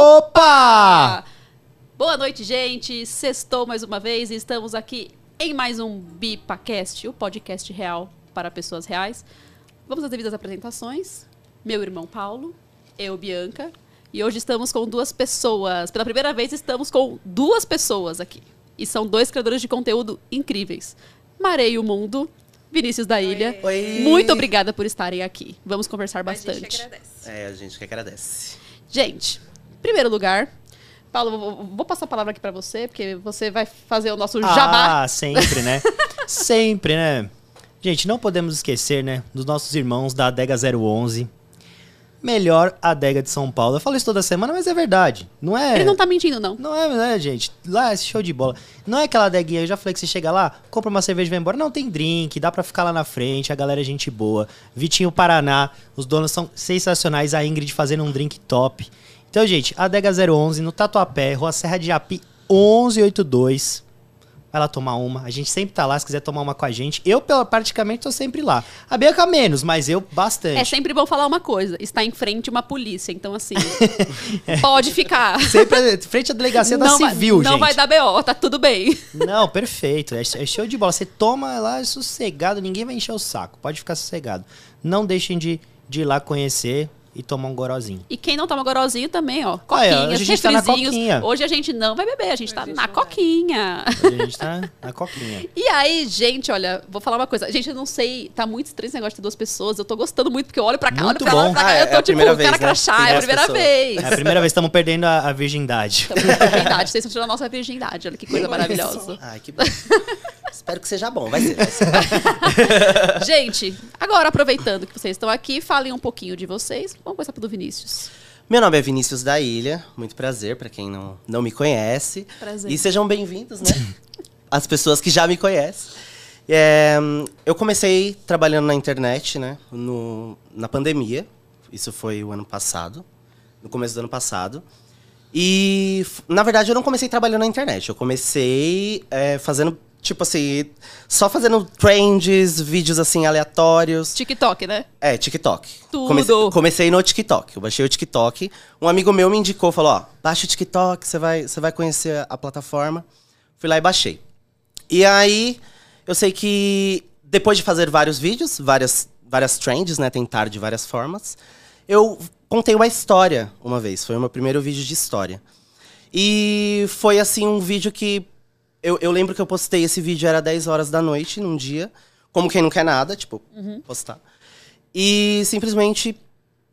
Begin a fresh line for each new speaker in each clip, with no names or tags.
Opa!
Boa noite, gente. Sextou mais uma vez e estamos aqui em mais um BipaCast, o podcast real para pessoas reais. Vamos às devidas apresentações. Meu irmão Paulo, eu, Bianca. E hoje estamos com duas pessoas. Pela primeira vez, estamos com duas pessoas aqui. E são dois criadores de conteúdo incríveis. Marei o Mundo, Vinícius da Ilha.
Oi.
Muito obrigada por estarem aqui. Vamos conversar
A gente
bastante.
agradece.
É, a gente que agradece.
Gente, em primeiro lugar, Paulo, vou, vou passar a palavra aqui pra você, porque você vai fazer o nosso jabá.
Ah, sempre, né? sempre, né? Gente, não podemos esquecer, né? Dos nossos irmãos da Adega 011. Melhor adega de São Paulo. Eu falo isso toda semana, mas é verdade. Não é.
Ele não tá mentindo, não.
Não é, né, gente? Lá é show de bola. Não é aquela adeguinha, eu já falei que você chega lá, compra uma cerveja e vai embora. Não, tem drink, dá pra ficar lá na frente, a galera é gente boa. Vitinho Paraná, os donos são sensacionais, a Ingrid fazendo um drink top. Então, gente, Adega 011, no Tatuapé, Rua Serra de Japi, 1182. Vai lá tomar uma. A gente sempre tá lá, se quiser tomar uma com a gente. Eu, pela- praticamente, tô sempre lá. A Bianca menos, mas eu bastante.
É sempre bom falar uma coisa: está em frente uma polícia, então assim.
É.
pode ficar.
Sempre frente à delegacia da
vai-
Ah, tá Civil, gente.
É. não vai dar BO, tá tudo bem.
Não, perfeito. É, é show de bola. Você toma lá sossegado, ninguém vai encher o saco. Pode ficar sossegado. Não deixem de, de ir lá conhecer e tomar um gorozinho.
E quem não toma gorozinho também, ó.
Ah, é,
Coquinhas,
hoje a gente tá na
refrizinhos.
coquinha.
Hoje a gente não vai beber, a gente tá
Hoje a gente
na
não vai.
coquinha.
Hoje a gente tá na coquinha.
E aí, gente, olha, vou falar uma coisa. Gente, eu não sei, tá muito estranho esse negócio de ter duas pessoas. Eu tô gostando muito, porque eu olho pra cá, olho
Muito
pra lá,
bom.
olho pra cá.
Ah, é
eu tô
a
tipo,
primeira
o cara
vez, né?
crachá, é a
Primeira
primeira
pessoa.
vez.
É a primeira vez que estamos perdendo a, a virgindade.
Estamos na virgindade, vocês estão tirando a nossa virgindade, olha que coisa maravilhosa.
Ai, que bom. Espero que seja bom, vai ser. vai ser.
Gente, agora aproveitando que vocês estão aqui, falem um pouquinho de vocês. Vamos começar pelo Vinícius.
Meu nome é Vinícius da Ilha, muito prazer pra quem não, não me conhece.
Prazer.
E sejam bem-vindos, né? As pessoas que já me conhecem. É, eu comecei trabalhando na internet, né? No, na pandemia. Isso foi o ano passado. No começo do ano passado. E, f- na verdade, eu não comecei trabalhando na internet. Eu comecei é, fazendo, tipo assim, só fazendo trends, vídeos assim aleatórios.
TikTok, né?
É, TikTok.
Tudo.
Comecei, comecei no TikTok. Eu baixei o TikTok. Um amigo meu me indicou, falou: ó, baixa o TikTok, você vai, você vai conhecer a plataforma. Fui lá e baixei. E aí, eu sei que depois de fazer vários vídeos, várias, várias trends, né? Tentar de várias formas, eu contei uma história uma vez. Foi o meu primeiro vídeo de história. E foi assim um vídeo que. Eu, eu lembro que eu postei esse vídeo, era 10 horas da noite, num dia. Como quem não quer nada, tipo, postar. E simplesmente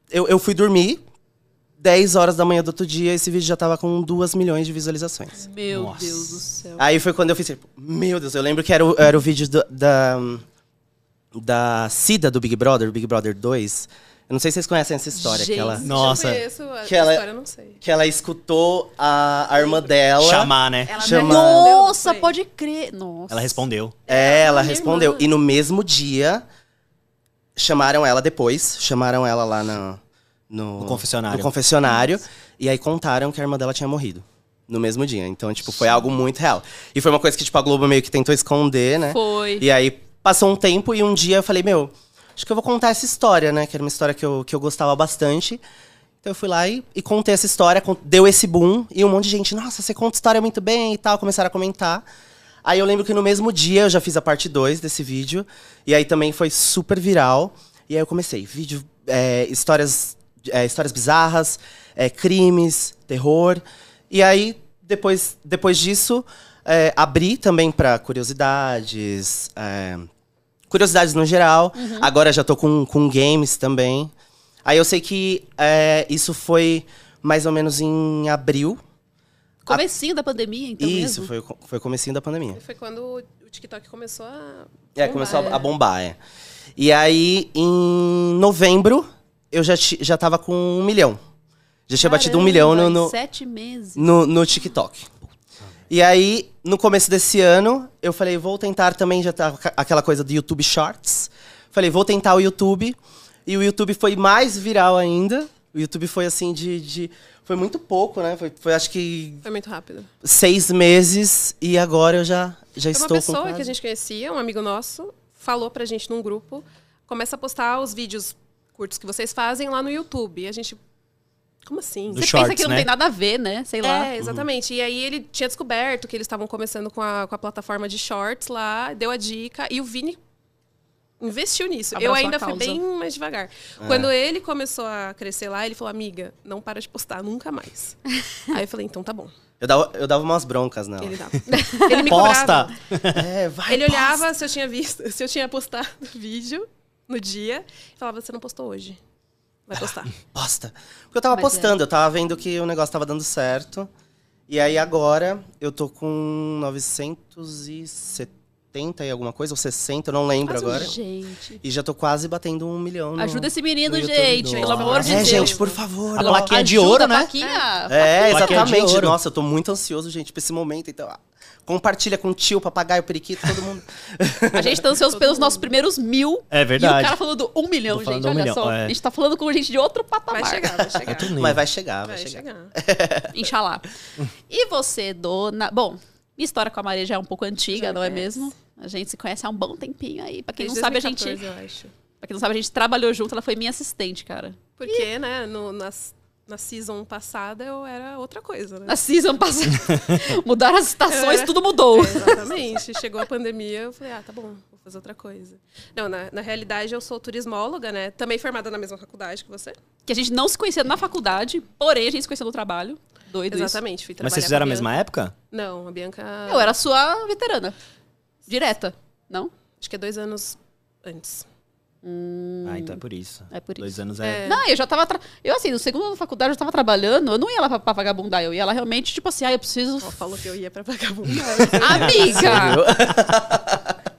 eu, eu fui dormir. 10 horas da manhã do outro dia, esse vídeo já tava com 2 milhões de visualizações.
Meu
Nossa.
Deus do céu.
Aí foi quando eu fiz tipo, meu Deus, eu lembro que era o, era o vídeo do- da. Da Cida do Big Brother, Big Brother 2. Eu não sei se vocês conhecem essa história. Que
Gente.
ela,
Nossa.
Eu conheço a
Que ela- é
história, eu não sei.
que ela escutou a, a irmã dela.
Chamar, né?
Ela é
Chama-
Nossa, pode crer. Nossa.
Ela respondeu.
É, ela
minha
respondeu.
irmã.
E no mesmo dia, chamaram ela depois, chamaram ela lá na- no,
No confessionário.
no confessionário, e aí contaram que a irmã dela tinha morrido. No mesmo dia. Então, tipo, foi algo muito real. E foi uma coisa que, tipo, a Globo meio que tentou esconder, né?
Foi.
E aí passou um tempo e um dia eu falei, meu, acho que eu vou contar essa história, né? Que era uma história que eu, que eu gostava bastante. Então eu fui lá e, e contei essa história, con- deu esse boom, e um monte de gente, nossa, você conta história muito bem e tal, começaram a comentar. Aí eu lembro que no mesmo dia eu já fiz a parte 2 desse vídeo, e aí também foi super viral. E aí eu comecei, vídeo, é, histórias, é, histórias bizarras, é, crimes, terror. E aí, depois, depois disso, é, abri também para curiosidades, é, curiosidades no geral.
Uhum.
Agora já tô com, com games também. Aí eu sei que é, isso foi mais ou menos em abril.
Comecinho da pandemia, então mesmo.
isso,
Uhum.
foi, o co- foi o comecinho da pandemia.
Foi quando o TikTok começou a.
É,
bombar,
começou
né?
a, a bombar, é. E aí, em novembro, eu já, ti- já tava com um milhão. Já tinha batido um
Caramba,
milhão no,
em
no,
Sete meses.
no, no TikTok. E aí, no começo desse ano, eu falei, vou tentar também, já tá ca- aquela coisa do YouTube Shorts. Falei, vou tentar o YouTube. E o YouTube foi mais viral ainda. O YouTube foi assim de. de- foi muito pouco, né? Foi, foi acho que
Foi muito rápido.
seis meses e agora eu já,
Foi
já estou
É uma
com.
pessoa
quase-
que a gente conhecia, um amigo nosso, falou pra gente num grupo, começa a postar os vídeos curtos que vocês fazem lá no YouTube. E a gente Como assim?
Do
Você
shorts,
pensa que não
né?
tem nada a ver, né? Sei lá.
É, exatamente. E aí ele tinha descoberto que eles estavam começando com a, com a plataforma de shorts lá, deu a dica e o Vini investiu nisso.
Abraçou
eu
a
ainda fui
causa.
bem mais devagar. Quando ele começou a crescer lá, ele falou: "Amiga, não para de postar nunca mais". aí eu falei: "Então tá bom".
Eu dava, eu dava umas broncas nela.
Ele dava. Ele me
Posta!
cobrava.
É, vai,
Ele
posta.
olhava se eu tinha visto, se eu tinha postado vídeo no dia e falava: "Você não postou hoje". Vai postar.
Posta. Porque eu tava
Mas
postando, eu tava vendo que o negócio tava dando certo. E aí agora eu tô com 970 e alguma coisa, ou 60, eu não lembro
Quase um
agora.
Gente.
E já tô quase batendo um milhão. no-
Ajuda esse menino,
no YouTube.
gente. Pelo amor de
é,
Deus.
gente, é por favor.
A
ó.
plaquinha de
Ajuda,
ouro, né?
Paquinha.
Plaquinha de
É, exatamente.
ouro.
Nossa, eu tô muito ansioso, gente, pra esse momento. Então, ah, compartilha com o tio, papagaio, periquito, todo mundo.
A gente tá ansioso pelos nossos primeiros mil.
É
E o
verdade.
cara falando um milhão,
Tô falando
gente.
um
Olha
milhão,
só.
é.
A gente tá falando com gente de outro patamar.
Vai chegar, vai chegar.
Outro nível.
Mas vai chegar, vai,
Vai
chegar.
chegar.
Inxalá. E você, dona. Bom, minha história com a Maria já é um pouco antiga,
Já
não é
conhece.
mesmo? A gente se conhece há um bom tempinho aí. Pra quem, não
Desde
sabe, a gente,
2014, eu acho.
pra quem não sabe, a gente trabalhou junto, ela foi minha assistente, cara.
Porque, né, no, na, na season passada eu era outra coisa, né?
Na season passada. Mudaram as estações,
É.
tudo mudou.
É, exatamente. Chegou a pandemia, eu falei, ah, tá bom, vou fazer outra coisa. Não, na, na realidade eu sou turismóloga, né? Também formada na mesma faculdade que você.
Que a gente não se conhecia na faculdade, porém a gente se conheceu no trabalho. Doido
Exatamente, fui trabalhar
Mas vocês fizeram a
com
mesma época?
Bianca. Não, a Bianca...
isso. Eu era sua veterana. Direta. Não?
Acho que é dois anos antes.
Ah, então é por isso.
É por isso.
Dois anos é.
Não, eu já tava. tra- Eu, assim, no segundo ano da faculdade eu já tava trabalhando, eu não ia lá pra, pra vagabundar, eu ia lá realmente, tipo assim, ah, eu preciso.
Ela falou que eu ia pra vagabundo.
Amiga!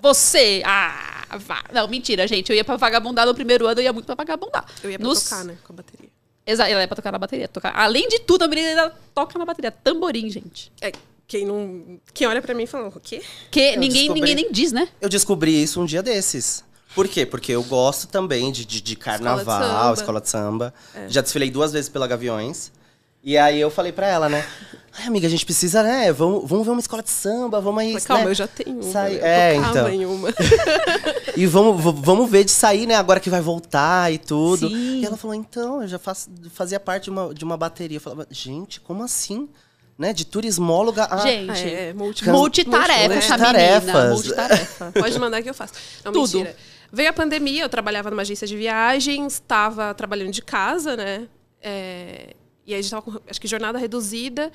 Você. Ah, vá. Não, mentira, gente. Eu ia pra vagabundar no primeiro ano, eu ia muito pra vagabundar.
Eu ia pra
Nos-
tocar, né, com a bateria.
Exato, ela é pra tocar na bateria. Tocar... Além de tudo, a menina ainda toca na bateria. Tamborim, gente.
É, quem não... Quem olha pra mim e fala, o quê?
Que
Eu
ninguém,
descobri-
ninguém nem diz, né?
Eu descobri isso um dia desses. Por quê? Porque eu gosto também de, de, de carnaval,
samba. É.
escola de samba. Já desfilei duas vezes pela Gaviões. E aí eu falei pra ela, né? Ai, amiga, a gente precisa, né? Vamos, vamos ver uma escola de samba, vamos aí.
Falei, Calma,
né?
eu já tenho uma.
Sai-
eu
é,
tocava
então.
em uma.
E vamos, v- vamos ver de sair, né? Agora que vai voltar e tudo.
Sim.
E ela falou, então, eu já faço- fazia parte de uma, de uma bateria. Eu falava, gente, como assim? Né? De turismóloga a.
gente.
É, multi-
Ah, Multitarefa, essa menina.
Multitarefas.
Multitarefa.
Pode mandar que eu faço. Não,
Tudo.
mentira. Veio a pandemia, eu trabalhava numa agência de viagens, estava trabalhando de casa, né? É, e aí a gente tava com, acho que, jornada reduzida.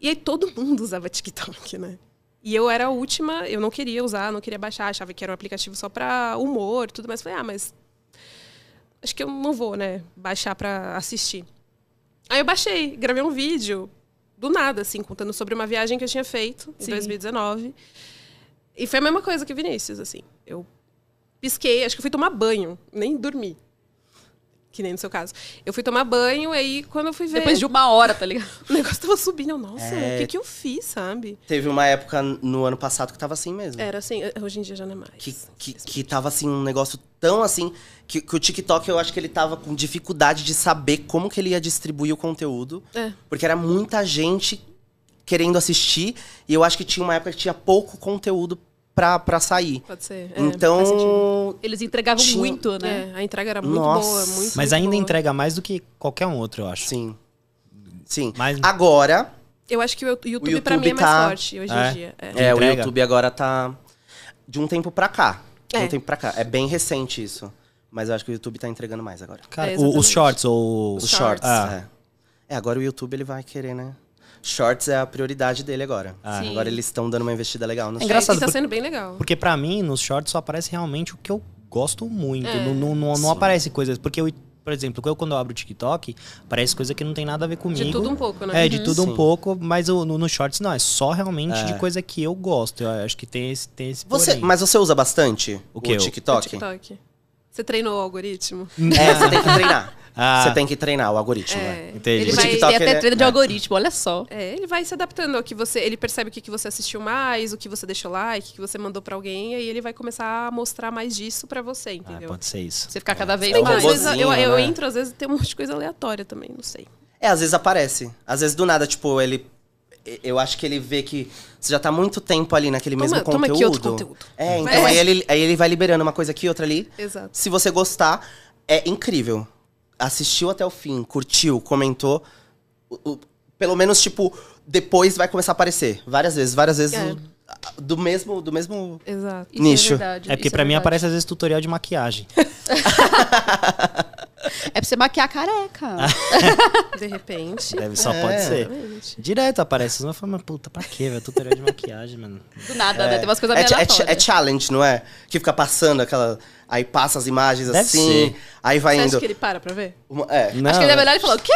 E aí todo mundo usava TikTok, né? E eu era a última, eu não queria usar, não queria baixar, achava que era um aplicativo só pra humor e tudo mais. Falei, ah, mas acho que eu não vou, né, baixar pra assistir. Aí eu baixei, gravei um vídeo, do nada, assim, contando sobre uma viagem que eu tinha feito em
Sim.
2019. E foi a mesma coisa que o Vinícius, assim. Eu pisquei, acho que eu fui tomar banho, nem dormi. Que nem no seu caso. Eu fui tomar banho, e aí quando eu fui ver.
Depois de uma hora, tá ligado?
O negócio tava subindo. Eu, Nossa,
É.
o que, que eu fiz, sabe?
Teve uma época no ano passado que tava assim mesmo.
Era assim, hoje em dia já não é mais.
que, que, que tava assim, um negócio tão assim. Que, que o TikTok eu acho que ele tava com dificuldade de saber como que ele ia distribuir o conteúdo.
É.
Porque era muita gente querendo assistir. E eu acho que tinha uma época que tinha pouco conteúdo pra, pra sair.
Pode ser. É, faz sentido.
então.
Eles entregavam
Tinha-
muito, né?
É, a entrega era muito
Nossa.
boa, muito
Mas
muito
ainda
boa.
entrega mais do que qualquer um outro, eu acho.
Sim. Sim.
Mas-
Agora,
Eu acho que o YouTube, pra
YouTube
mim é mais
tá-
forte hoje
É.
em dia. É.
é, o
Entrega.
YouTube agora tá. De um tempo pra cá. De um
É.
tempo pra cá. É bem recente isso. Mas eu acho que o YouTube tá entregando mais agora.
Cara,
É,
o- os
exatamente.
shorts ou.
Os
Os
shorts.
shorts.
Ah.
É. É, agora o YouTube ele vai querer, né? Shorts é a prioridade dele agora.
Sim.
Agora eles estão dando uma investida legal no
É engraçado,
E tá
porque-
sendo bem legal.
Porque pra mim, nos shorts só aparece realmente o que eu gosto muito.
É.
Não, não, não, não aparece coisas. Porque eu, por exemplo, eu quando eu abro o TikTok, aparece coisa que não tem nada a ver comigo.
De tudo um pouco, né?
É, de tudo
Sim.
um pouco, mas o- no, no shorts não, é só realmente de coisa que eu gosto. Eu acho que tem esse, tem esse
Você,
porém.
mas você usa bastante
O quê? O-
O
TikTok?
TikTok. Você treinou o algoritmo?
É, você tem que treinar.
Ah.
Você tem que treinar o algoritmo, né?
Entendi.
Ele
O
vai
TikTok,
ter até
ele é-
treino de
é.
algoritmo, olha só.
É, ele vai se adaptando ao que você. Ele percebe o que, que você assistiu mais, o que você deixou like, o que você mandou pra alguém, e aí ele vai começar a mostrar mais disso pra você,
Ah,
entendeu?
pode ser isso.
Você ficar cada vez
É um
Porque
mais.
às vezes eu,
robozinho,
eu
né?
entro, às vezes tem um monte de coisa aleatória também, não sei.
É, às vezes aparece. Às vezes do nada, tipo, ele. Eu acho que ele vê que você já tá muito tempo ali naquele
Toma-
mesmo
toma
conteúdo.
aqui outro conteúdo.
É, então
É.
Aí, ele, aí ele vai liberando uma coisa aqui, outra ali.
Exato.
Se você gostar, é incrível. assistiu até o fim, curtiu, comentou, o- o- pelo menos, tipo, depois vai começar a aparecer. Várias vezes, várias vezes.
É.
o- a- do mesmo. Do mesmo.
Exato.
Isso
Nicho.
É, verdade,
É porque
isso
pra mim
verdade.
aparece às vezes tutorial de maquiagem.
É pra você maquiar a careca.
De repente.
Deve, só
É.
pode ser.
Exatamente.
Direto aparece. Eu falo, mas puta, pra quê, velho? Tutorial de maquiagem, mano.
Do nada, né? Tem umas coisas
É,
meio
cha- é, cha-
aleatórias.
é challenge, não é? Que fica passando aquela. Aí passa as imagens
Deve
assim.
ser.
Aí vai
Você acha
indo.
que ele para pra ver?
Uma- é,
Não,
Acho que ele é melhor e falou, o quê?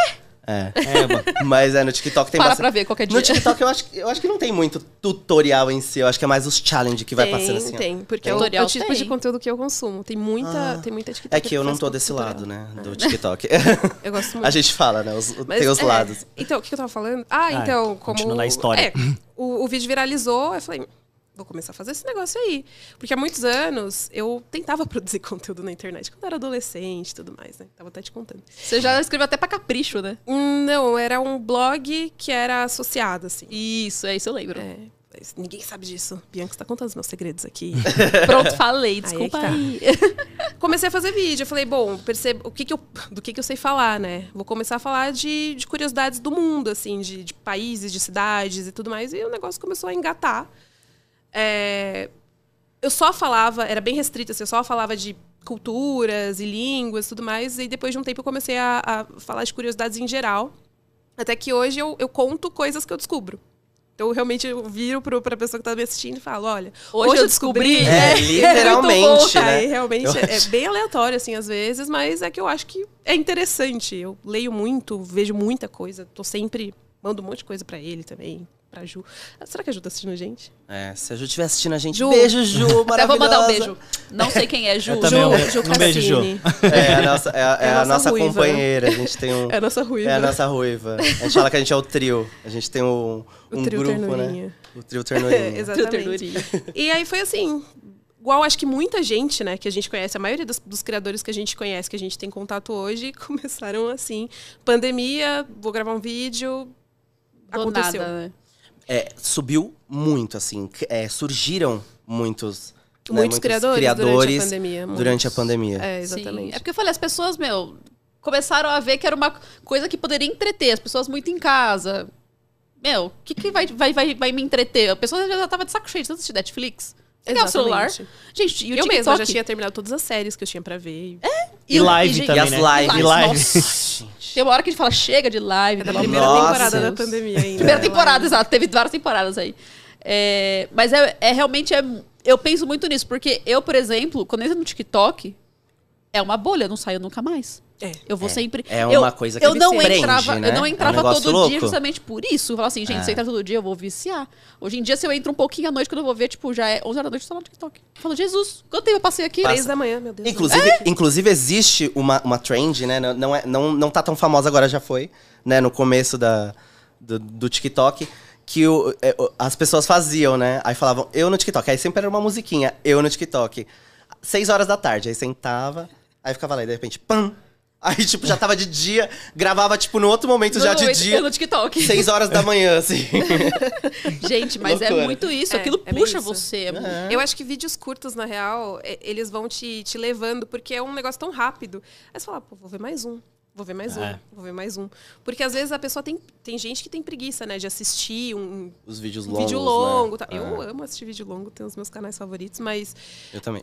é.
é, mano.
Mas é, no TikTok tem
para
bastante.
pra ver qualquer dia.
No TikTok eu acho, que- eu acho que não tem muito tutorial em si, eu acho que é mais os challenge que vai
tem,
passando assim. ó.
Tem, porque é o,
Tutorial
é o tipo
tem.
de conteúdo que eu consumo. Tem muita, tem muita TikTok.
É que eu não tô desse lado, né?
É.
Do TikTok.
Eu gosto muito.
a gente fala, né? Os-
Mas,
tem os
é,
lados.
Então, o que que eu tava falando? Ah,
Ah,
então, como.
continua na história.
É, o, o vídeo viralizou, eu falei, vou começar a fazer esse negócio aí. Porque há muitos anos eu tentava produzir conteúdo na internet, quando eu era adolescente e tudo mais, né? Tava até te contando.
Você já escreveu até pra capricho, né?
Hum, Não, era um blog que era associado, assim.
Isso, é isso eu lembro.
É, mas ninguém sabe disso. Bianca está contando os meus segredos aqui.
Pronto, falei, desculpa
tá.
aí.
comecei a fazer vídeo. Eu falei, bom, percebo o que que eu, do que, que eu sei falar, né? Vou começar a falar de, de curiosidades do mundo, assim, de, de países, de cidades e tudo mais. E o negócio começou a engatar. É, eu só falava, era bem restrito, assim, eu só falava de culturas e línguas e tudo mais. E depois de um tempo eu comecei a, a falar de curiosidades em geral. Até que hoje eu, eu conto coisas que eu descubro. Então, eu realmente, eu viro pro, pra pessoa que tá me assistindo e falo, olha...
Hoje eu descobri. É,
É, literalmente,
Tá,
né?
e realmente
Eu
é, é
acho-
bem aleatório, assim, às vezes, mas é que eu acho que é interessante. Eu leio muito, vejo muita coisa, tô sempre. Mando um monte de coisa pra ele também, pra Ju. Ah, Será que a Ju tá assistindo a gente?
É, se a Ju estiver assistindo a gente,
Ju.
beijo, Ju, maravilhosa.
Até vou mandar um beijo. Não sei quem é, Ju.
Eu também,
Ju.
um- um beijo, Ju.
Cassini.
É a nossa, é, a- é
É a
a nossa
né?
nossa ruiva.
companheira, a gente tem um...
É a nossa ruiva.
É a nossa ruiva. A gente fala que a gente é o trio. A gente tem
O
um, um
trio
grupo, né?
ternurinha.
O trio
É,
ternurinha.
exatamente. E aí foi assim, igual acho que muita gente, né, que a gente conhece, a maioria dos, dos criadores que a gente conhece, que a gente tem contato hoje, começaram assim, pandemia, vou gravar um vídeo,
Do
aconteceu.
nada, né?
É, subiu muito, assim. que- é, surgiram muitos... né,
Muitos criadores, durante a pandemia.
durante a pandemia.
É,
Sim.
exatamente.
É porque eu falei, as pessoas, meu, começaram a ver que era uma coisa que poderia entreter. As pessoas muito em casa. Meu, o que, que vai, vai, vai, vai me entreter? A pessoa já tava de saco cheio, tanto de Netflix. Pegar é o celular.
Exatamente.
Gente, e o
eu
TikTok?
mesma já tinha terminado todas as séries que eu tinha pra ver. É,
E live
gente,
E
também,
as
né?
lives.
E
live.
live.
Tem uma hora que a gente fala, chega de live.
da
pelo amor
primeira
de
Nossa.
temporada da
Deus.
pandemia ainda.
Primeira
Ela-
temporada, exato. Teve várias temporadas aí. É, mas é, é realmente. É, eu penso muito nisso, porque eu, por exemplo, quando eu entro no TikTok, é uma bolha, eu não saio nunca mais.
É.
Eu vou sempre.
É
eu-
uma coisa que
eu não
prende,
entrava,
né?
Eu não
É um
entrava
negócio
todo dia
louco. É.
justamente por isso. Eu falava assim, gente, se eu entrar todo dia, eu vou viciar. Hoje em dia, se eu entro um pouquinho à noite, quando eu vou ver, tipo, já é 11 horas da noite, eu tô lá no TikTok. Eu falo, Jesus, quanto tempo eu passei aqui?
Três da manhã, meu Deus.
Inclusive, inclusive existe uma, uma trend, né? Não, não, é, não, não tá tão famosa agora, já foi, né? No começo da, do, do TikTok, que o- é, o- as pessoas faziam, né? Aí falavam, eu no TikTok. Aí sempre era uma musiquinha, eu no TikTok. Seis horas da tarde, aí sentava, aí ficava lá, e de repente, pam! Aí, tipo, já tava de dia, gravava, tipo, no outro momento já de
Noite, eu
dia,
No TikTok.
seis horas da manhã, assim.
Gente, mas
Loucura.
é muito isso.
É,
Aquilo
é bem
puxa
isso.
você. É muito-
Eu acho que vídeos curtos, na real, é- eles vão te, te levando, porque é um negócio tão rápido. Aí você fala, pô, vou ver mais um. Vou ver mais
É.
um, vou ver mais um. Porque às vezes a pessoa tem. Tem gente que tem preguiça, né? De assistir um,
Os vídeos
um
longos.
vídeo longo.
né?
tal. Eu
Ah,
amo assistir vídeo longo, tem os meus canais favoritos, mas
É, eu também.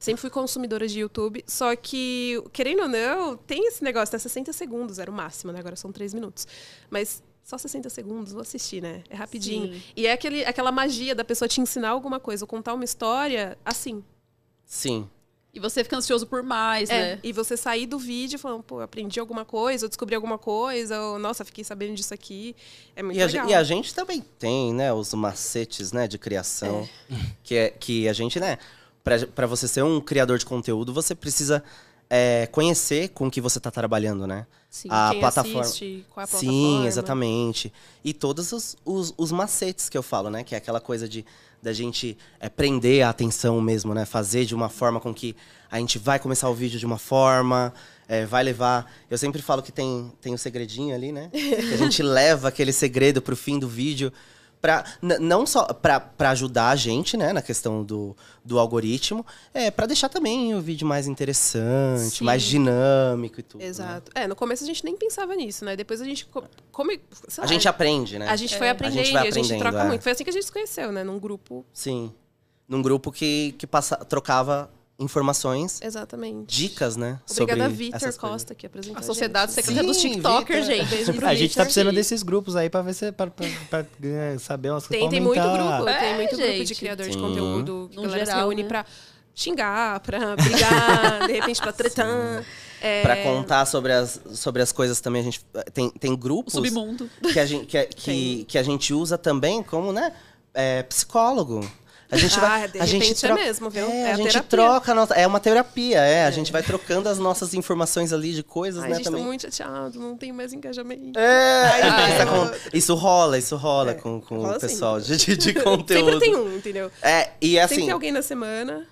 Sempre fui consumidora de YouTube, só que, querendo ou não, tem esse negócio, né? 60 segundos era o máximo, né? Agora são 3 minutos. Mas só 60 segundos, vou assistir, né? É rapidinho.
Sim.
E é aquele, aquela magia da pessoa te ensinar alguma coisa, ou contar uma história assim.
Sim.
E você fica ansioso por mais,
É,
né?
E você sair do vídeo falando, pô, eu aprendi alguma coisa, eu descobri alguma coisa, ou nossa, fiquei sabendo disso aqui. É muito
E a,
legal.
gen- e a gente também tem, né, os macetes, né, de criação. Que, é, que a gente, né, pra, pra você ser um criador de conteúdo, você precisa é, conhecer com o que você tá trabalhando, né?
Sim.
a
Quem
plataforma-
assiste, qual é a plataforma.
Sim, exatamente. né? E todos os, os, os macetes que eu falo, né? Que é aquela coisa de da gente é, prender a atenção mesmo, né? Fazer de uma forma com que a gente vai começar o vídeo de uma forma, é, vai levar. Eu sempre falo que tem tem o segredinho ali, né? Que a gente leva aquele segredo pro fim do vídeo. Pra, n- não só pra, pra ajudar a gente, né, na questão do, do algoritmo, é pra deixar também o vídeo mais interessante,
Sim.
mais dinâmico e tudo. né?
Exato. É, no começo a gente nem pensava nisso, né? Depois a gente. co- Come, sei
A
lá,
gente aprende, né?
a gente foi aprendendo, a gente,
vai aprendendo,
troca
é.
muito. Foi assim que a gente se conheceu, né? Num grupo.
Sim. Num grupo que, que passa, trocava informações,
Exatamente.
dicas, né?
Obrigada a
sobre
Vitor
essas coisas.
Costa que apresentou.
A sociedade
gente.
secreta dos
Sim,
TikTokers,
Vitor.
gente. Beijo pro
A gente tá
Vitor.
precisando desses grupos aí pra ver se. pra, pra- pra, eh, saber umas
Tem,
pra
tem muito
aumentar.
grupo,
É,
tem muito grupo
gente.
de criador de
Sim.
conteúdo.
No
galera se
geral,
reúne
né?
pra xingar, pra brigar, de repente pra tretar. É,
Pra contar sobre as, sobre as coisas também, a gente tem, tem
O
grupos
submundo.
que a gente, que, que, que a gente usa também como, né, é, psicólogo. A gente
Ah,
vai,
de
a gente
repente é
troca-
mesmo, viu?
É,
É
a
a
gente
terapia.
troca, a nossa- é uma terapia, é, a gente vai trocando as nossas informações ali de coisas,
Ai,
né,
gente, tô
também.
muito chateado, não tem mais engajamento.
É,
Ai, ai.
isso, acon- isso rola, isso rola com, com
É. rola
o pessoal de, de- de
Sempre
conteúdo.
tem um, entendeu?
É, e
Sempre
assim,
tem alguém na semana.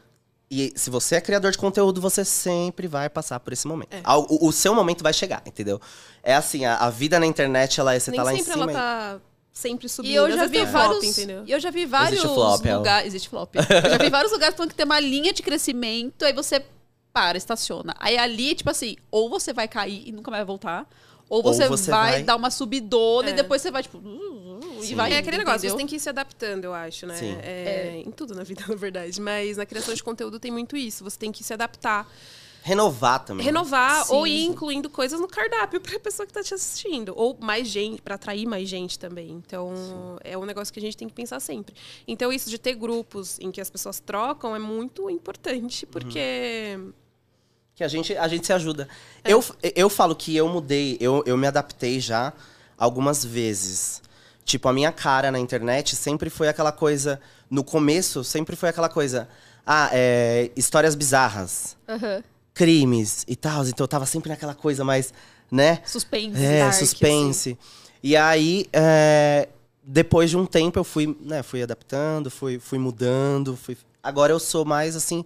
E se você é criador de conteúdo, você sempre vai passar por esse
É.
momento. Al- O, o seu momento vai chegar, entendeu? É assim, a, a vida na internet, ela, é- você
Nem
tá lá em
sempre ela
cima. e-
tá sempre subindo.
E eu
Às
já
vezes
vi
tem assim, é flop,
vários.
entendeu?
E eu já vi vários
Existe o flop, é o-
lugares. Existe flop. Eu já vi vários lugares falando que tem uma linha de crescimento, aí você para, estaciona. Aí ali, tipo assim, ou você vai cair e nunca mais vai voltar. Ou você,
você
vai,
vai-
dar uma subidona e
É.
depois você vai, tipo. uh, uh,
Sim.
E vai
É aquele negócio,
entendeu?
você tem que ir se adaptando, eu acho, né?
Sim.
É, Em tudo na vida, na verdade. Mas na criação de conteúdo tem muito isso. Você tem que se adaptar,
Renovar também. né?
renovar
Sim.
ou ir incluindo coisas no cardápio pra pessoa que tá te assistindo. Ou mais gente, pra atrair mais gente também. Então, é um negócio que a gente tem que pensar sempre. Então, isso de ter grupos em que as pessoas trocam é muito
Uhum.
importante, porque. é
Que a gente, a gente se ajuda. Eu, eu falo que eu mudei, eu, eu me adaptei já algumas vezes. Tipo, a minha cara na internet sempre foi aquela coisa. No começo, sempre foi aquela coisa. Ah, é, histórias bizarras,
Aham.
crimes e tal. Então eu tava sempre naquela coisa mais, né?
Suspense.
É,
dark, assim.
assim.
suspense. E aí, é, depois de um tempo, eu fui, né, fui adaptando, fui, fui mudando. Fui... Agora eu sou mais, assim,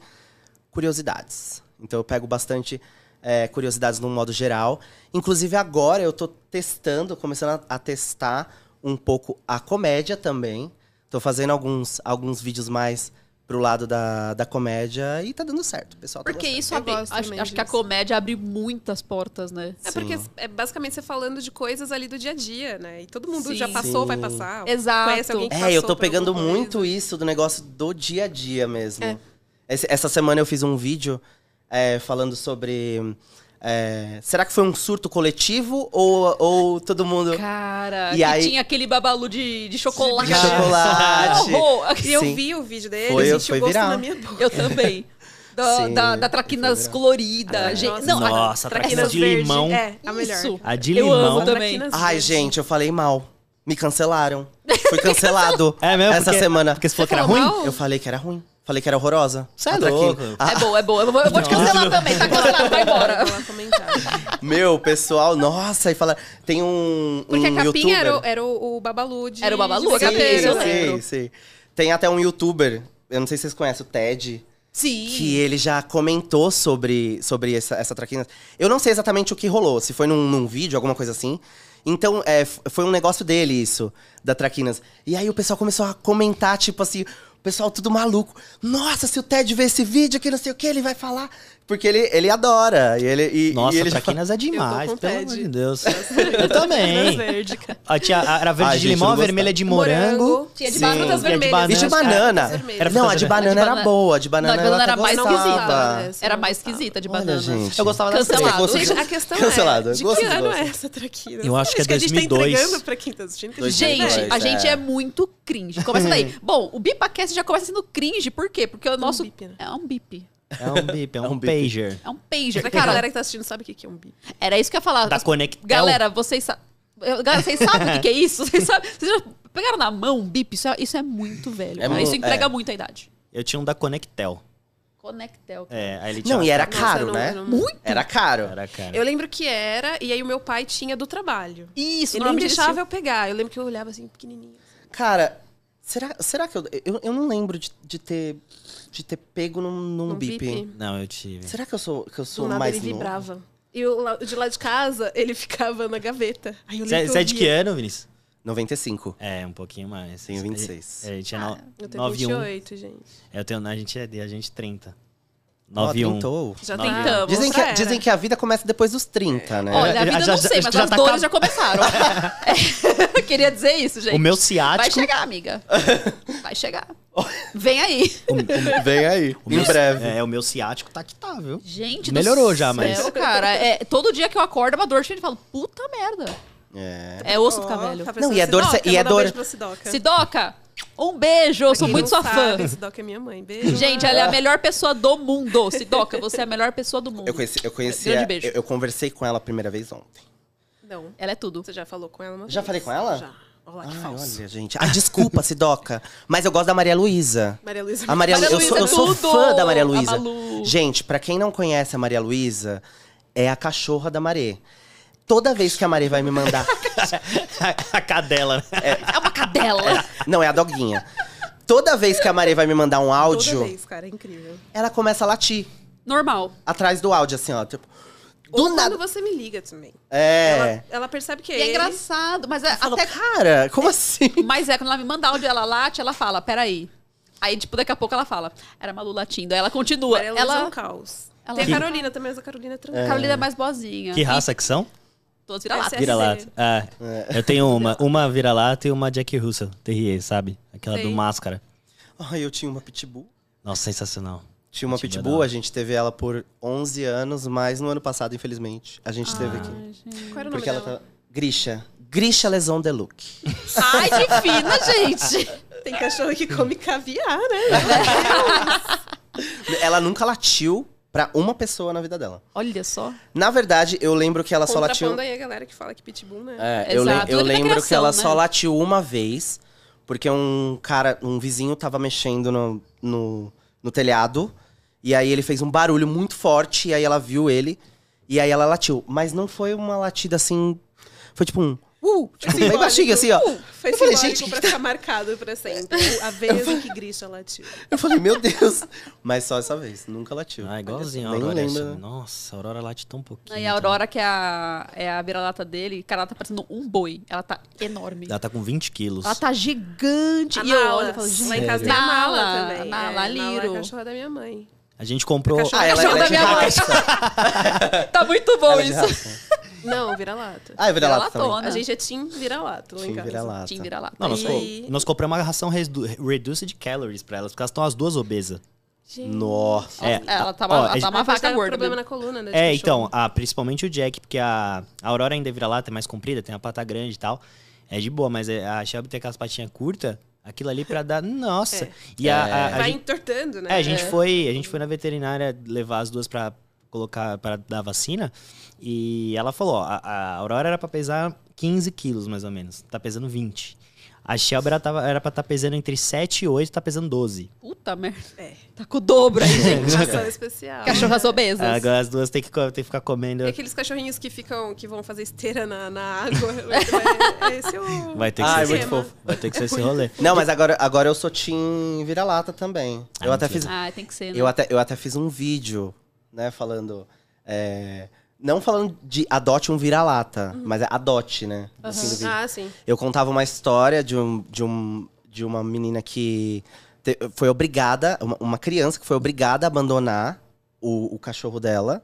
curiosidades. Então eu pego bastante é, curiosidades num modo geral. Inclusive agora eu tô testando, começando a, a testar um pouco a comédia também. Tô fazendo alguns, alguns vídeos mais pro lado da, da comédia e tá dando certo, o pessoal. Tá
Porque
gostando.
isso
Eu
abre,
gosto
acho,
também
acho que a
disso.
comédia abre muitas portas, né?
É
Sim.
porque é basicamente você falando de coisas ali do dia a dia, né? E todo mundo
Sim.
já passou,
Sim.
vai passar. Conhece
Exato.
alguém que
É,
passou
eu tô
por alguma
pegando
coisa. É.
muito isso do negócio do dia a dia mesmo. Esse- essa semana eu fiz um vídeo é, falando sobre. é, será que foi um surto coletivo ou, ou todo mundo.
Cara,
E
que
aí-
tinha aquele babalu de, de chocolate.
De chocolate.
Que horror!
E eu
Sim.
vi o vídeo dele,
Foi,
eu senti
foi
o gosto
viral.
na minha boca.
Eu também. Da,
Sim,
da, da traquinas
foi
colorida.
É.
gente.
Nossa,
Não, a-
Nossa, traquinas
Traquinas
de
verde.
limão.
É, a melhor.
Isso.
A de
Eu amo
limão.
também.
Traquinas
Ai,
verdes.
gente, eu falei mal. Me cancelaram. Fui cancelado
É mesmo?
essa
Porque-
semana.
Porque você falou que era
falou
ruim?
mal?
Eu falei que era ruim. Falei que era horrorosa.
Você é
A traquina.
louco.
Ah,
É boa, é boa. Eu vou, eu vou te cancelar também, tá cancelado, vai embora.
Vou lá comentar.
meu, pessoal, nossa, e fala. Tem um.
Porque
um
a capinha era, o-
youtuber-
era o, o Babalu de
Era o Babalu,
de
sim,
brigadeiro,
eu
né?
lembro.
sim, sim. Tem até um youtuber, eu não sei se vocês conhecem, o Ted.
Sim.
que ele já comentou sobre, sobre essa, essa traquina. Eu não sei exatamente o que rolou, se foi num, num vídeo, alguma coisa assim. Então, é, f- foi um negócio dele isso, da traquinas. E aí o pessoal começou a comentar, tipo assim, o pessoal tudo maluco. Nossa, se o Ted ver esse vídeo que não sei o que, ele vai falar. Porque ele, ele adora. E ele, e,
Nossa,
e ele já
traquinas é demais,
Eu tô
pelo
com TED.
amor de Deus. Eu também.
Verde, cara.
Ah, tinha- a- era verde
Ai,
de
gente, eu
limão, a
não gostava.
vermelha de morango.
Morango. É
Tinha de
Sim.
banana
E a de banana.
E de
Era
banana.
vermelha.
Era
não, a de
vermelha.
banana
A de
era
bana-
boa, a de
Não,
banana,
a de banana
ela
era
até
mais né?
Não
gostava.
gostava dessa.
Era mais esquisita de
Olha,
banana.
gente.
Eu gostava da
Cancelado.
Sim.
Gente, a questão
Cancelado.
é, de
Gosto
que
de
ano
gosto.
é essa traquina?
Eu acho que é
a gente tá
2002.
entregando pra quem tá assistindo. que a gente
Gente,
não
Dois,
vai.
a
é.
gente é muito cringe. Começa daí. Bom, o Bipacast já começa sendo cringe, por quê? Porque o nosso.
bip, né?
É um bip.
É um bip, é um,
um bip.
pager.
É um pager.
Pra que a
Cara,
galera que tá assistindo sabe o que que é um bi.
era isso que eu ia falar.
Da
tá
As-
Conectel.
Galera, vocês sabem. Galera, vocês sabem o que, que é isso? Vocês, sabem... vocês já pegaram na mão um bip? Isso é, isso é muito velho.
É
cara.
mu-
isso entrega
é.
muito a idade.
Eu tinha um da Conectel.
Conectel. cara.
É, aí ele tinha
Não,
uma-
e era
Nossa,
caro,
eu não-
né?
eu não-
Muito?
Era caro.
Era, cara.
Eu lembro que era, e aí o meu pai tinha do trabalho.
Isso, é
Ele é nem
normalmente
deixava eu pegar. Eu lembro que eu olhava assim, pequenininho.
Cara, será, será que eu, eu. Eu não lembro de, de ter. De ter pego num, num,
Num
bip.
bip.
Não, eu tive.
Será que eu sou, que eu
Do
sou
nada
mais
ele
novo?
vibrava. E o, la- o de lá de casa, ele ficava na gaveta. Aí eu lembro
Você
que eu
você é de que
via.
ano, Vinícius?
95.
É, um pouquinho mais.
Tenho 26.
A, a gente é no,
Ah, Eu tenho
9 1.
28, gente.
Eu tenho, a gente é a gente 30.
Ó,
9 1.
pintou.
Já
Nove e um.
tentamos.
Dizem que, é-
já era.
dizem que a vida começa depois dos 30, né?
É,
Olha, a vida
já-
eu
já-
não sei,
já-
mas
já
as
tá acab-
dores já começaram. É, Queria dizer isso, gente.
O meu
Vai
ciático.
chegar, amiga. Vai chegar. Vem aí.
Vem aí,
o
em
meu-
breve.
É, o meu ciático tá que tá, viu?
Gente
Melhorou
do
já, mas-
céu, cara. É, todo dia que eu acordo, é uma dor cheia de falo, puta merda.
É.
É osso ficar
Ó,
velho.
tá
Não, e é dor-
Sidoca,
e é
manda
dor-
beijo pra Sidoca.
Sidoca, um beijo, eu sou
Quem
muito sua
não
fã.
sabe, Sidoca é minha mãe. Beijo.
Gente, ela é a melhor pessoa do mundo. Sidoca, você é a melhor pessoa do mundo.
Eu conheci, eu conheci
Grande
a-
beijo.
eu, eu conversei com ela a primeira vez ontem.
Não.
Ela é tudo.
Você já falou com ela uma
Já
vez?
falei com ela?
Já. Olha lá, que
Ai,
falso.
olha, gente. Ah, desculpa, Sidoca. Mas eu gosto da Maria Luísa.
Maria Luísa.
A Maria,
Maria
Lu- eu sou, eu
Luísa é
sou
tudo!
fã da Maria
A
Luísa.
Malu.
Gente, pra quem não conhece a Maria Luísa, é a cachorra da Maré. Toda vez que a Maré vai me mandar.
a cadela.
É uma cadela.
não, é a doguinha. Toda vez que a Maré vai me mandar um
Toda
áudio,
vez, cara, é incrível.
ela começa a latir
Normal.
atrás do áudio, assim, ó. Tipo,
Ou
do
quando
nada.
você me liga também.
É.
Ela, ela percebe que
E é
ele-
engraçado, mas é
Falou,
até...
cara, como assim?
Mas é, quando ela me manda áudio, ela late, ela fala, peraí. Aí, tipo, daqui a pouco ela fala, era Malu latindo. Aí ela continua.
Maria Luísa é um
ela...
caos.
Ela-
Tem
Que-
a Carolina também, mas a Carolina é tranquila.
Carolina é mais boazinha.
Que raça que são?
E Todos vira lata.
Essa é
Vira-lata. Ah,
É.
Eu tenho uma. Uma vira-lata e uma Jack Russell. Terrier, sabe? Aquela do
Sei.
Máscara.
Ai, eu tinha uma pitbull.
Nossa, sensacional.
Tinha uma
Pitbull é
pitbull,
da
a gente teve ela por 11 anos, mas no ano passado, infelizmente, a gente teve aqui.
Qual era o nome
Porque ela
dela?
tá. Grisha. Grisha Leson Deluxe.
Ai, que fina, gente.
Tem cachorro que come caviar, né?
ela nunca latiu pra uma pessoa na vida dela.
Olha só.
Na verdade, eu lembro que ela um só latiu.
Contrapondo aí a galera que fala que pitbull, né?
É, eu,
Exato,
lem- eu
tudo que é
lembro que
criação,
ela
né?
só latiu uma vez, porque um cara, um vizinho tava mexendo no, no, no telhado. E aí ele fez um barulho muito forte, e aí ela viu ele, e aí ela latiu. Mas não foi uma latida assim. Foi tipo um. Uh! Tipo, bem baixinho, assim, ó.
Foi
eu falei,
simbólico
gente, que
pra
que tá-
ficar marcado pra sempre. A vez em que Grisha latiu.
Eu falei, meu Deus. Mas só essa vez, nunca latiu.
Ah, igualzinho a
Nem
Aurora.
lembro,
essa.
né?
Nossa, a Aurora late tão pouquinho.
Aí a Aurora, que é a, é a vira-lata dele, cara, ela tá parecendo um boi. Ela tá enorme.
Ela tá com 20 quilos.
Ela tá gigante.
A
e eu
Nala.
olho e falo, gente,
Lá em casa tem a Nala, também.
Nala,
é, Nala é a
Liro.
cachorra da minha mãe.
A gente comprou.
Cachorro-
Ah, ela,
Cachorro
ela é
da
de
minha mãe.
raça.
Tá muito bom
Ela é de
isso.
raça.
Não, vira-lata.
Ah, é vira-lata
Vira-latona.
também.
A gente é team vira-lata lá em
Sim,
casa.
vira-lata.
Tim vira-lata.
Não, nós,
E-
co- nós compramos uma ração redu reduced calories pra elas, porque elas estão as duas obesas.
Gente,
Nossa.
É,
Ela tá
ó,
uma,
a
ela
gente-
tá uma
Mas dá
vaca gorda.
problema na coluna, né? de
É,
cachorro.
então, a- principalmente o Jack, porque a, a Aurora ainda vira lata, é mais comprida, tem a pata grande e tal. É de boa, mas é- a Shelby tem aquelas patinhas curtas, aquilo ali pra dar. Nossa! E a, a- a
É. Vai
gente,
entortando, né?
é, a gente foi, a gente foi na veterinária levar as duas pra colocar para dar vacina. E ela falou: ó, a, a Aurora era pra pesar 15 quilos, mais ou menos. Tá pesando 20. A Shelby era, tava, era pra estar pesando entre 7 e 8, tá pesando 12.
Puta merda.
É.
Tá com o dobro aí, gente.
Ração especial.
Cachorras obesas.
Agora as duas tem que, co- tem que ficar comendo.
É aqueles cachorrinhos que ficam, que vão fazer esteira na, na água. Vai- Esse é o...
Vai ter que
Ah,
ser
é muito
esse-
fofo.
Vai ter que ser esse rolê.
Não, mas agora, agora eu sou Team Vira-Lata também.
Ah,
eu, até
mentira.
fiz,
Ah, tem que ser, né?
eu, até, eu até fiz um vídeo, né, falando. é, não falando de adote um vira-lata, mas é adote, né? no fim do vídeo.
Ah, sim.
Eu contava uma história de, um, de, um, de uma menina que te- foi obrigada, uma, uma criança que foi obrigada a abandonar o, o cachorro dela.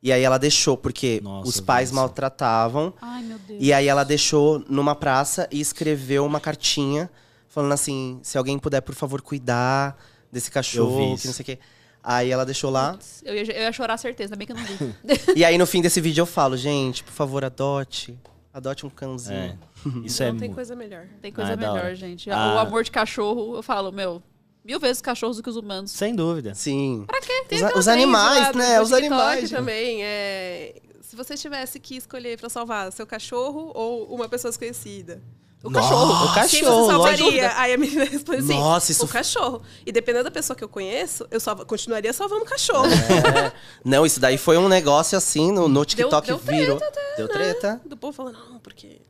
E aí ela deixou, porque
Nossa,
os
eu vi
pais
isso.
maltratavam.
Ai, meu Deus.
E aí ela deixou numa praça e escreveu uma cartinha falando assim: se alguém puder, por favor, cuidar desse cachorro,
isso.
que não sei o quê. Aí ela deixou lá.
Eu ia, eu ia chorar, certeza. Ainda bem que eu não vi.
e aí no fim desse vídeo eu falo, gente, por favor, adote. Adote um cãozinho.
É. Isso é
Não tem
muito.
coisa melhor.
Tem
Ah,
coisa
é da
melhor,
hora.
gente.
Ah.
O amor de cachorro, eu falo, meu, mil vezes cachorros do que os humanos.
Sem dúvida.
Sim.
Pra quê?
Os,
Aquela trend
os
lá
animais,
do-
né?
do
Os
TikTok
animais.
também. É... Se você tivesse que escolher pra salvar seu cachorro ou uma pessoa desconhecida. O
Nossa,
cachorro. Quem
o cachorro,
você
lógico.
salvaria? Aí a menina responde assim:
Nossa, isso-
O cachorro. E dependendo da pessoa que eu conheço, eu salva... continuaria salvando o cachorro.
É. Não, isso daí foi um negócio assim, no, no TikTok
deu treta tá?
virou. deu treta.
Do povo falando, não, porque.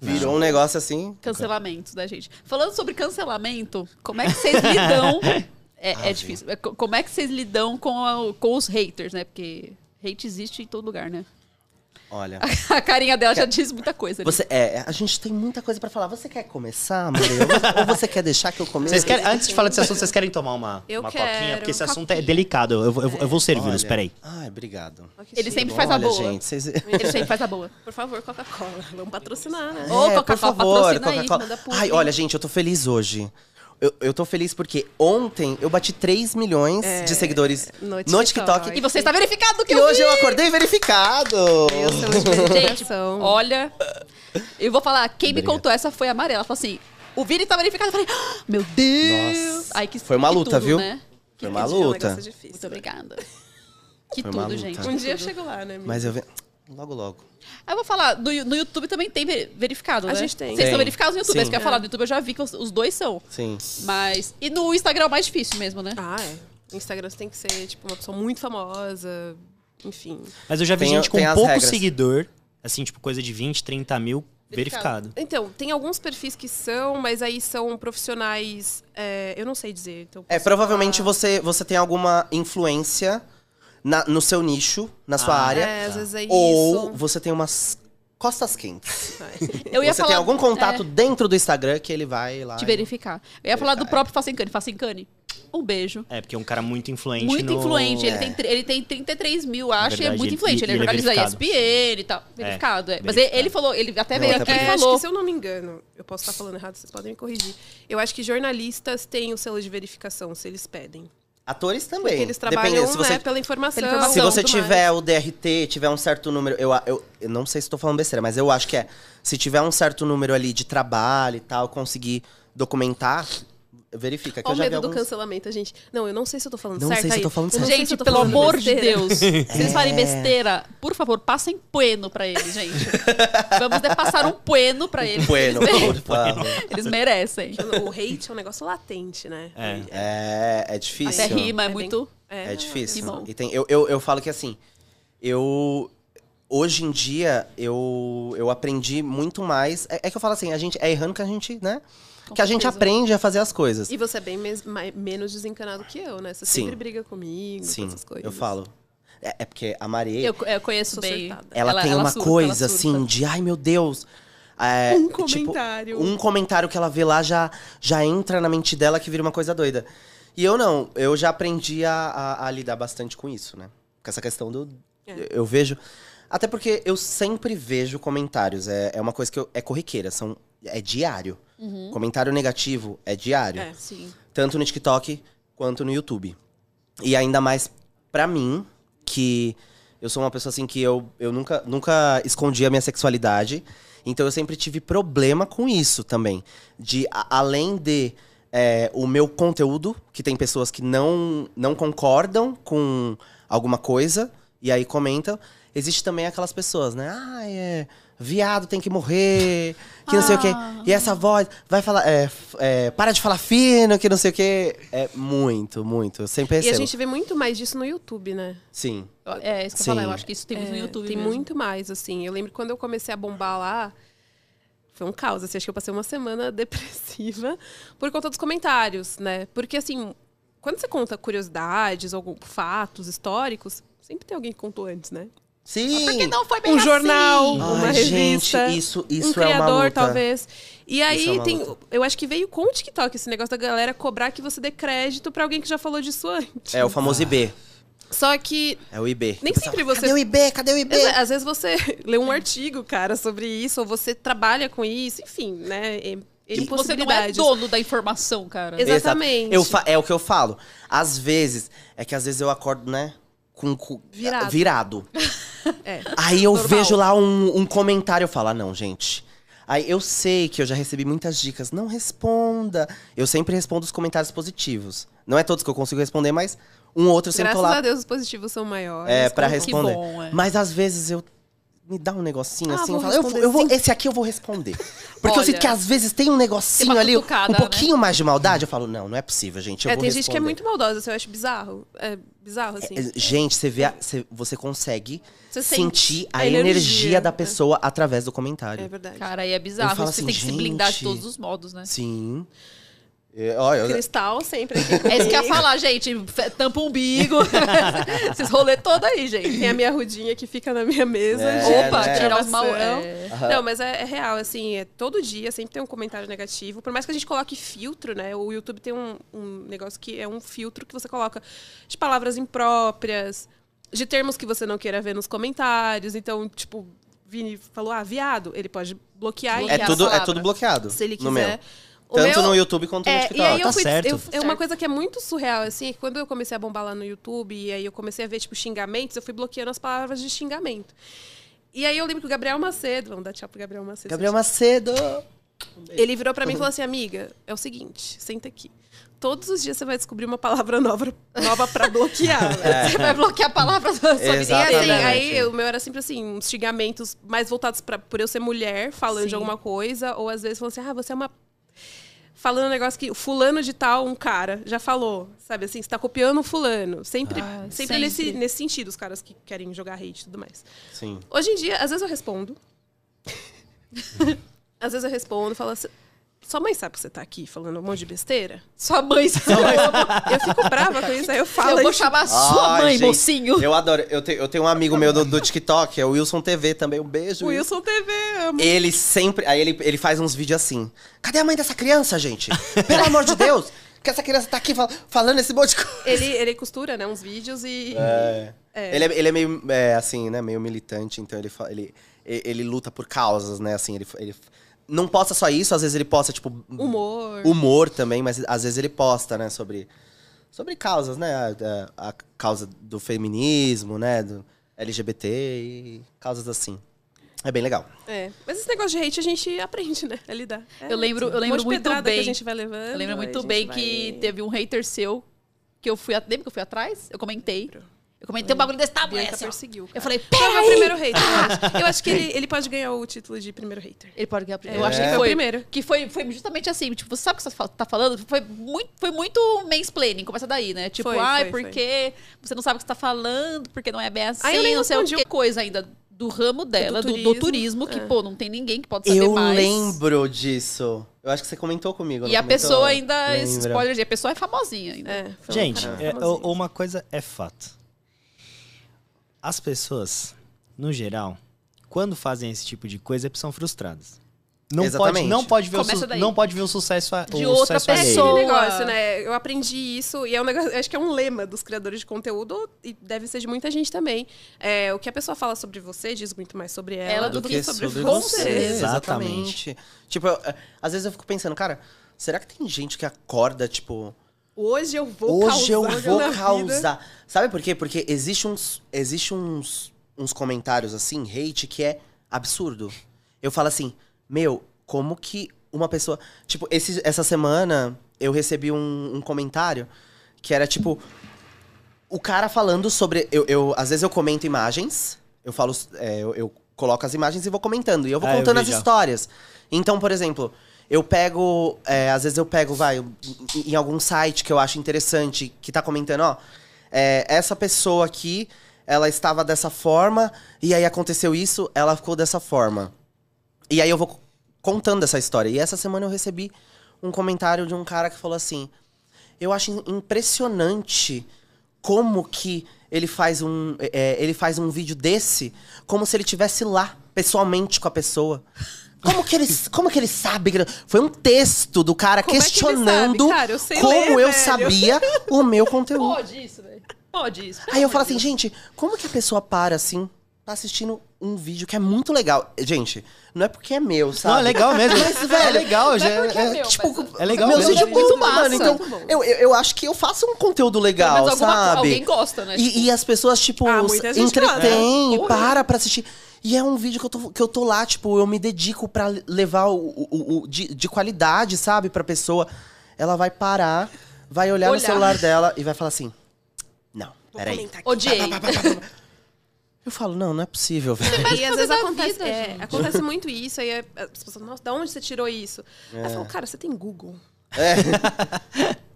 Virou um negócio assim.
Cancelamentos, né, gente? Falando sobre cancelamento, como é que vocês lidam? É, é
Ave.
difícil. É, co- Como é que vocês lidam com, a- com os haters, né? Porque hate existe em todo lugar, né?
Olha.
A carinha dela já diz muita coisa. ali.
Você, é, a gente tem muita coisa pra falar. Você quer começar, Maria? Ou você quer deixar que eu comece?
Vocês querem, antes de falar desse assunto, vocês querem tomar uma,
Eu
uma
quero,
coquinha?
um
Porque esse
uma
assunto é
coquinha.
delicado. Eu, vou- eu, vou- eu vou
Olha.
servi-los, peraí.
Ai, obrigado.
Ele sempre
Bom,
faz a
olha,
boa.
gente, vocês... É,
Ele sempre faz a boa.
Por favor, Coca-Cola. Vamos patrocinar, né?
Ô, Coca-Cola, patrocina aí, manda publi.
Ai, olha, gente, eu tô feliz hoje. Eu, eu tô feliz porque ontem eu bati 3 milhões de seguidores
no
no TikTok.
TikTok.
É, E você está verificado que
E
eu
hoje eu acordei verificado!
Eu sou de
Gente,
verificação.
olha. Eu vou falar, quem
Obrigado.
me contou essa foi a Amarela. Ela falou assim: o Vini tá verificado. Eu falei, "Ah, meu Deus!
Nossa.
Ai, que
Foi uma
que
luta,
tudo,
viu?
né?
Foi uma
Gente, é um
luta.
negócio difícil,
Muito
né?
obrigada. Que
Foi uma
tudo,
luta.
gente.
Um dia eu chego lá, né? amiga?
Mas eu vi... Logo, logo.
Aí eu vou falar, no, no YouTube também tem ver- verificado,
A
né?
gente tem.
Vocês
Tem.
são verificados no YouTube,
Sim.
é isso que eu ia falar. No YouTube eu já vi que os, os dois são.
Sim.
Mas. E no Instagram é o mais difícil mesmo, né?
Ah, é. No Instagram você tem que ser, tipo, uma pessoa muito famosa. Enfim.
Mas eu já vi
Tem-
gente com
tem as
pouco
regras.
seguidor, assim, tipo coisa de 20, 30 mil, verificado.
Então, tem alguns perfis que são, mas aí são profissionais. é, eu não sei dizer. Então,
É,
posso
provavelmente
falar.
você, você tem alguma influência na- no seu nicho, na sua
Ah,
área.
É, às vezes é
ou
isso.
você tem umas costas quentes.
Eu ia
você
falar,
tem algum contato
é,
dentro do Instagram que ele vai lá.
te
né?
e-
verificar. Eu ia
é.
falar do próprio Facincani. Facincani, um beijo.
É, porque é um cara muito influente
muito
no...
influente. Ele,
É.
tem, tr- ele tem 33 mil, acho, e é
verdade,
muito
ele-
influente. Ele,
e- e
é
ele é
jornalista da
verificado.
ESPN e tal. Verificado, é. Mas
verificado.
ele, ele falou, ele até
Não,
veio
até
aqui
É,
e
porque-
acho
falou.
que se eu não me engano, eu posso estar falando errado, vocês podem me corrigir. Eu acho que jornalistas têm o selo de verificação, se eles pedem.
Atores também.
Porque eles
Depende-
trabalham
se você,
né, pela informação.
Pela informação,
se você
tudo
tiver o DRT, tiver um certo número. Eu, a- eu, eu não sei se tô falando besteira, mas eu acho que é. Se tiver um certo número ali de trabalho e tal, conseguir documentar, verifica. Que
Olha
eu
o
já vi
medo do
alguns...
cancelamento, gente. Não, eu não sei se eu tô falando
Não
certo
sei se eu
aí.
tô falando certo.
sei se
Gente,
eu tô
pelo
falando
amor de
besteira. É.
Deus, se vocês farem besteira, por favor, passem pueno pra ele, gente. Vamos de- passar um pueno pra ele.
Bueno,
eles, mere-
por favor.
eles merecem.
O hate é um negócio latente, né?
É.
É, é
Até
difícil.
rima, é,
É bem-
muito...
É
que bom.
difícil. E tem, eu, eu, eu falo que assim, eu. Hoje em dia, eu, eu aprendi muito mais. É, é que eu falo assim, a gente é errando que a gente, né?
Com
que a gente
certeza.
aprende a fazer as coisas.
E você é bem mes- mai- menos desencanado que eu, né? Você
Sim.
sempre briga comigo, com
Sim,
essas coisas.
eu falo. É, é porque a Maria,
Eu, eu conheço
Sou
bem.
surtada.
ela, tem uma
surta, ela é
coisa
surta.
assim de, ai meu Deus. É,
Um
tipo,
comentário.
um comentário que ela vê lá já, já entra na mente dela que vira uma coisa doida. E eu não, eu já aprendi a, a- a lidar bastante com isso, né? Com essa questão do.
É.
eu- Eu vejo. Até porque eu sempre vejo comentários. É, é uma coisa que eu- é corriqueira, são, é diário. Comentário negativo é diário.
É.
Sim.
Tanto no TikTok quanto no YouTube. E ainda mais pra mim, que eu sou uma pessoa assim que eu, eu nunca, nunca escondi a minha sexualidade. Então eu sempre tive problema com isso também. De a- além de é, o meu conteúdo, que tem pessoas que não, não concordam com alguma coisa, e aí comentam, existe também aquelas pessoas, né? Ah, é. Viado tem que morrer, que não sei o quê.
Ah.
E essa voz vai falar. É, f- é, para de falar fino, que não sei o quê. É muito, muito. Eu sempre
E a
recebo.
gente vê muito mais disso no YouTube, né?
Sim.
É, isso que eu
Sim.
falar, eu acho que isso tem muito no
É,
YouTube né?
Tem
mesmo.
muito mais, assim. Eu lembro quando eu comecei a bombar lá, foi um caos, assim. Acho que eu passei uma semana depressiva por conta dos comentários, né? Porque, assim, quando você conta curiosidades, algum, fatos históricos, sempre tem alguém que contou antes, né?
Sim.
Porque não foi bem
Um jornal,
assim.
Ai,
uma revista,
Gente, isso, isso
um
é uma
criador,
luta.
talvez. E aí
Isso é uma
tem.
luta.
Eu acho que veio com o TikTok esse negócio da galera cobrar que você dê crédito pra alguém que já falou disso antes.
É o famoso IB.
Só que
É o IB.
nem
O pessoal,
sempre você-
Cadê o IB? Cadê o IB?
Exa- Às vezes você lê um artigo, cara, sobre isso, ou você trabalha com isso, enfim, né? É, é
E Você não é
impossibilidades.
dono da informação, cara.
Exato. Exatamente.
Eu fa- é o que eu falo. Às vezes, é que às vezes eu acordo, né? Com, com
Virado.
virado.
É.
Aí eu
Normal.
vejo lá um, um comentário e eu falo, ah, não, gente. Aí eu sei que eu já recebi muitas dicas. Não responda. Eu sempre respondo os comentários positivos. Não é todos que eu consigo responder, mas um outro eu sempre tô
Graças
lá
a Deus os positivos são maiores. então, assim,
é, pra
que
responder.
bom, é.
Mas às vezes eu me dá um negocinho
Ah,
assim,
vou
eu falo, eu vou,
responder
eu vou-
sim.
esse aqui eu vou responder. Porque eu
Olha.
sinto que às vezes tem um negocinho
Tem uma
ali, um
cutucada, né?
pouquinho mais de maldade, eu falo, não, não é possível, gente, eu
É,
vou
tem gente que é
responder.
muito maldosa, assim, eu acho bizarro. É bizarro, assim.
É, Gente, você vê, a- você, você consegue
Você
sentir
sente
a
a
energia,
energia,
da
né?
pessoa através do comentário.
É verdade.
Cara, aí é
Eu
bizarro.
falo
Você
assim,
tem que se blindar de
gente.
todos os modos, né?
Sim. É, ó, eu-
Cristal sempre aqui.
É isso que eu ia falar, gente. Fe- Tampa o umbigo. Esses rolê todo aí, gente.
Tem a minha rudinha que fica na minha mesa.
É,
gente.
Opa,
né?
tirar os mal.
Gravação.
É.
Não, mas é, é real, assim, é todo dia sempre tem um comentário negativo. Por mais que a gente coloque filtro, né? O YouTube tem um, um negócio que é um filtro que você coloca de palavras impróprias, de termos que você não queira ver nos comentários. Então, tipo, Vini falou, ah, viado, ele pode bloquear. e
Bloquear
é,
a
tudo, é
palavra.
tudo bloqueado.
se ele
No meu.
quiser. O
Tanto
meu-
no YouTube quanto no
é, e
TikTok.
aí eu
tá
fui,
certo.
eu- é uma
Certo.
coisa que é muito surreal, assim, é que quando eu comecei a bombar lá no YouTube, e aí eu comecei a ver, tipo, xingamentos, eu fui bloqueando as palavras de xingamento. E aí eu lembro que o Gabriel Macedo, vamos dar tchau pro Gabriel Macedo.
Gabriel Macedo.
Ele virou pra mim e falou assim, amiga, é o seguinte, senta aqui. Todos os dias você vai descobrir uma palavra nova, nova pra bloquear. né?
Você vai bloquear a palavra da sua vida
E assim,
né?
Exatamente.
aí o meu era sempre assim, uns xingamentos mais voltados pra, por eu ser mulher, falando de
Sim.
alguma coisa, ou às vezes falando assim, ah, você é uma. Falando um negócio que o fulano de tal, um cara, já falou, sabe assim, você tá copiando o fulano. Sempre,
Ah,
sempre,
sempre.
Nesse, nesse sentido, os caras que querem jogar hate e tudo mais.
Sim.
Hoje em dia, às vezes eu respondo. às vezes eu respondo, falo assim. Sua mãe sabe que você tá aqui falando um monte de besteira?
Sua mãe.
Eu fico brava com isso, aí eu falo.
eu vou
isso.
chamar a sua
Ai,
mãe,
gente,
mocinho.
Eu adoro. Eu, te- eu tenho um amigo meu do, do TikTok, é o Wilson TV também. Um beijo.
Wilson TV, amo.
Ele sempre. Aí ele, ele faz uns vídeos assim. Cadê a mãe dessa criança, gente? Pelo amor de Deus! Que essa criança tá aqui fal- falando esse monte de coisa.
Ele, ele costura, né, uns vídeos e...
É. Ele, é, ele é meio, é, assim, né? Meio militante, então ele, fa- ele, e- ele luta por causas, né? Assim, ele, ele não posta só isso, às vezes ele posta, tipo.
Humor.
Humor também, mas às vezes ele posta, né? Sobre, sobre causas, né? A, a- a causa do feminismo, né? Do LGBT e causas assim. É bem legal.
É. Mas esse negócio de hate a gente aprende, né? A lidar. É,
Eu lembro- eu
um monte
lembro
de
muito
pedrada
bem.
que a gente vai levando.
Eu lembro
aí a
muito
gente
bem
vai-
que teve um hater seu que eu fui. a- Lembra que eu fui atrás? Eu comentei. Eu comentei um bagulho desse tamanho.
Bianca
assim, ó.
perseguiu.
eu falei,
Foi
pera
meu
aí!
primeiro hater. eu acho. Eu acho que ele, ele pode ganhar o título de primeiro hater.
Ele pode ganhar primeiro.
É.
Eu acho que
Foi o
foi.
primeiro.
Que foi, foi justamente assim. Tipo, você sabe o que você fal- tá falando? Foi muito, foi muito mansplaining. Começa daí, né? Tipo,
Foi,
ai,
foi,
porque você não sabe o que você tá falando, porque não é bem assim.
Aí eu nem
não sei o
respondi
que coisa ainda do ramo dela, do do turismo,
turismo. É.
que, pô, não tem ninguém que pode saber
Eu
mais.
lembro disso. Eu acho que você comentou
E
comigo. não
a
comentou?
pessoa ainda, esse
Lembra.
spoiler, a pessoa é famosinha ainda.
É, foi um
Gente,
Então,
cara
é,
famosinho.
o-
assim?
uma coisa é fato. As pessoas, no geral, quando fazem esse tipo de coisa, é porque são frustradas. Não pode,
Exatamente.
não pode ver o
Começa
su-
daí.
não pode ver o sucesso a-
De
o
outra
sucesso
É
alheio.
pessoa.
aquele negócio, né? Eu aprendi isso e é um negócio, acho que é um lema dos criadores de conteúdo e deve ser de muita gente também. É, o que a pessoa fala sobre você diz muito mais sobre ela,
Ela
do, que, Tá sobre,
você.
Exatamente.
Exatamente. Tipo, eu- é, às vezes eu fico pensando, cara, será que tem gente que acorda, tipo,
Hoje eu vou
hoje eu
causar
vou
na vida.
causar. Sabe por quê? Porque existe uns, existe uns, uns comentários assim, hate, que é absurdo. Eu falo assim, meu, como que uma pessoa. Tipo, esse- essa semana eu recebi um, um comentário que era tipo. O cara falando sobre. Eu, eu- às vezes eu comento imagens, eu falo. é, eu, eu coloco as imagens e vou comentando. E eu vou
Ah, eu
contando
vi
as
já.
histórias. Então, por exemplo, eu pego. é, às vezes eu pego, vai, em- em algum site que eu acho interessante, que tá comentando, ó. é, essa pessoa aqui, ela estava dessa forma, e aí aconteceu isso, ela ficou dessa forma. E aí eu vou contando essa história. E essa semana eu recebi um comentário de um cara que falou assim: Eu acho im- impressionante como que ele faz um, é, ele faz um vídeo desse como se ele tivesse lá, pessoalmente com a pessoa. Como que ele, como que ele sabe? que- Foi um texto do cara
Como é que ele sabe?
questionando
Cara, eu sei
como
ler,
eu
velho.
sabia o meu conteúdo.
Pode isso, velho. Pode isso.
Aí eu falo assim, gente, como que a pessoa para assim, tá assistindo um vídeo que é muito legal? Gente, não é porque é meu, sabe?
Não, é legal mesmo.
Mas, velho,
é legal, já.
porque é meu,
tipo,
mas-
é legal
meus
mesmo.
vídeos
É
é
muito
muito
massa.
mano. Então,
Muito bom.
eu, eu, eu acho que eu faço um conteúdo
Pelo
legal,
menos alguma,
sabe?
alguém gosta, né?
E, e as pessoas, tipo,
Ah, muita gente
entretém,
gosta.
para pra assistir. E é um vídeo que eu tô, que eu tô lá, tipo, eu me dedico pra levar o, o- o- o de, de qualidade, sabe, pra pessoa. Ela vai parar, vai olhar,
Olhar.
no celular dela e vai falar assim: Não,
Vou
peraí.
comentar aqui.
Odiei.
Eu falo, não, não é possível, velho.
E às vezes
da
acontece,
vida,
é,
gente.
acontece muito isso, aí é- as pessoas falam, nossa, da onde você tirou isso? Aí eu falo, cara, você tem Google.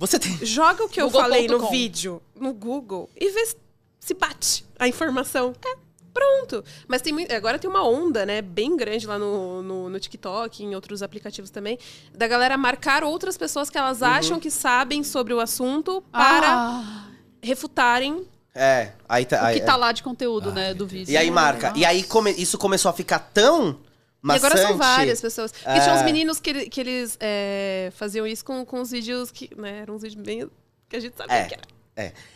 Você tem.
Joga o que eu
Google.com.
falei no vídeo no Google e vê se- se bate a informação. É, Pronto. Mas tem muito, agora tem uma onda, né, bem grande lá no, no, no TikTok, em outros aplicativos também, da galera marcar outras pessoas que elas acham que sabem sobre o assunto para
Ah,
refutarem.
É, aí tá.
o
aí-
que tá lá de conteúdo, né, do vídeo.
é
E aí marca. E aí come- isso começou a ficar tão
E
maçante.
agora são várias pessoas. Porque tinha uns
É.
meninos que, ele- que eles é, faziam isso com, com os vídeos que, né, eram uns vídeos bem... Que a gente sabia
É.
que era.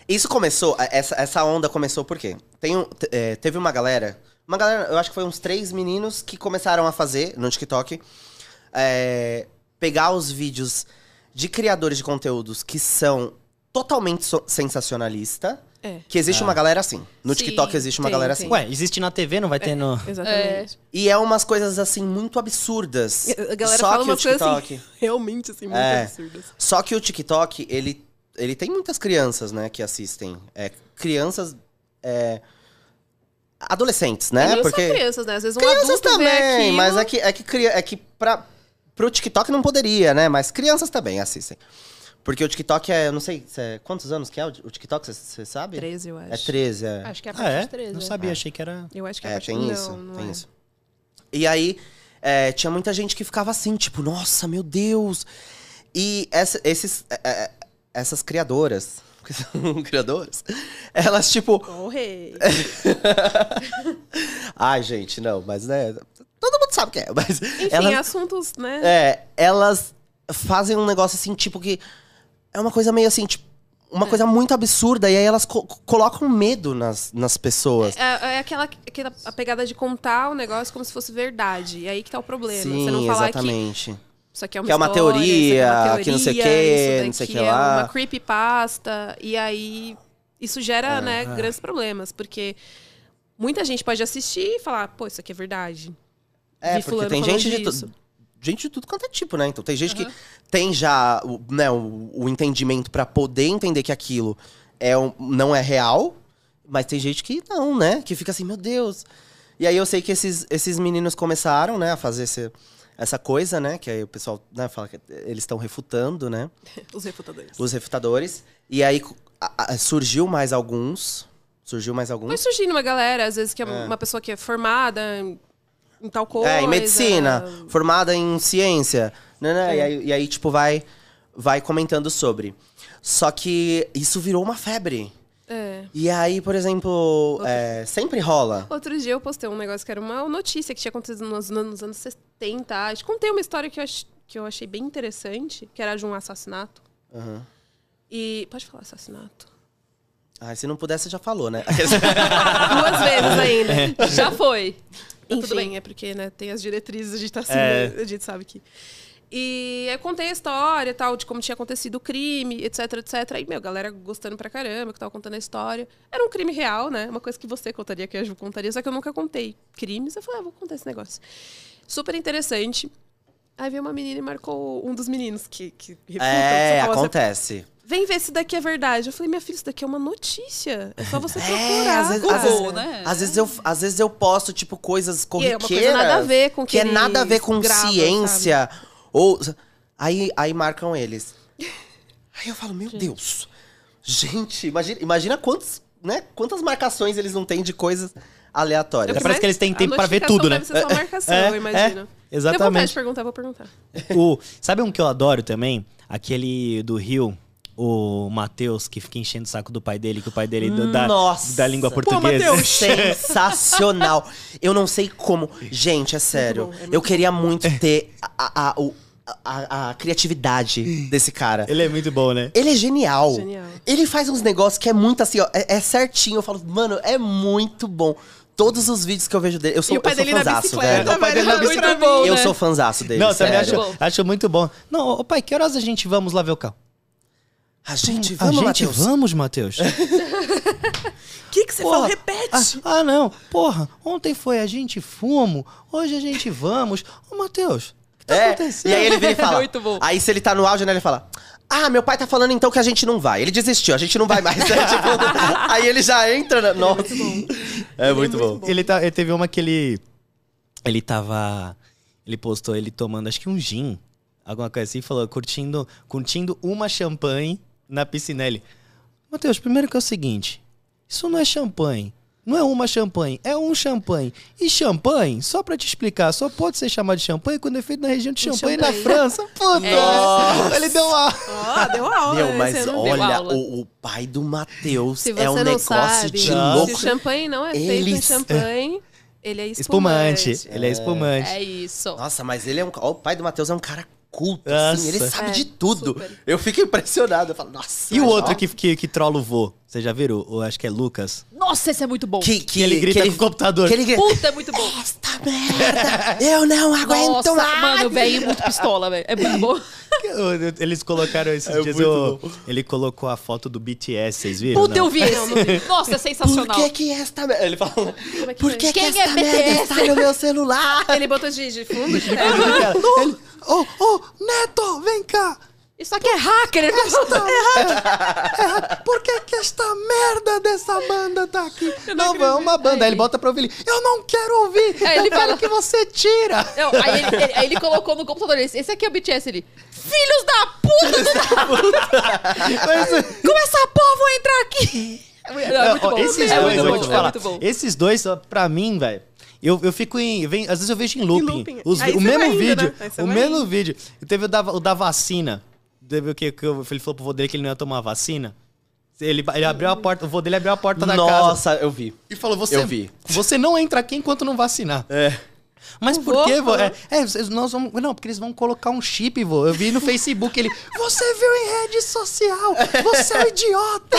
Isso começou, essa, essa onda começou por quê? Tem um- te- é, teve uma galera, uma galera, eu acho que foi uns três meninos que começaram a fazer no TikTok, é, pegar os vídeos de criadores de conteúdos que são totalmente so- sensacionalista,
É.
que existe uma galera assim. No
Sim,
TikTok existe uma
tem,
galera
tem.
assim.
Ué, existe na TV, não vai ter no.
Exatamente.
E é umas coisas assim muito absurdas.
A galera
Só
fala
que o
umas coisas
TikTok.
assim, realmente, assim, muito
É.
absurdas.
Só que o TikTok, ele, ele tem muitas crianças, né, que assistem. É, crianças. é, adolescentes, né?
E não
Porque.
só crianças, né? Às vezes um
crianças
adulto vê
também,
aquilo,
mas é que, é que, cria- é que pra, pro TikTok não poderia, né? Mas crianças também assistem. Porque o TikTok é, eu não sei, cê- quantos anos que é o o TikTok, você sabe?
13, eu acho.
É 13, é.
Acho que é a
Ah,
partir
é?
de 13.
Não
é.
sabia, achei que era.
Eu acho que é, a
É,
partir-
tem
não,
isso,
não
tem
é.
isso. E aí, é, tinha muita gente que ficava assim, tipo, nossa, meu Deus. E essa- esses, é, é, essas criadoras, que são criadoras, elas, tipo...
Ó, o rei.
Ai, gente, não, mas, né, todo mundo sabe o que é, mas...
Enfim,
elas-
assuntos, né?
É, elas fazem um negócio assim, tipo, que é uma coisa meio assim, tipo, uma coisa muito absurda, e aí elas co- colocam medo nas, nas pessoas.
É, é aquela, aquela a pegada de contar o negócio como se fosse verdade. E aí que tá o problema.
Sim,
Você não falar que
exatamente.
isso aqui é uma,
que é uma
história,
teoria,
isso aqui é uma
que não sei o
teoria,
quê,
isso
não sei o que
daqui
lá.
É uma creepypasta. E aí isso gera,
É,
né, grandes problemas, porque muita gente pode assistir e falar, pô, isso aqui é verdade.
É,
Vi
porque
fulano
tem
falando
gente de,
disso.
tu- gente de tudo quanto é tipo, né? Então tem gente que tem já o, né, o, o entendimento pra poder entender que aquilo é um- não é real, mas tem gente que não, né? Que fica assim, meu Deus. E aí eu sei que esses, esses meninos começaram, né, a fazer esse- essa coisa, né? Que aí o pessoal né, fala que eles estão refutando, né?
Os refutadores.
Os refutadores. E aí cu- a- a- surgiu mais alguns. Surgiu mais alguns.
Vai surgindo uma galera, às vezes, que é, uma pessoa que é formada em, em tal coisa.
É, em medicina, formada em ciência. Né, né?
É.
E, aí, e aí, tipo, vai, vai comentando sobre. Só que isso virou uma febre.
É.
E aí, por exemplo, é, sempre rola.
Outro dia eu postei um negócio que era uma notícia que tinha acontecido nos, nos anos 70. Acho que contei uma história que eu, ach- que eu achei bem interessante, que era de um assassinato.
Aham.
E. Pode falar assassinato?
Ah, se não pudesse, já falou, né?
Então, Duas vezes ainda.
É.
Já foi. Tá
Enfim,
tudo bem.
é porque né, tem as diretrizes, a gente tá assim,
É.
né? a gente sabe que. E eu contei a história tal, de como tinha acontecido o crime, etc, etc. Aí, meu, galera gostando pra caramba, que tava contando a história. Era um crime real, né? Uma coisa que você contaria, que a Ju contaria, só que eu nunca contei crimes. Eu falei, ah, vou contar esse negócio. Super interessante. Aí veio uma menina e marcou um dos meninos que, que refuta, que você
é,
fala,
acontece.
Vem ver se daqui é verdade. Eu falei, minha filha, isso daqui é uma notícia. É só você
É,
procurar.
às vezes,
Google,
às vezes-
né?
às vezes eu, às vezes eu posto, tipo, coisas
E é uma
corriqueiras.
coisa nada a ver com o
que é nada a ver
eles
com
gravam,
ciência. Ou. Aí, aí marcam eles. Aí eu falo, meu Deus. Gente, imagina, imagina quantos, né, quantas marcações eles não têm de coisas aleatórias.
É, parece que eles têm
A
tempo pra ver tudo, né?
notificação Deve ser só marcação,
É,
eu imagino.
é,
Tenho vontade de
exatamente.
perguntar, vou perguntar.
O, sabe um que eu adoro também? Aquele do Rio, o Matheus, que fica enchendo o saco do pai dele, que o pai dele dá,
Nossa.
da língua
Pô,
portuguesa.
Matheus.
Sensacional. Eu não sei como. Gente, é sério.
bom, é muito
eu queria muito ter a, a- a- o- a- a- a criatividade desse cara.
Ele é muito bom, né?
Ele é genial.
Genial.
Ele faz uns negócios que é muito assim, ó. É, é certinho. Eu falo, mano, é muito bom. Todos os vídeos que eu vejo dele. Eu sou,
E o pai
eu sou
dele na
fanzaço,
bicicleta,
velho.
O pai dele na
Muito
bicicleta.
bom, Eu
né?
sou fanzaço dele.
Não, também
sério.
acho,
Bom.
acho muito bom. Não, ô pai, que horas a gente vamos lá ver o carro?
A gente,
a
vamos,
gente
Matheus.
vamos, Matheus.
O que, que você
Porra,
falou? Repete!
Ah, ah, não. Porra, ontem foi a gente fumo, hoje a gente vamos. Ô, Matheus, o que tá
É,
acontecendo?
e aí ele vira e fala.
Muito bom.
Aí se ele tá no áudio, né, ele fala. Ah, meu pai tá falando então que a gente não vai. Ele desistiu, a gente não vai mais. É, tipo, aí ele já entra na. Nossa. É muito bom.
Ele, tá, ele teve uma que ele. Ele tava. Ele postou ele tomando, acho que um gin, alguma coisa assim, e falou, curtindo, curtindo uma champanhe na piscina. Ele, Matheus, primeiro que é o seguinte: isso não é champanhe. Não é uma champanhe, é um champanhe. E champanhe, só pra te explicar, só pode ser chamado de champanhe quando é feito na região de champanhe, na
champanhe.
França. Puta!
Nossa.
Ele deu uma.
Ó, deu aula.
Meu,
né?
mas
Você não-
deu
olha,
aula.
o, o pai do Matheus
Se você
é um
não
negócio
sabe,
de
se
louco.
o champanhe não é feito em
Eles-
champanhe, ele é espumante.
Espumante. Ele é espumante.
É isso.
Nossa, mas ele é um. ca- ó, o pai do Matheus é um cara culto,
Nossa.
assim, ele sabe
É,
de tudo.
super.
Eu fico impressionado. Eu falo, nossa.
E o
mas
outro
ó,
que, que, que trola o vô? Vocês já viram? Eu acho que é Lucas.
Nossa, esse é muito bom.
Que, que,
Que ele grita
que ele,
com o computador.
que ele grita.
Puta, é muito bom.
Esta merda! Eu não aguento
Nossa,
mais!
mano, o velho é muito pistola, velho. É muito bom.
Eles colocaram esses
É
dias.
muito
o- Ele colocou a foto do BTS, vocês viram?
Puta,
não?
eu vi esse. Nossa, é sensacional.
Por que que esta merda? Ele fala,
Como é que
por
foi?
que que
Quem é
esta merda
BTS?
está no meu celular? "Oh,
Ele botou de, de fundo.
Eu juro que era- ele- Ô, ô, Neto, vem cá!
Isso aqui é hacker. Ele
Por que que esta merda dessa banda tá aqui? Não, é uma banda.
Ai.
Aí ele bota pra ouvir. Eu não quero ouvir!
É, ele
eu quero
fala.
que você tira!
Não, aí, ele, ele- aí ele colocou no computador. Esse, esse aqui é o BTS. Ele. Filhos da puta! É
Mas-
Como essa porra vão entrar aqui? É muito- não, é muito
Ó,
bom.
Esses
é
dois,
muito
eu vou
bom,
te
é
falar.
muito bom.
Esses dois, ó, pra mim, velho. Eu, eu fico em. vem- às vezes eu vejo em looping.
looping.
os-
Aí
o
você
mesmo
vai indo,
vídeo.
né? Aí você
O
vai
mesmo
indo.
vídeo. Teve o da, o da vacina. Teve o que, que eu- ele falou pro vô dele que ele não ia tomar a vacina. Ele, ele abriu a porta, o vô dele abriu a
Tá
porta da casa
Nossa, eu vi.
e falou: você,
eu vi.
você não entra aqui enquanto não vacinar.
É.
Mas
O
por
vô
que, vô?
falou.
É, é, vocês- nós vamos. Não, porque eles vão colocar um chip, vô. Eu vi no Facebook ele. Você viu em rede social! Você é um idiota!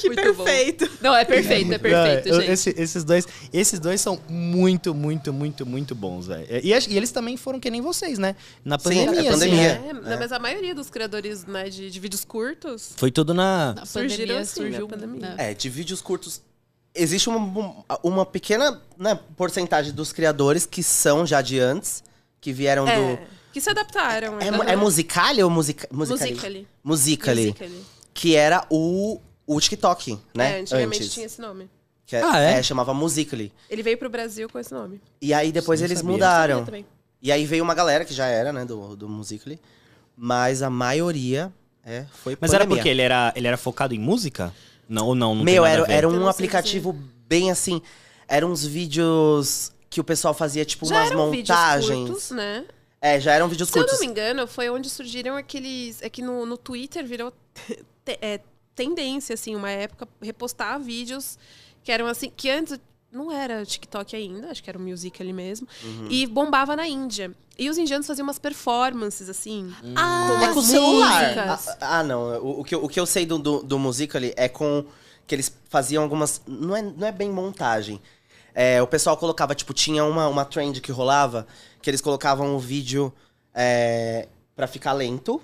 Que
Muito bom.
perfeito.
Não, é perfeito, é perfeito,
Não, eu-
gente.
esse- esses, dois, esses dois são muito, muito, muito, muito bons, velho. E, e acho- e eles também foram que nem vocês, né? Na
Sim,
pandemia,
é
assim,
pandemia.
né?
É, não, mas a maioria dos criadores né, de, de vídeos curtos.
Foi tudo na...
Na
Surgiram
pandemia
assim,
surgiu.
na pandemia.
né?
É, de vídeos curtos. Existe uma, um, uma pequena né, porcentagem dos criadores que são já de antes, que vieram
É,
do.
que se adaptaram.
É,
então.
mu- é Musical.ly ou musica, musicali?
Musical.ly.
Musical.ly,
Musical.ly.
Que era o, o TikTok, né?
É, antigamente tinha esse nome.
Que é-
Ah, é?
é, chamava Musical.ly.
Ele veio pro Brasil com esse nome.
E aí depois
Não
eles
sabia.
mudaram.
Eu também.
E aí veio uma galera que já era, né, do, do Musical.ly. Mas a maioria é, foi
Mas era
pandemia.
porque ele era, ele era focado em música? Não, ou não? não tem
Meu,
nada a
era,
ver?
era
Eu
um
não sei
aplicativo bem assim. Eram uns vídeos que o pessoal fazia, tipo,
Já
umas
eram vídeos
montagens.
curtos, né?
É, já eram vídeos
Se eu
curtos.
não me engano, foi onde surgiram aqueles. É que no, no Twitter virou te- é, tendência, assim, uma época, repostar vídeos que eram assim. Que antes não era TikTok ainda, acho que era o Music ali mesmo. E bombava na Índia. E os indianos faziam umas performances, assim.
Ah,
É com o celular.
músicas.
Ah, ah, não. O, o que, eu- o que eu sei do, do, do Musical.ly é com... Que eles faziam algumas... Não é, não é bem montagem. É, o pessoal colocava, tipo, tinha uma, uma trend que rolava, que eles colocavam o vídeo é, pra ficar lento.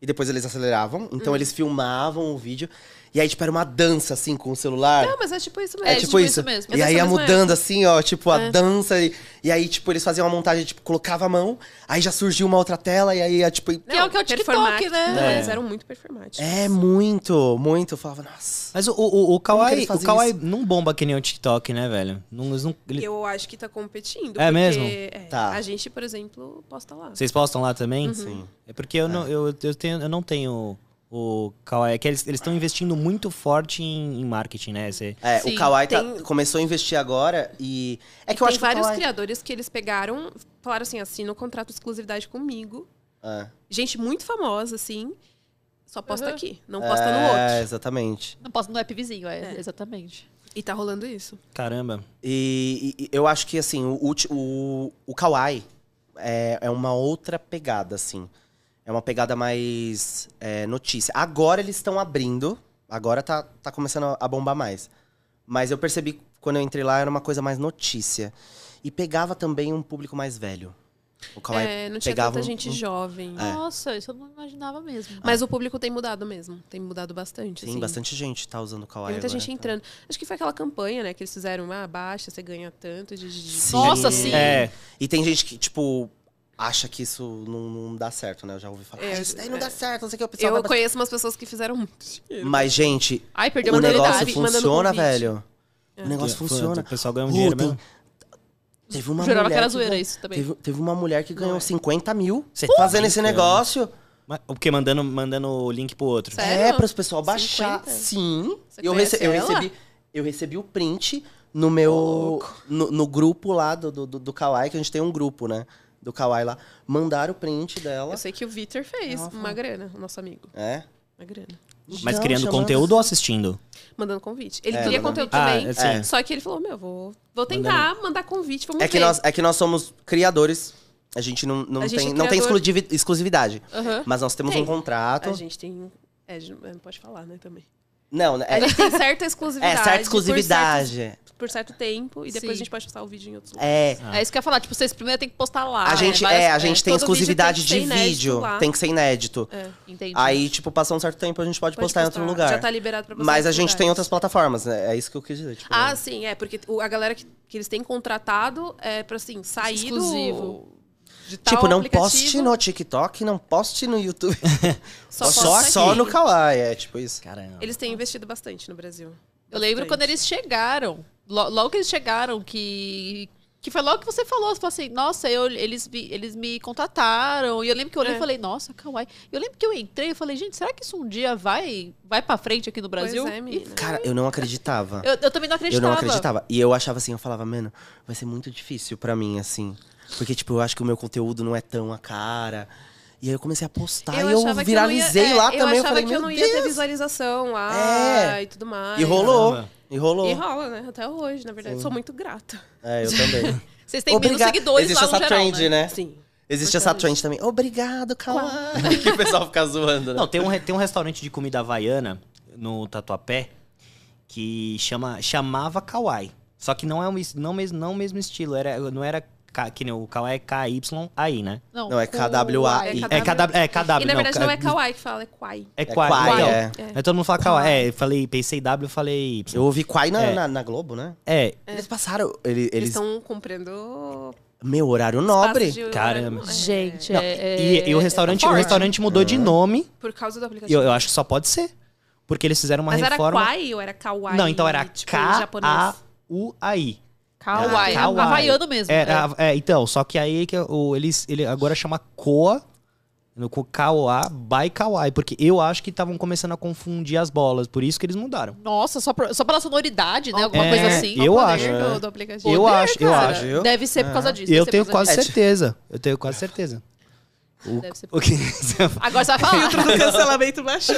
E depois eles aceleravam.
Hum.
Então eles filmavam o vídeo. E aí, tipo, era uma dança, assim, com o celular.
Não, mas é tipo isso mesmo.
É, tipo isso.
mesmo.
E
Mas
aí ia
essa mesma
mudando assim, ó, tipo, a
É.
dança. E, e aí, tipo, eles faziam uma montagem, tipo, colocava a mão, aí já surgiu uma outra tela, e aí ia, tipo. e-
Que é o que é o TikTok,
performático.
né?
Não,
É.
Eles eram muito performáticos.
É muito, muito. Eu falava, nossa.
Mas o, o, o
que
Kawaii,
eles
o
fazem
Kawaii não bomba que nem o TikTok, né, velho? Não, eles não- ele-
Eu acho que tá competindo.
É
porque,
mesmo?
é,
Tá.
A gente, por exemplo, posta lá.
Vocês postam lá também?
Hum.
Sim.
É porque eu, não, eu, eu, tenho, eu não tenho o Kawaii. É que eles estão investindo muito forte em, em marketing, né? Você-
É,
Sim,
o Kawaii tá-
tem-
começou a investir agora e. É que eu
Tem
acho que. o
vários
Kawaii-
criadores que eles pegaram, falaram assim, assina o contrato de exclusividade comigo.
É.
Gente muito famosa, assim, só posta
Uhum.
aqui, não posta
É,
no outro.
exatamente.
Não posso no app vizinho, é, exatamente.
E tá rolando isso.
Caramba.
E, e- e eu acho que, assim, o, ulti- o, o Kawaii é, é uma outra pegada, assim. É uma pegada mais é, notícia. Agora eles estão abrindo. Agora tá, tá começando a- a bombar mais. Mas eu percebi quando eu entrei lá era uma coisa mais notícia. E pegava também um público mais velho. O Kawaii
É, não tinha
pegava
tanta
um-
gente
um-
jovem.
Nossa, isso eu não imaginava mesmo.
Mas o público tem mudado mesmo. Tem mudado bastante.
Tem
assim.
bastante gente tá usando o Kawaii.
Tem muita
agora,
gente
tá?
entrando. Acho que foi aquela campanha, né? Que eles fizeram, ah, baixa, você ganha tanto de. de- de-
Sim.
Nossa, sim.
É,
E tem gente que, tipo, acha que isso não, não dá certo, né? Eu já ouvi falar,
É,
"Ah, isso daí não dá certo, não sei o que, o pessoal
Eu
vai bater."
conheço umas pessoas que fizeram muito dinheiro.
Mas, gente,
Ai, perdeu
o
uma
negócio
novidade.
convidado, mandando
funciona,
convite.
velho.
É.
O negócio
Pô,
funciona.
O pessoal ganha um
Pô,
dinheiro
tem-
mesmo.
Teve é uma
Jurava que
mulher
era
ganhou-
zoeira isso também.
Teve, teve uma mulher que ganhou
é.
50 mil
Você
fazendo
tá
esse
brincando.
negócio.
Mas- O que? Mandando, mandando o link pro outro.
Sério?
É, para os pessoal baixar.
50?
Sim.
Você
Eu, rece- eu
conhece ela?
recebi. Eu recebi o print no meu. No, no grupo lá do, do, do do Kawaii, que a gente tem um grupo, né? Do Kawaii lá. Mandaram o print dela.
Eu sei que o Vitor fez uma grana, o nosso amigo.
É.
Uma grana.
Mas
Então,
criando
chamando-
conteúdo ou assistindo?
Mandando convite. Ele
É,
queria
mandando-
conteúdo
Ah,
também.
é, sim.
Só que ele falou: Meu, vou, vou tentar mandar convite, vamos
É que,
ver.
nós, é que nós somos criadores. A gente não, não
A gente
tem,
é
não tem
criador.
exclusivi- exclusividade.
Aham.
Mas nós temos
Tem.
um contrato.
A gente tem. É, a gente não pode falar, né, também.
Não, né?
A
É,
gente tem certa
é,
exclusividade.
certa
Por certo,
exclusividade.
por certo tempo, e depois
Sim.
a gente pode postar o vídeo em outros lugares.
É.
Ah.
É isso que eu ia falar. Tipo, vocês primeiro tem que postar lá.
Ah,
a
né?
gente,
Várias-
é, a gente tem
todo vídeo
exclusividade
tem que ser
de
inédito
vídeo.
lá.
Tem que ser inédito.
é, Entendi.
Aí, tipo, passou um certo tempo, a gente pode,
Pode
postar, em outro lugar.
Já tá liberado pra postar em
Mas a
outros
gente tem
lugares.
outras plataformas, né? É isso que eu quis dizer. tipo,
Ah, sim, é, porque o- a galera que, que eles têm contratado é pra, assim, sair do-
Exclusivo.
De tal
tipo, não
tá, aplicativo,
poste no TikTok, não poste no YouTube.
Só,
Só
posta
aqui.
Só
aqui.
no Kawaii, é tipo isso.
Caramba.
Eles têm investido bastante no Brasil.
Eu lembro
Bastante.
quando eles chegaram. lo- Logo que eles chegaram, que. Que foi logo que você falou, você falou assim, nossa, eu, eles, me- eles me contataram. E eu lembro que eu olhei e
É.
falei, nossa, kawaii. Eu lembro que eu entrei e falei, gente, será que isso um dia vai, vai pra frente aqui no Brasil?
Pois é,
E
menina.
Cara, eu não acreditava.
eu, eu também não
Eu
acreditava.
não acreditava. E eu achava assim, eu falava, mano, vai ser muito difícil pra mim, assim. Porque, tipo, eu acho que o meu conteúdo não é tão a cara. E aí eu comecei a postar e tá, eu
achava que
viralizei
não ia- é,
lá também. Eu
achava
falei,
que
meu
eu não ia
Deus.
ter visualização lá
É.
e tudo mais.
E rolou.
Caramba.
E rolou.
E rola, né? Até hoje, na verdade. Sou muito grata.
É, eu também.
Vocês têm menos seguidores
Existe
lá no
essa
geral,
trend,
né?
né?
Sim.
Existe
Por
essa
causa
trend também. Obrigado, Kawaii. que o pessoal fica zoando, né?
Não, tem um, re- tem um restaurante de comida havaiana no Tatuapé que chama, chamava Kawaii. Só que não é o mes- não mesmo, não o mesmo estilo. Era, não era K- que nem o Kawaii é K-Y-A-I, né?
Não,
Não, é
kawaii.
KWAI.
É, cada, é
E
cadáver,
na verdade não, é
ca-
kawaii que fala, é kwai.
É
É
Kwai.
Kwai,
Então,
é.
Aí todo mundo fala Kawaii. É, eu falei, pensei W, eu falei Y.
Eu ouvi Kawaii na,
É.
na, na Globo, né?
É,
Eles passaram. Ele,
Eles
eles.
estão comprando...
Meu horário
espaço
nobre.
de horário,
Caramba.
é,
Gente,
Não,
é,
e, e o
é-
restaurante,
é
o
forte.
restaurante mudou
Uhum.
de nome.
É, Por causa
E
do aplicativo.
eu, eu acho que só pode ser. Porque eles fizeram uma
Mas
reforma.
era kwai ou era kawaii?
Não, então era
tipo, em japonês?
K-A-U-A-I.
Kawaii.
Kawaii.
Havaiano mesmo.
Era, é, então, só que aí que o, eles, ele agora chama Koa, no Ko- K-O-A, by Kawaii, porque eu acho que estavam começando a confundir as bolas, por isso que eles mudaram.
Nossa, só, pra- só pela sonoridade, né? Alguma
É,
coisa assim.
eu
Poder
acho. É.
do- do aplicativo.
Eu acho, eu
Cara,
acho.
eu-
Deve ser por causa disso.
Eu
deve ser
tenho
por causa
quase
disso.
certeza, eu tenho quase certeza. O,
Deve ser
o que...
Agora você vai falar.
O cancelamento baixou.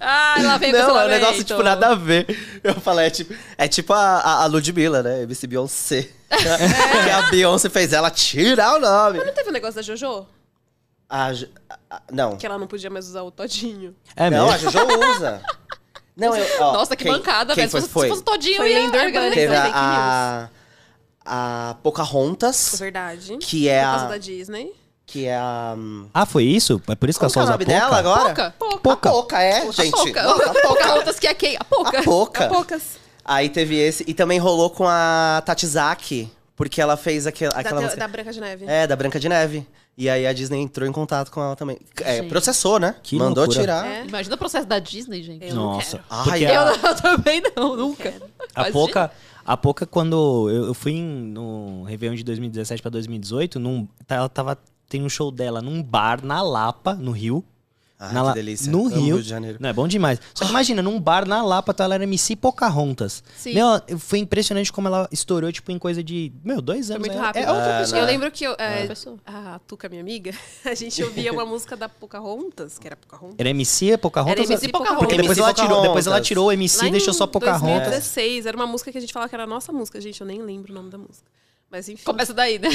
ah, lá vem o
Não, é um
cancelamento.
negócio, tipo, nada a ver. Eu falei, é tipo, é tipo a, a, a Ludmilla, né? MC Beyoncé. que a Beyoncé fez ela tirar o nome.
Não teve um negócio da Jojo?
A, Jo- a- a- não.
Que ela não podia mais usar o todinho.
É
não, a
mesmo?
Jojo usa. Não, eu, ó,
Nossa, que
quem-
bancada,
quem
velho.
Foi,
Se
foi?
fosse- se fosse todinho,
Foi
eu ia
lenda
agora
urbana.
eu
Teve
ia-
fake
a, a
É
Pocahontas,
verdade.
que é
Por causa da
a...
Disney.
Que é a... hum,
Ah, foi isso? É por isso que ela
Qual que
só
é o
usa
nome dela
Poca?
agora?
Pouca.
A Poca, é,
A
gente.
pouca.
Nossa, a Poca.
Pocahontas que é quem? A pouca.
A Poca.
Poucas.
Aí teve esse. E também rolou com a Tatizaki, porque ela fez aquel,
Da,
aquela
da-
música.
da Branca de Neve.
É, da Branca de Neve. E aí a Disney entrou em contato com ela também. É,
Gente.
processou, né?
Que
Mandou
loucura.
tirar.
É.
Imagina o processo da Disney, gente.
Eu não
Nossa,
quero.
Ai,
porque
eu
a-
Eu, não- eu também não, nunca.
A
Imagina.
pouca, a pouca quando eu, eu fui em- no Réveillon de 2017 pra 2018, num, tá- ela tava tem um show dela num bar na Lapa, no Rio.
Ah,
na La-
que delícia.
No
Amo
Rio.
de Janeiro.
Não, é bom demais. Só que imagina, num bar na Lapa, então ela era MC Pocahontas.
Sim.
Meu, foi impressionante como ela estourou, tipo, em coisa de, meu, dois
Foi
anos.
muito
né?
rápido.
É outra
Eu
pessoa.
lembro que eu, é,
Outra pessoa.
a Tuca, minha amiga, a gente ouvia uma música da Pocahontas, que era Pocahontas.
Era MC Pocahontas?
Era MC Pocahontas.
Porque depois,
MC
ela tirou, depois
Pocahontas.
ela tirou o MC
Lá
e
em
deixou só Pocahontas.
2016, era uma música que a gente falava que era a nossa música, gente. Eu nem lembro o nome da música. Mas enfim.
Começa daí, né?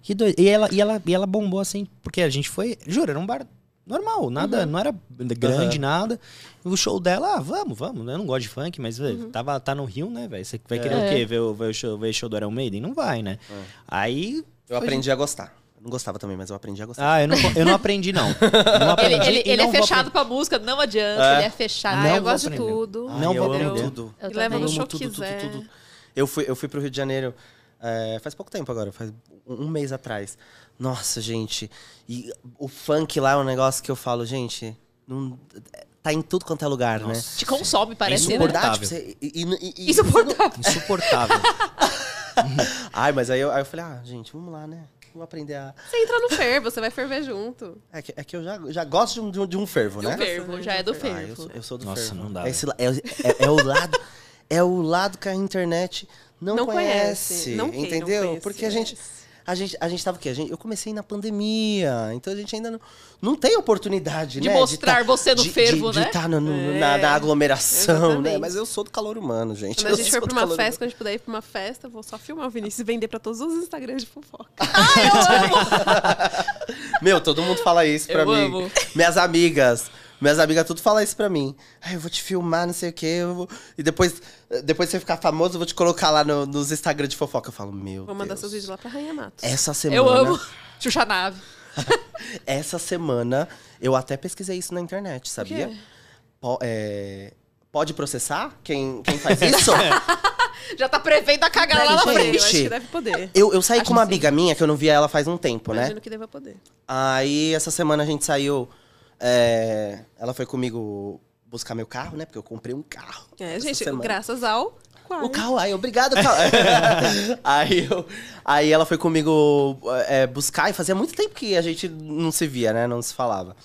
Que doido. E ela, e, ela, e ela bombou assim, porque a gente foi. Jura, era um bar normal, nada, não era grande,
Uhum. Aham.
nada. O show dela, ah, vamos, vamos. Eu não gosto de funk, mas velho,
Uhum.
tava, tá no Rio, né, velho? Você vai querer o
É.
quê? Ver o, ver o show, ver o show do Iron Maiden? Não vai, né?
É.
Aí.
Eu aprendi a gostar. Eu não gostava também, mas eu aprendi a gostar.
Ah, eu não, eu não aprendi, não. Eu Ah, Não
Ele,
aprendi
ele-
e
ele
não
é
vou
fechado pra música, não adianta.
É.
Ele é fechado.
Não
Ah,
vou
eu gosto de
aprender.
tudo.
Não
eu
vou
amo
aprender.
tudo.
Eu
E leva
também.
no show
amo tudo, tudo,
quiser.
tudo. Eu fui, eu fui pro Rio de Janeiro é, faz pouco tempo agora, faz um um mês atrás. Nossa, gente. E o funk lá é um negócio que eu falo, gente, não- tá em tudo quanto é lugar, né?
Nossa,
Te consome, parece, né?
insuportável.
Tipo, você- e- e- e- e-
Insuportável.
Insuportável.
Ai, mas aí eu, aí eu falei, ah, gente, vamos lá, né? Vamos aprender a.
Você entra no fer, você vai ferver junto.
É que, é que eu já, já gosto de um, de um- de um fervo,
Do
né?
fervo, já é do
Ah, eu
fervo.
sou, eu sou do
Nossa,
fervo.
não dá, né?
É, esse la- é, é- é o lado. é o lado que a internet não,
Não
conhece,
conhece, não quem não
entendeu?
conhece, né?
Porque a gente
conhece.
a gente a gente tava o quê? A gente, eu comecei na pandemia, então a gente ainda não, não tem oportunidade,
De
né,
mostrar
tá-
você no
de-
fervo,
de, tá
né?
De estar na, na aglomeração, né?
exatamente.
Mas eu sou do calor humano, gente.
Quando
Eu
a gente
sou
for pra
do
uma
calor humano.
festa, quando a gente puder ir pra uma festa, eu vou só filmar o Vinícius e vender pra todos os Instagrams de fofoca.
Meu, todo mundo fala isso pra
Eu
mim.
amo.
Minhas amigas. Minhas amigas tudo fala isso pra mim. Ai, eu vou te filmar, não sei o quê. eu vou- E depois, depois que você ficar famoso, eu vou te colocar lá no- nos Instagram de fofoca. Eu falo, meu
Vou mandar
Deus.
seus vídeos lá pra Rainha Matos.
Essa semana.
Eu amo. Xuxa Nave.
Essa semana, eu até pesquisei isso na internet, sabia? Po- é, Pode processar quem, quem faz isso?
Já tá prevendo a cagada lá na
Gente.
frente.
Eu acho que deve poder.
eu, eu saí
Acho
com uma
que sim.
amiga minha que eu não via ela faz um tempo, né?
Imagino que deva poder.
Aí essa semana a gente saiu. é, ela foi comigo buscar meu carro, né? Porque eu comprei um carro.
É,
essa
gente,
semana.
graças ao Quai.
O carro, aí, obrigado, Kawaii. aí, eu, aí ela foi comigo é, buscar e fazia muito tempo que a gente não se via, né? Não se falava.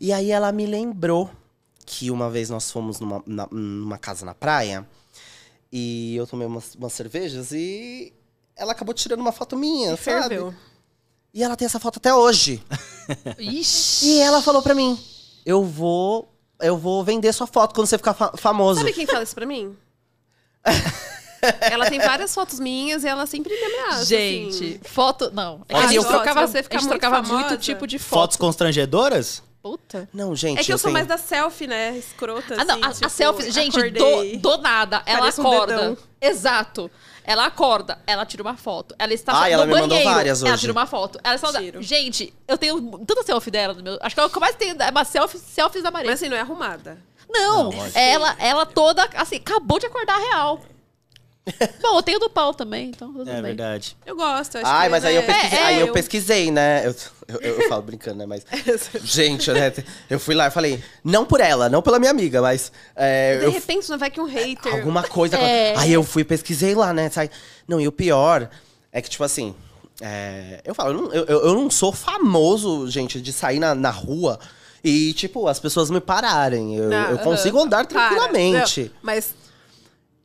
E aí ela me lembrou que uma vez nós fomos numa, na- numa casa na praia e eu tomei umas, umas cervejas e ela acabou tirando uma foto minha, sabe?
Ferveu.
E ela tem essa foto até hoje.
Ixi.
E ela falou pra mim: "Eu vou, eu vou vender sua foto quando você ficar fa- famoso".
Sabe quem fala isso pra mim? ela tem várias fotos minhas e ela sempre me ameaça.
Gente,
assim.
foto. Não.
Fotos-
a gente
Fotos,
trocava,
você fica
a gente
muito
trocava
famosa.
muito tipo de foto.
Fotos constrangedoras?
Puta.
Não, gente, assim,
É que eu sou
tenho-
mais da selfie, né? Escrota.
Ah, não,
assim,
a, a
tipo,
selfie, gente,
acordei.
do, do nada. Ela
Parece um
acorda.
dedão.
Exato. Ela acorda, ela tira uma foto. Ela está
Ah,
no
ela me mandou
banheiro.
várias
Ela
hoje.
tira uma foto. Ela está
Tiro.
Gente, eu tenho tanta selfie dela no meu. Acho que é o que eu mais tenho é uma selfie, selfies da Maria.
Mas assim, não é arrumada.
Não,
não,
lógico.
ela, ela toda, assim, acabou de acordar real. Bom, eu tenho do pau também, então tudo
É
bem.
verdade.
Eu gosto, acho
Ai,
que
mas aí eu pesquisei,
É, é,
aí eu
eu-
pesquisei, né? Eu, eu, eu falo brincando, né? Mas. gente, né? Eu fui lá e falei, não por ela, não pela minha amiga, mas. é,
De
eu-
repente, não vai que um hater.
alguma coisa.
É.
Aí eu fui e pesquisei lá, né? Sai... Não, e o pior é que, tipo assim. é, eu falo, eu não, eu, eu não sou famoso, gente, de sair na, na rua e, tipo, as pessoas me pararem. Eu,
Não,
eu consigo andar
Para.
tranquilamente.
Não, mas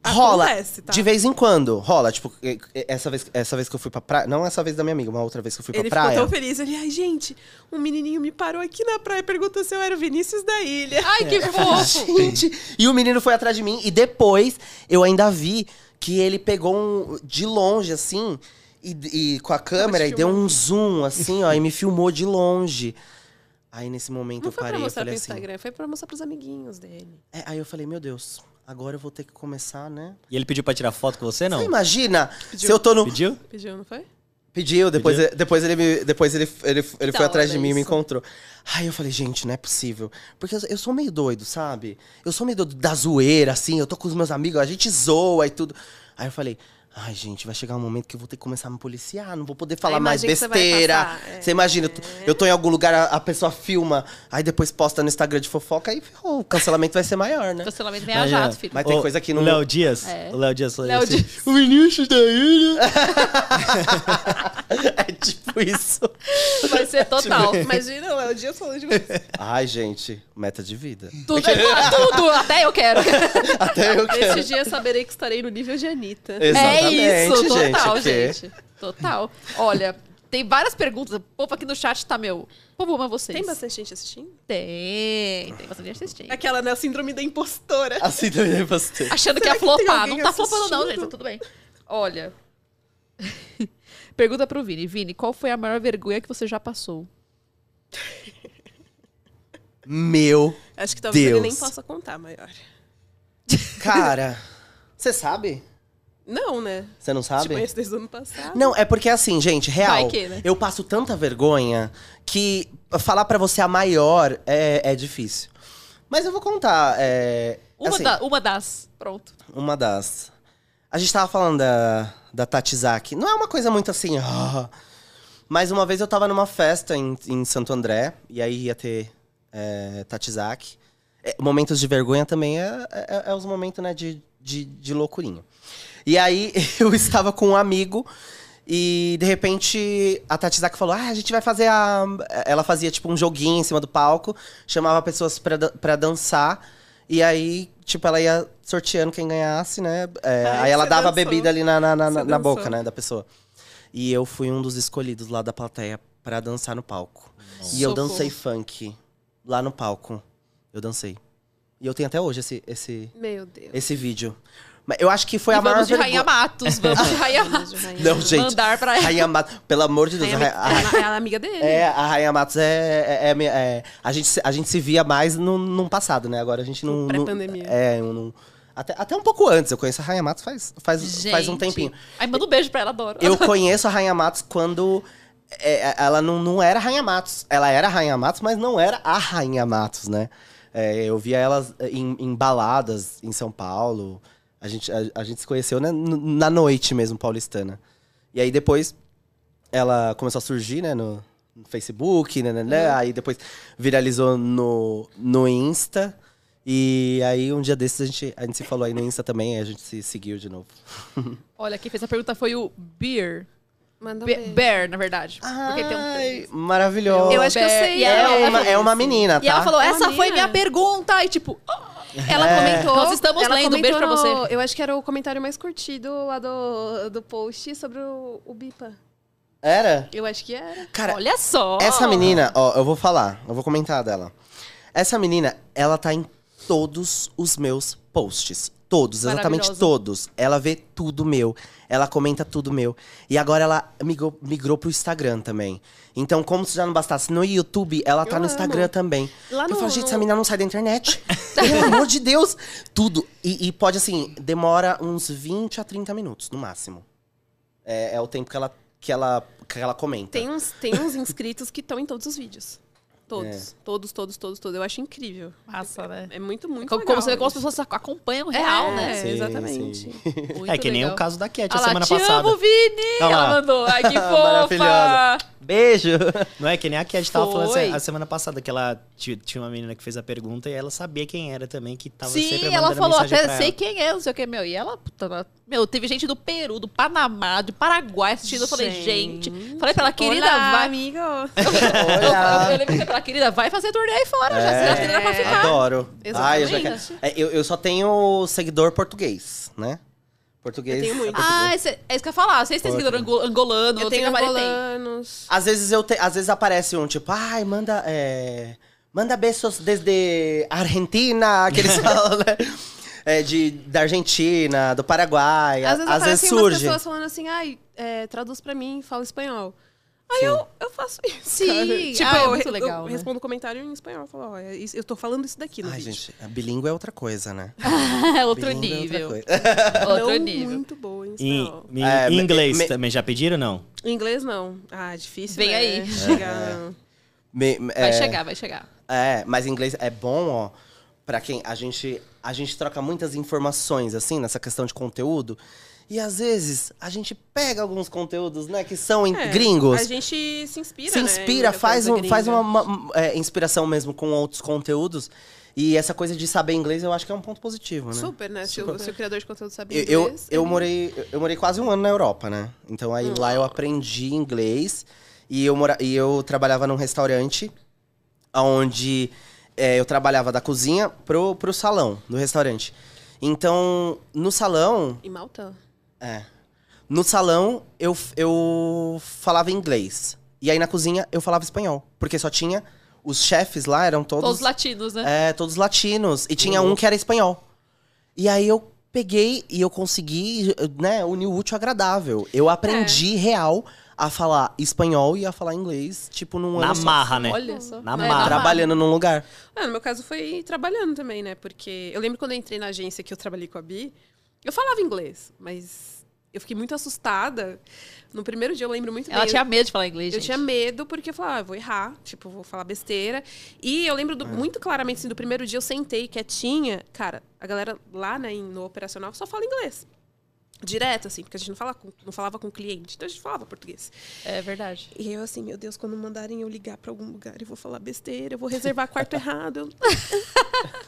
Rola.
Acontece, tá?
De vez em quando, rola. Tipo, e- e- essa vez, essa vez que eu fui pra praia. Não essa vez da minha amiga, uma outra vez que eu fui
ele
pra praia.
ficou tão feliz. Ele, ai, gente, um menininho me parou aqui na praia e perguntou se eu era o Vinícius da ilha.
Ai,
É,
que fofo!
Gente, e o menino foi atrás de mim. E depois eu ainda vi que ele pegou um. de longe, assim, e, e com a câmera, e deu um zoom, assim, ó, e me filmou de longe. Aí nesse momento
Não
eu
foi pra
parei e
mostrar pro
falei assim.
Instagram, foi pra mostrar pros amiguinhos dele.
É, aí eu falei, meu Deus, agora eu vou ter que começar, né?
E ele pediu pra tirar foto com você, não?
Você imagina se eu tô no.
Pediu?
Pediu, não foi?
Pediu, depois, depois ele, me- depois ele, ele, ele
Da
Então,
foi atrás
hora
de mim e me
isso.
encontrou. Aí eu falei, gente, não é possível. Porque eu, eu sou meio doido, sabe? Eu sou meio doido da zoeira, assim. Eu tô com os meus amigos, a gente zoa e tudo. Aí eu falei, ai, gente, vai chegar um momento que eu vou ter que começar a me policiar. Não vou poder falar mais
imagem que você vai
besteira.
passar, é.
Você imagina, eu tô- eu tô em algum lugar, a, a pessoa filma. Aí depois posta no Instagram de fofoca. Aí ferrou, o cancelamento vai ser maior, né?
Cancelamento vem a jato, É filho.
Mas tem coisa que não-
O Léo Dias.
É.
O Léo Dias falou
Léo
assim,
Dias.
O Vinícius né?" da Ilha.
é tipo isso.
Vai ser
Tipo,
total.
Imagina, é o dia falando de você.
ai, gente, meta de vida.
Tudo, é tudo, até eu quero.
Até eu quero.
Neste dia saberei que estarei no nível de Anitta.
é isso,
gente,
total,
porque-
gente. Total. Olha, tem várias perguntas. O povo aqui no chat tá, meu. O povo ama vocês.
Tem bastante gente assistindo?
Tem, tem bastante gente assistindo.
Aquela, né? a Síndrome da impostora.
Assim também é você.
Achando que
Será
ia
que tem
flopar.
alguém
Não tá flopando, não,
assistindo?
gente. tá Tudo bem. Olha. Pergunta pro Vini. Vini, qual foi a maior vergonha que você já passou?
Meu,
Acho que talvez ele nem
Deus.
possa contar maior.
cara. Você sabe?
Não, né?
Você não
Te
sabe?
conheço desde o ano passado.
Não, é porque assim, gente, real.
Tipo, Vai que, né?
Eu passo tanta vergonha que falar pra você a maior é, é difícil. Mas eu vou contar. É,
Uma,
assim,
da- uma das. Pronto.
uma das. A gente tava falando da, da Tati Zaki. Não é uma coisa muito assim. ah, Mas uma vez eu tava numa festa em, em Santo André, e aí ia ter é, Tati Zaki. É, momentos de vergonha também é, é, é os momentos, né, de, de, de loucurinha. E aí eu estava com um amigo. E de repente a Tati Zaki falou: Ah, a gente vai fazer a. Ela fazia tipo um joguinho em cima do palco, chamava pessoas pra, dan- pra dançar. E aí, tipo, ela ia sorteando quem ganhasse, né? É,
Ai,
aí ela
você
dava a
dançou.
bebida ali na, na, na,
Você
na
dançou.
boca, né, da pessoa. E eu fui um dos escolhidos lá da plateia pra dançar no palco. E eu
Socorro.
dancei funk lá no palco. Eu dancei. E eu tenho até hoje esse, esse,
Meu Deus.
esse vídeo. Mas eu acho que foi a
E
maior
vamos de
vergonha.
Rainha Matos, vamos de Rainha Matos.
Não, gente.
Mandar pra ela.
Rainha Matos. Pelo amor de Deus.
Aí
a
ela-
Ra- a Ra-
ela, ela é amiga dele.
é, a Rainha Matos é. é- é minha- é- a, gente, se- a gente se via mais no, num passado, né? Agora a gente não.
No
não-
pré-pandemia.
É, eu não. Até, até um pouco antes. Eu conheço a Rainha Matos faz, faz, faz um
Gente.
tempinho.
Aí manda um beijo pra ela, adoro.
Eu conheço a Rainha Matos quando. é, ela não, não era Rainha Matos. Ela era Rainha Matos, mas não era a Rainha Matos, né? É, eu via ela em, em baladas em São Paulo. A gente, a, a gente se conheceu né, n- na noite mesmo, paulistana. E aí depois ela começou a surgir, né? No, no Facebook, né, né,
Uhum.
né, Aí depois viralizou no, no Insta. E aí um dia desses a gente, a gente se falou aí no Insta também, aí a gente se seguiu de novo.
Olha, quem fez a pergunta foi o Beer.
Manda um
Be-
beijo.
Bear, na verdade. porque tem
Ai,
um...
maravilhoso.
Eu acho que eu
Bear-
sei.
e
É
ela-
ela
uma, é uma menina, tá?
E ela falou,
É uma
essa foi
mina.
minha pergunta. E tipo,
Ela
É.
comentou.
Nós estamos
ela
lendo, um beijo pra
comentou no-
você.
Eu acho que era o comentário mais curtido lá do, do post sobre o, o Bipa.
Era?
Eu acho que era.
Cara,
olha só.
essa menina, ó, eu vou falar, eu vou comentar dela. Essa menina, ela tá em todos os meus posts. Todos, exatamente
Maravilhosa.
todos. Ela vê tudo meu. Ela comenta tudo meu. E agora ela migrou, migrou pro Instagram também. Então, como se já não bastasse no YouTube, ela tá
Eu
no
amo.
Instagram também.
Lá
eu
no-
falo, gente,
no-
essa menina Ah, não sai da internet. Pelo amor de Deus! Tudo. E, e pode, assim, demora uns 20 a 30 minutos, no máximo. É, é o tempo que ela, que ela, que ela comenta.
Tem uns, tem uns inscritos que estão em todos os vídeos.
É.
Todos. Todos, todos, todos, todos. Eu acho incrível.
Massa, né?
É muito, muito
Como,
legal.
como você vê como as pessoas ac- acompanham o real,
é,
né?
Sim,
exatamente.
Muito
É que nem
legal.
o caso da Cat a
Olha lá,
semana
te
passada.
amo, Vini!
Olha lá.
Ela mandou. Ai, que fofa!
Maravilhosa. Beijo!
Não é que nem a Cat tava falando
Foi.
se- a semana passada, que ela ti- tinha uma menina que fez a pergunta e ela sabia quem era também, que tava sempre
Sim,
mandando
ela falou,
mensagem
até
pra
sei
ela.
quem é, não sei o que, meu. E ela, puta, ela- meu, teve gente do Peru, do Panamá, do Paraguai assistindo. Eu falei, gente. Falei pra ela, querida,
Olá,
vai.
amigo.
Eu, eu lembro que eu falei pra ela, querida, vai fazer turnê aí fora. Já,
É.
você já tem lugar pra
É.
ficar.
Adoro. Ai, eu, já quero-
Exatamente.
É, eu- eu só tenho seguidor português, né? Português.
Eu tenho muito.
português.
Ah, esse- é isso que eu ia falar. Vocês têm seguidor angol- angolano,
Eu
não sei
tenho
que a Maria tem.
angolanos.
Às vezes eu te- às vezes aparece um tipo, ai, manda é, manda beijos desde Argentina, que eles falam, né? É, de, da Argentina, do Paraguai.
Às
Às,
vezes,
vezes
aparecem umas
surge.
pessoas falando assim, ai, é, traduz pra mim, fala espanhol. Aí eu, eu faço isso.
Sim,
cara. tipo,
ah, é
eu,
muito
eu
legal, né?
respondo comentário em espanhol. Eu falo, ó, é isso- eu tô falando isso daqui no
Ai,
vídeo.
gente, a bilíngue é outra coisa, né?
Outro
Bilíngue é outra
nível.
coisa.
Outro
não
nível.
muito boa em
Em,
espanhol.
em
É, me-
inglês
me-
também, já pediram ou não?
Em Inglês, não. Ah, difícil,
Vem
né?
aí.
Chegar, não.
Me-
Vai
é,
chegar, vai chegar.
É, mas inglês é bom, ó, pra quem a gente a gente troca muitas informações assim nessa questão de conteúdo. E às vezes a gente pega alguns conteúdos, né, que são em-
É,
gringos.
A gente se inspira,
se
né, em
inspira,
muita
faz,
coisa
um, faz uma,
gringa.
uma- é, inspiração mesmo com outros conteúdos. E essa coisa de saber inglês eu acho que é um ponto positivo, né?
Super, né? Se, o, se o criador de conteúdo sabe
Eu,
inglês... é
eu, eu
ele-
morei, eu morei quase um ano na Europa, né? Então aí lá eu aprendi inglês e eu, mora, e eu trabalhava num restaurante onde eu trabalhava da cozinha pro, pro salão do restaurante. Então, no salão.
Em Malta?
É. No salão eu, eu falava inglês. E aí na cozinha eu falava espanhol. Porque só tinha. Os chefes lá eram
Todos latinos, né?
é, todos latinos. E tinha
Uhum.
um que era espanhol. E aí eu peguei e eu consegui, né, unir o útil ao agradável. Eu aprendi real a falar espanhol e a falar inglês, tipo, num
Na
ano só.
marra, né?
Olha só.
Na
É,
marra.
Trabalhando num lugar.
Ah, no meu caso foi trabalhando também, né? Porque eu lembro quando eu entrei na agência que eu trabalhei com a Bi, eu falava inglês, mas eu fiquei muito assustada. No primeiro dia eu lembro muito
Ela
bem.
tinha medo de falar inglês,
Eu
gente.
tinha medo porque eu falava, ah, vou errar, tipo, vou falar besteira. E eu lembro do- muito claramente, assim, do primeiro dia eu sentei quietinha. Cara, a galera lá, né, em- no operacional só fala inglês. Direto, assim, porque a gente não, fala com- não falava com o cliente, então a gente falava português.
É verdade.
E eu assim, meu Deus, quando mandarem eu ligar pra algum lugar, eu vou falar besteira, eu vou reservar quarto errado. eu-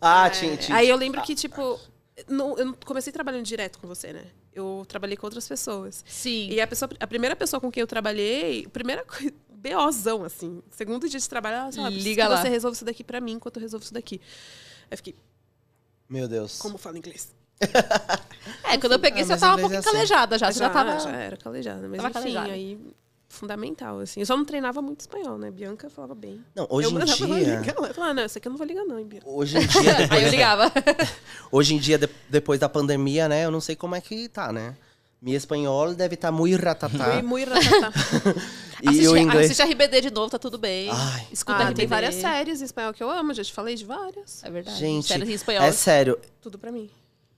Ah, tinha, tinha-
Aí eu lembro
tá
que, tipo, não, eu não comecei trabalhando direto com você, né? Eu trabalhei com outras pessoas.
Sim.
E a, pessoa, a primeira pessoa com quem eu trabalhei, primeira coisa, BOzão, assim. Segundo dia de trabalho, ela, sei lá, preciso
Liga
que
lá.
você resolve isso daqui pra mim enquanto eu resolvo isso daqui. Aí fiquei,
Meu Deus.
como fala inglês?
É, quando eu peguei,
Ah,
você
mas
tava um
inglês
pouquinho
é assim.
calejada já. Você já, tava.
Ah, já era calejada. Mas
tava
enfim,
calejada.
aí fundamental, assim. Eu só não treinava muito espanhol, né? Bianca falava bem.
Não, hoje
eu
em
mandava ela
dia.
ligar, ela falava, "Ah, não, isso aqui eu não vou ligar não, hein, Bianca.
Hoje em dia,
Aí eu
depois,
ligava.
hoje em dia de- depois da pandemia, né? Eu não sei como é que tá, né? Minha espanhol deve estar muito ratatá.
Fui muito ratatá.
E o
Assiste- ah,
inglês.
Assiste RBD de novo, tá tudo bem.
Ai.
Escuta
Ah,
RBD.
tem várias séries em espanhol que eu amo, já te falei de várias.
É verdade.
Gente,
séries em espanhol.
É sério,
Tudo pra mim.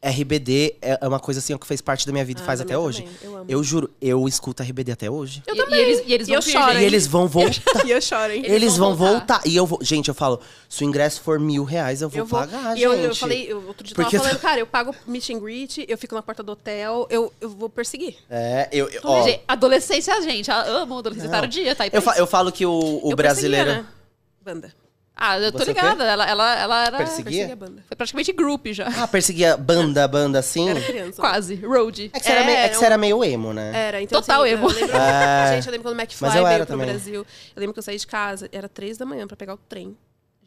RBD é é uma coisa assim ó, que fez parte da minha vida e
Ah,
faz
da
até
minha
hoje.
também, eu amo.
Eu juro, eu escuto RBD até hoje.
E- E, eles, e eles
E
vão
eu
vir,
choro,
gente.
E eles vão voltar.
e eu choro, hein?
Eles
Eles,
vão
vão voltar.
voltar.
E eu vou. Gente, eu falo, se o ingresso for mil reais, eu vou,
eu vou
pagar,
e eu,
gente.
eu falei, eu, outro dia eu
Porque
tava falando, cara, eu pago meet and greet, eu fico na porta do hotel, eu, eu vou perseguir.
É, eu. eu-
Ó,
ó,
gente, Adolescência, gente. Eu amo adolescência
Não.
tardia, tá aí pra
eu, fa-
isso.
eu falo que o, o
eu
brasileiro.
Perseguia, né? Banda. Ah,
Ah, eu tô
Você o quê?
ligada. Ela, ela, ela era.
Persegui- Seguia?
Perseguia a banda.
Foi praticamente group já.
Ah, perseguia banda, banda assim.
Era criança.
Quase. Road.
É que você era, meio, é que você
era
era meio emo, né?
Era, então
Total
assim,
emo.
Eu lembro,
É.
Gente, eu lembro quando o McFly
Mas eu
veio
era
pro
também.
Brasil. Eu lembro que eu saí de casa, era três da manhã pra pegar o trem.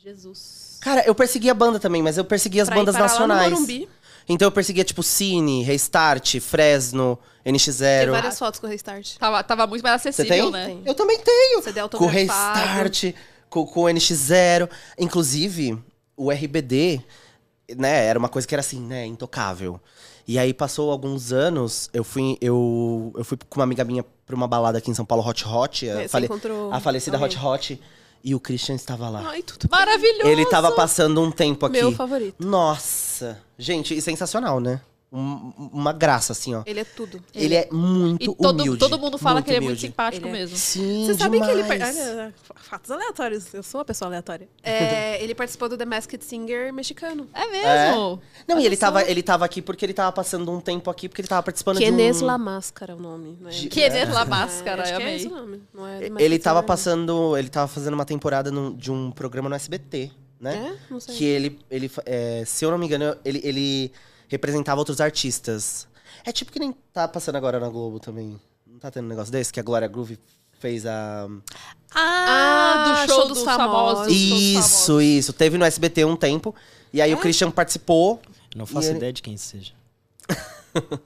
Jesus.
Cara, eu perseguia banda também, mas eu perseguia as
pra ir
bandas
parar lá no
nacionais.
Morumbi.
Então eu perseguia, tipo, Cine, Restart, Fresno,
Tem
NX0.
várias fotos com o Restart.
Tava, tava muito mais
Você
acessível,
tem?
né?
Tem.
Eu também tenho.
Você deu
Com o
autografado.
Restart, com, com o NX0. Inclusive, o RBD, né, era uma coisa que era assim, né, intocável. E aí passou alguns anos, eu fui, eu, eu fui com uma amiga minha pra uma balada aqui em São Paulo, Hot Hot.
É,
eu
você
fale-
encontrou
a falecida
alguém.
Hot Hot. E o Christian estava lá.
Ai, tudo bem.
Maravilhoso.
Ele tava passando um tempo aqui.
Meu favorito.
Nossa! Gente, e sensacional, né? Um- uma graça, assim, ó.
Ele é tudo.
Ele, é muito
E todo,
humilde.
todo mundo fala
muito
que ele é muito
humilde.
simpático
Ele é.
mesmo.
Sim,
Vocês sabem que ele. par-
demais.
Olha, fatos aleatórios. Eu sou uma pessoa aleatória. É, ele participou do The Masked Singer mexicano.
É mesmo.
Não, e ele tava, ele tava aqui porque ele tava passando um tempo aqui, porque ele tava participando de um...
Quienes La Máscara é o nome. Não é?
De-
Que é. La
É,
Máscara,
acho
eu
que é
amei.
esse o nome. Não é The Masked
Ele tava
Singer,
passando... Ele tava fazendo uma temporada num- de um programa no SBT,
não.
né?
É? Não sei.
Que ele... ele fa- é, se eu não me engano, ele, ele representava outros artistas. É tipo que nem tá passando agora na Globo também. Não tá tendo um negócio desse? Que a Glória Groove fez a...
Ah,
Ah,
do show, dos, famosos.
isso, isso. Teve no SBT um tempo. E
É?
aí o Christian participou.
Não faço
E ele-
ideia de quem isso seja.
RBD,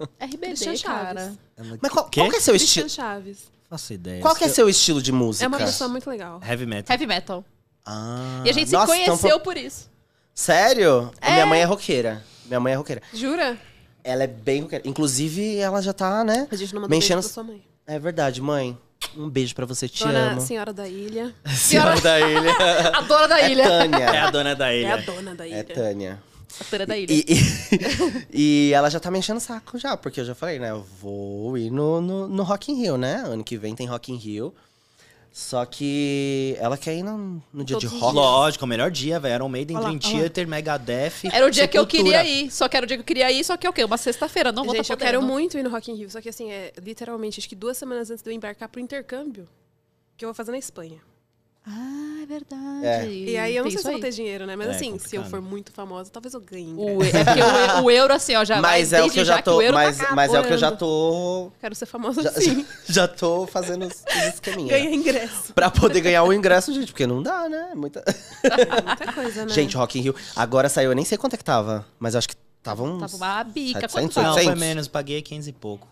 Christian
cara.
Chaves.
Mas qual,
Quê?
qual que é seu
Christian
estilo?
Chaves.
Faço ideia.
Qual que é
Eu-
seu estilo de música?
É uma pessoa muito legal.
Heavy metal.
Heavy metal.
Ah,
E a gente
nossa,
se
então
conheceu
pro-
por isso.
Sério? Minha mãe é roqueira. Minha mãe é roqueira.
Jura?
Ela é bem roqueira. Inclusive, ela já tá, né?
A gente não
Me
mandou
enchendo-
beijo pra sua mãe.
É verdade, mãe. Um beijo pra você, te
Dona
amo.
Senhora da Ilha.
Senhora da Ilha.
A dona da
É
ilha.
É
Tânia.
a dona da
É a
ilha.
dona da ilha.
É Tânia.
A dona da ilha.
E, e- e ela já tá me enchendo o saco já, porque eu já falei, né? Eu vou ir no, no, no Rock in Rio, né? Ano que vem tem Rock in Rio. Só que ela quer ir no, no dia
Todos
de
os
rock.
Lógico, é o melhor dia, velho. Era um Maiden
Olha lá,
Dream
olha lá.
Theater, Megadeth.
Era o dia que eu
Sepultura.
queria ir. Só que era o dia que eu queria ir, só que é o quê? Uma sexta-feira, não vou
Gente, um
tá
eu quero
podendo.
muito ir no Rock in Rio, só que assim, é literalmente, acho que duas semanas antes de eu embarcar pro intercâmbio, que eu vou fazer na Espanha.
Ah, é verdade.
É.
E aí eu não
Tem
sei se
isso
eu vou
aí.
ter dinheiro, né? Mas
É,
assim, se eu
complicado.
for muito famosa, talvez eu ganhe. ingresso.
O, é porque o, e- o euro, assim, ó, já
Mas
vai
é o
desde
que eu já tô.
o euro
mas,
tá
mas é o que eu já
acabando.
tô.
Quero ser famosa
Já,
assim.
já tô fazendo os, os esqueminhas.
Ganhar ingresso.
Pra poder ganhar o ingresso, gente, porque não dá, né? Muita...
É muita coisa, né?
Gente, Rock in Rio. Agora saiu, eu nem sei quanto é que tava, mas eu acho que tava uns.
Tava uma bica. Quanto
700?
foi?
Não, foi
800.
menos. Paguei 500 e pouco.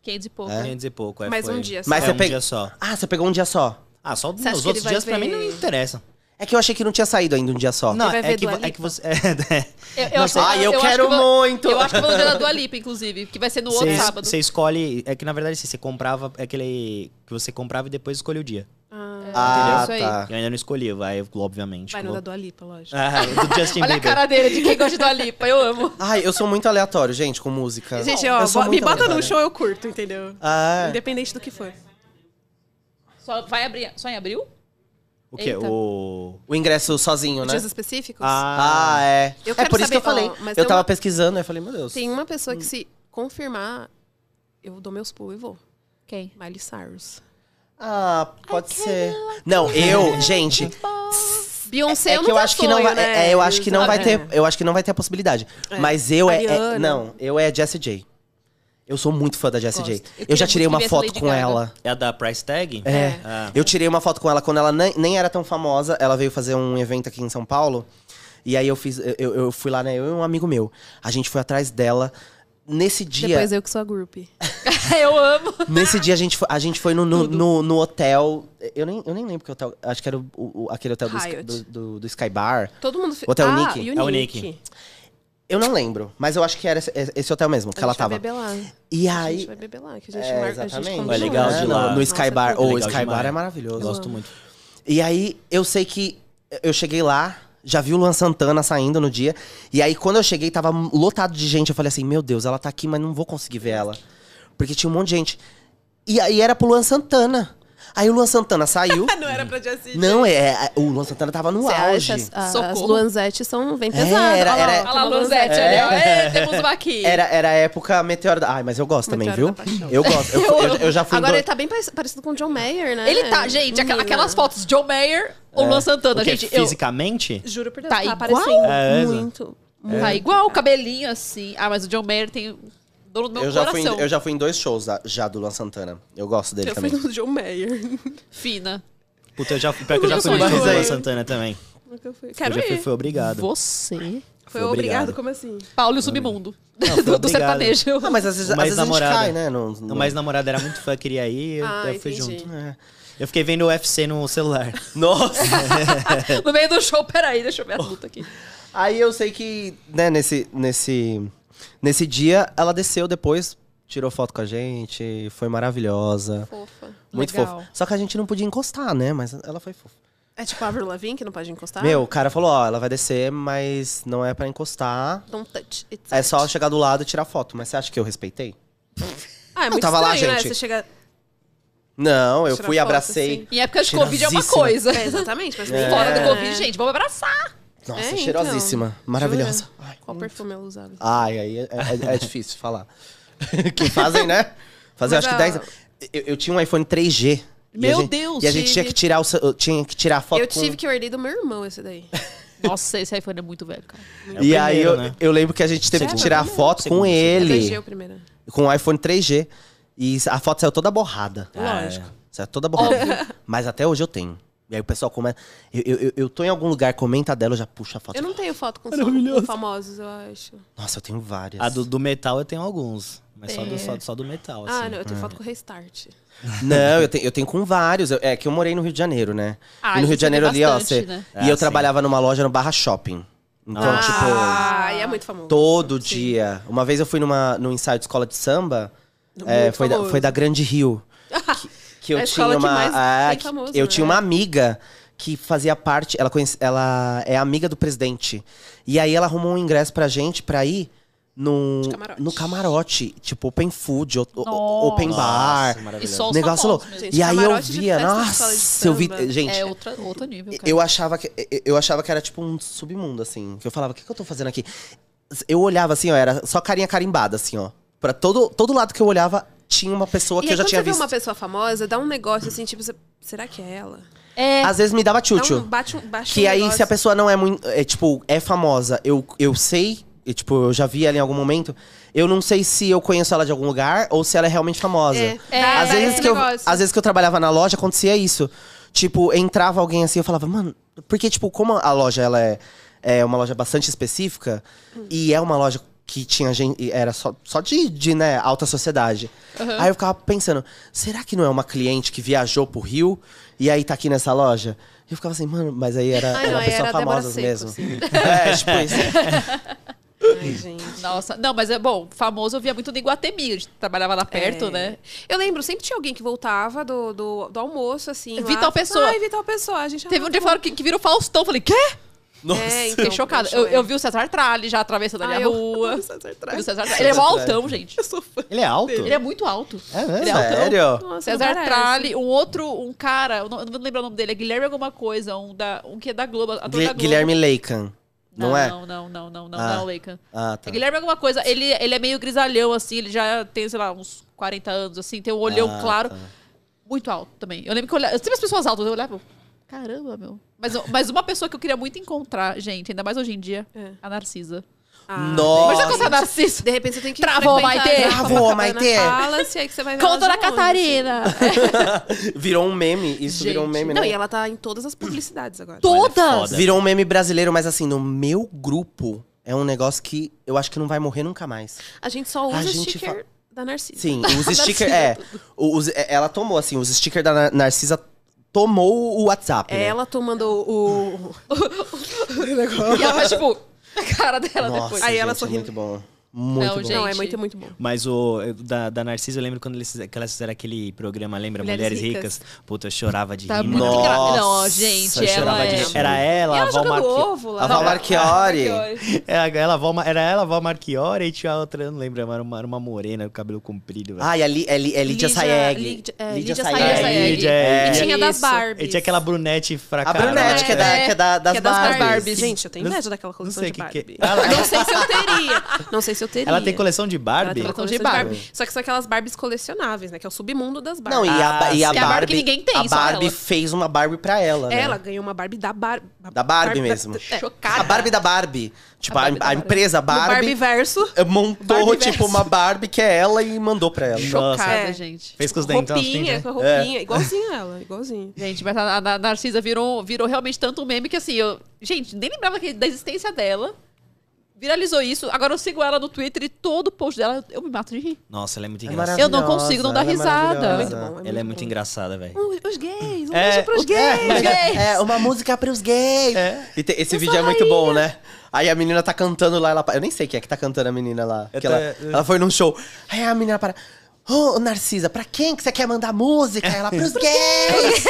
500 e pouco. né?
500 e pouco. é,
Mas
foi-
um dia só.
Mas
é,
você
um
pe-
dia só.
Ah, você pegou um dia só.
Ah, só
Você acha
os
que
outros
ele vai
dias pra mim
ver-
não interessam.
É que eu achei que não tinha saído ainda um dia só.
Não,
vai
é
ver
que,
Dua
vo- é
Lipa?
que você. É,
Eu, eu acho que-
Ai, Ah, eu,
acho
quero
que vou-
muito!
Eu acho que eu vou no dia da Dua Lipa, inclusive, que vai ser no outro sábado.
Você escolhe. É que na verdade assim, você comprava é aquele. Que você comprava e depois escolhe o dia.
Ah,
Ah,
Isso aí.
tá.
Eu ainda não escolhi, vai, obviamente.
vai
tipo,
que
no
eu vou-
da Dua Lipa, lógico.
Ah, do Justin
Olha a
Bieber.
cara dele de quem gosta de Dua Lipa, eu amo.
Ai, eu sou muito aleatório, gente, com música.
Gente,
É, Eu
ó,
sou
bo- me
muito
bota num
aleatório.
show, eu curto, entendeu?
Ah,
Independente do que for.
Só vai abrir. Só em abril?
O quê?
Eita.
O.
o ingresso sozinho, né?
Dias específicos?
Ah,
Ah, é.
Eu
é
quero
por isso que eu
saber-
falei.
ó, mas
eu
tem
tava
uma-
pesquisando, eu falei, meu Deus.
Tem um- uma pessoa
hum.
que se confirmar, eu dou meus pulos e vou.
Quem?
Miley Cyrus.
Ah, pode ser. Não, eu, gente,
Beyoncé,
é
eu
que
não
eu
tá
acho que não vai, é, eu acho que não vai ter, eu acho que não vai ter a possibilidade. Mas eu é, é-
Ariana.
não, eu é Jessie J. Eu sou muito fã da Jessie J.
Gosto. Eu
Eu,
queria
já tirei
muito
uma
que viesse
foto
Lady
com
Gaga.
ela.
É a da Price Tag?
É.
Ah.
Eu tirei uma foto com ela quando ela nem, nem era tão famosa. Ela veio fazer um evento aqui em São Paulo. E aí eu fiz, eu, eu fui lá, né? Eu e um amigo meu. A gente foi atrás dela. Nesse dia.
Depois eu que sou a group.
eu amo.
Nesse dia a gente foi, a gente foi no, no, no- no hotel. Eu nem, eu nem lembro que hotel. Acho que era o, o- aquele hotel do, Sky-
Hyatt.
do, do- do Sky Bar.
Todo mundo... fi-
Hotel
ah,
Nick.
e
É o
o Nick.
Nick.
Eu não lembro, mas eu acho que era esse, esse hotel mesmo que
A
ela
gente vai
tava.
beber lá.
E
A
aí.
gente vai beber lá, que a gente
É,
marca, a gente
exatamente.
combina,
É legal
né?
de
no,
lá.
No Sky
Nossa,
Bar.
tudo.
Ou o
Legal
Sky
demais.
Bar é
Eu
maravilhoso.
gosto muito.
E aí eu sei que eu cheguei lá, já vi o Luan Santana saindo no dia. E aí quando eu cheguei, tava lotado de gente. Eu falei assim: Meu Deus, ela tá aqui, mas não vou conseguir ver ela. Porque tinha um monte de gente. E aí era pro Luan Santana. Aí o Luan Santana saiu.
Não era pra te assistir.
não, é, é, O Luan Santana tava no
Você
auge.
acha
É,
assim? as, a- as
Socorro.
Luanzetes são bem pesadas.
era-
Olha lá,
era-
ó,
Olha lá,
uma
Lanzete,
Luanzete.
ali, ó. É, temos uma aqui.
Era, era a época meteoro da. Ai, mas eu gosto também, viu?
Meteoro da paixão.
Eu gosto. Eu, eu- eu já fui.
Agora
do-
ele tá bem pare- parecido com o John Mayer, né?
Ele tá, gente, aqua-
Menina.
aquelas fotos John Mayer
É.
ou Luan Santana,
O quê?
gente. Eu,
Fisicamente?
Juro por Deus,
Tá
tá,
igual?
aparecendo
É, exato.
muito. muito.
É.
Tá igual o cabelinho assim. Ah, mas o John Mayer tem dono do meu
eu, já fui, em-
coração.
eu já fui em dois shows da- já do Luan Santana. Eu gosto dele
Eu fui
também.
no John Mayer.
Fina.
Puta, eu já, pior que eu já
Mas
fui no
aí-
show do Luan Santana também.
Nunca fui.
Eu
Quero
já
ir.
fui, fui obrigado.
Você.
Foi
Fui
obrigado, como assim?
Paulo e o Submundo.
foi
do, do
obrigado.
sertanejo.
Ah, mas às vezes, às
Uma
vezes a gente
ex-namorada.
cai, né? No, no-
Não, mas namorada era muito fã, queria ir, eu,
Ah,
eu fui
entendi.
junto. é. Eu fiquei vendo o UFC no celular.
Nossa! É.
no meio do show, peraí, deixa eu
Oh.
ver a luta aqui.
Aí eu sei que, né, nesse, nesse, nesse dia, ela desceu depois, tirou foto com a gente, foi maravilhosa.
Fofa.
Muito
Legal.
fofa. Só que a gente não podia encostar, né? Mas ela foi fofa.
É tipo a Avril Lavigne que não pode encostar?
Meu, o cara falou, ó, ela vai descer, mas não é pra encostar.
Don't touch. It's
É só chegar do lado e tirar foto. Mas você acha que eu respeitei?
Ah, é muito
tava lá,
estranho, né?
gente.
Você chega...
Não, eu
Tirar
fui,
foto, assim.
abracei.
Em época de Covid é uma
Cheirosíssima.
coisa.
É, exatamente, mas...
Fora do
É.
Covid, gente, vamos abraçar.
Nossa,
É, então.
cheirosíssima. Maravilhosa. Ai,
Qual perfume é ela usava?
Ai, aí é, é- é difícil falar. que fazem, né? Fazem,
Mas
acho que
a-
10. Eu, eu tinha um iPhone 3G. e a
Meu
gente-
Deus,
E a gente
tive.
tinha que tirar, o, ce- eu tinha que tirar a foto
Eu
com-
tive que eu herdei do meu irmão esse daí.
Nossa, esse iPhone é muito velho, cara.
É o
E aí
primeiro,
eu,
né?
eu lembro que a gente teve que
Segundo.
tirar a foto
Segundo.
com
Ele...
ele.
o primeiro.
Com o iPhone 3G. E a foto saiu toda borrada.
É. Lógico.
Saiu toda borrada. Mas até hoje eu tenho. E aí o pessoal comenta. Eu, eu, eu- eu tô em algum lugar, comenta dela, eu já puxo a foto.
Eu não tenho foto com, com famosos, eu acho.
Nossa, eu tenho várias.
A do, do metal eu tenho alguns. Mas só, do, só, só do metal, assim.
É. Ah, não, eu
É.
tenho foto com o Restart.
Não, eu, te- eu tenho com vários. Eu- é que eu morei no Rio de Janeiro, né?
Ah,
então
e no
isso
Rio de
tem
Janeiro ali, ó.
bastante,
cê-
né?
E
Ah,
eu
sim.
trabalhava numa loja no Barra Shopping. Então, tipo,
Ah, e é muito famoso.
todo dia. Uma vez eu fui numa, num ensaio de escola de samba. é,
Muito
foi, da,
famoso.
foi da Grande Rio. que, que eu
A
tinha
escola
uma.
que mais
ah,
tem
que-
famoso,
eu
né?
tinha uma amiga que fazia parte. Ela, conhece, ela é amiga do presidente. E aí ela arrumou um ingresso pra gente pra ir. No,
camarote.
no camarote, tipo open food, o- o-
Nossa.
open bar.
E só os
Negócio louco.
famosos mesmo.
Gente,
E aí eu
camarote de
via,
festa de escola de
nossa, eu vi,
samba.
gente,
É outra, outro nível, cara.
eu achava que eu achava que era tipo um submundo assim, que eu falava, o que, que eu tô fazendo aqui? Eu olhava assim, ó, era só carinha carimbada assim, ó. Pra todo todo lado que eu olhava tinha uma pessoa
E
que
aí,
eu já
quando
tinha
você vê
visto.
uma pessoa famosa, dá um negócio assim, tipo, você- será que é ela?
É,
Às vezes me
Dá
dava
um-
tchutchu.
bate um, bate
Que
um
aí,
negócio.
se a pessoa não é muito. É, tipo, é famosa, eu, eu sei, e, tipo, eu já vi ela em algum momento. Eu não sei se eu conheço ela de algum lugar ou se ela é realmente famosa.
É,
dá-
às,
dá
vezes
esse
que eu,
negócio.
às vezes que eu trabalhava na loja, acontecia isso. Tipo, entrava alguém assim, eu falava, mano, porque, tipo, como a loja ela é, é uma loja bastante específica,
Uhum.
e é uma loja que tinha gente. e Era só, só de, de, né, alta sociedade.
Uhum.
Aí eu ficava pensando, será que não é uma cliente que viajou pro Rio e aí tá aqui nessa loja? E eu ficava assim, mano, mas aí era,
Ai,
era
não, aí era
pessoa
a Débora
famosa
Seco,
mesmo.
assim.
É, tipo isso.
Ai, gente.
Nossa, não, mas é bom, famoso eu via muito no Iguatemi, a gente trabalhava lá perto,
É.
né?
Eu lembro, sempre tinha alguém que voltava do, do, do almoço, assim. lá,
É Vital Pessoa.
Ai, Vital Pessoa. A gente é
Teve um dia que falaram que, que virou Faustão, eu falei, quê?
Nossa.
então,
Fiquei chocada.
poxa,
Eu,
é.
eu vi o César Tralli já atravessando ali
Ai,
a
eu-
rua.
eu sou César
Eu vi
Tralli.
o César Tralli. Ele é mó altão, gente.
Eu sou fã.
Ele é alto? né?
Ele é muito alto.
É mesmo?
Ele é altão.
Sério?
Nossa,
César
não parece.
Tralli, um outro, um cara, eu não, eu não vou lembrar o nome dele, é Guilherme alguma coisa, um, da, um que é da Globo,
Tá
ator da
Gui-
Globo.
Guilherme Leican. Não,
não
é?
Não, não, não, não, não,
Ah.
não, Leica.
Ah, tá.
É Guilherme alguma coisa. Ele, ele é meio grisalhão, assim, ele já tem, sei lá, uns 40 anos, assim, tem um olhão
Ah,
claro.
tá.
Muito alto também. Eu lembro que eu olhava. Sempre as pessoas altas, eu olhava. Caramba, meu. Mas, mas uma pessoa que eu queria muito encontrar, gente, ainda mais hoje em dia,
É.
a Narcisa.
Nossa.
Mas já conta Narciso.
Assim, tipo, De repente você tem que
Travou,
frequentar
Maitê?
a
Travou,
Copacabana
Maitê?
Palace, aí é que você vai ver
Conta
elas
da
de longe.
Catarina.
Virou um meme, isso virou um
Gente,
meme,
Não,
né?
e ela tá em todas as publicidades agora.
Todas.
foda.
Virou um meme brasileiro, mas assim, no meu grupo é um negócio que eu acho que não vai morrer nunca mais.
A gente só usa
A gente
sticker
fala-
da Narcisa.
Sim, os stickers. É, os, é, ela tomou, assim, os stickers da Nar- Narcisa tomou o WhatsApp.
É
né?
Ela tomando o.
E ela faz, tipo, a cara dela
Nossa,
depois.
Aí
gente,
ela
é
sorrindo.
muito bom. Muito
Não,
bom.
gente.
Não, é muito, muito bom.
Mas o eu- da, da Narcisa, eu lembro quando eles, fizeram- que elas fizeram aquele programa, lembra? Mulheres,
Mulheres
ricas. Puta, eu chorava de
Tá
rir, mano.
muito
Nossa,
engra... Não, gente,
eu
ela
chorava de
é...
rir. Era ela,
E
a
ela
Val
jogando
Marqui...
tipo,
ovo lá.
A Val Marchiori.
Era ela, a Val Ma- era ela, a Val Marchiori, e tinha a outra, eu não lembro, era uma, era uma morena, com cabelo comprido. velho.
Ah, e a, Li, é Li, é Lídia Saeg.
Lídia- é, Lídia
Saeg.
É,
essa aí.
Lídia,
É.
E
e-
tinha das
Isso.
Barbies.
E tinha aquela brunete fraca.
A Brunette, que é, da,
É,
que é da- das,
que é das
Barbies.
Barbies. Gente, eu tenho
Não-
inveja daquela coleção
sei
de
o que
Barbie.
que- Ela-
Não sei se eu teria. Não sei se eu teria.
Ela tem coleção de
Ela
Barbie?
tem uma coleção de Barbie. Só que são aquelas Barbies colecionáveis, né? Que é o submundo das Barbies.
Não, e a,
Ah,
e a
sim.
Barbie.
É a Barbie que ninguém tem,
A
só
Barbie
ela.
fez uma Barbie pra ela. né?
Ela ganhou uma Barbie da é, Barbie.
Da Barbie mesmo.
Chocada.
A Barbie da Barbie. Tipo,
A
a,
Barbie da
a
Barbie.
empresa
Barbie,
Barbie,
verso.
montou,
Barbie
tipo, uma Barbie que é ela e mandou pra ela.
Nossa,
Chocada,
É.
gente.
fez com os dentes. então,
Roupinha,
né?
com a roupinha. Igualzinha ela, igualzinha.
Gente, mas a, a Narcisa virou, virou realmente tanto um meme que assim, eu. Gente, nem lembrava que- da existência dela. Viralizou isso. Agora eu sigo ela no Twitter e todo post dela eu me mato de rir.
Nossa, ela é muito
É
engraçada.
Eu não consigo não dar
ela é
risada.
maravilhosa.
Muito bom.
Ela é muito engraçada, velho.
Uh, Os gays, um
É,
beijo pros
os-
gays.
Os gays.
É, uma música pros gays. E te- esse vídeo é muito bom, né? Aí a menina tá cantando lá, ela pa- Eu nem sei quem é que tá cantando a menina lá.
Eu
que
tô-
ela,
eu-
ela foi num show. Aí a menina para. Ô, Narcisa, pra quem que você quer mandar música? Ela, pros gays!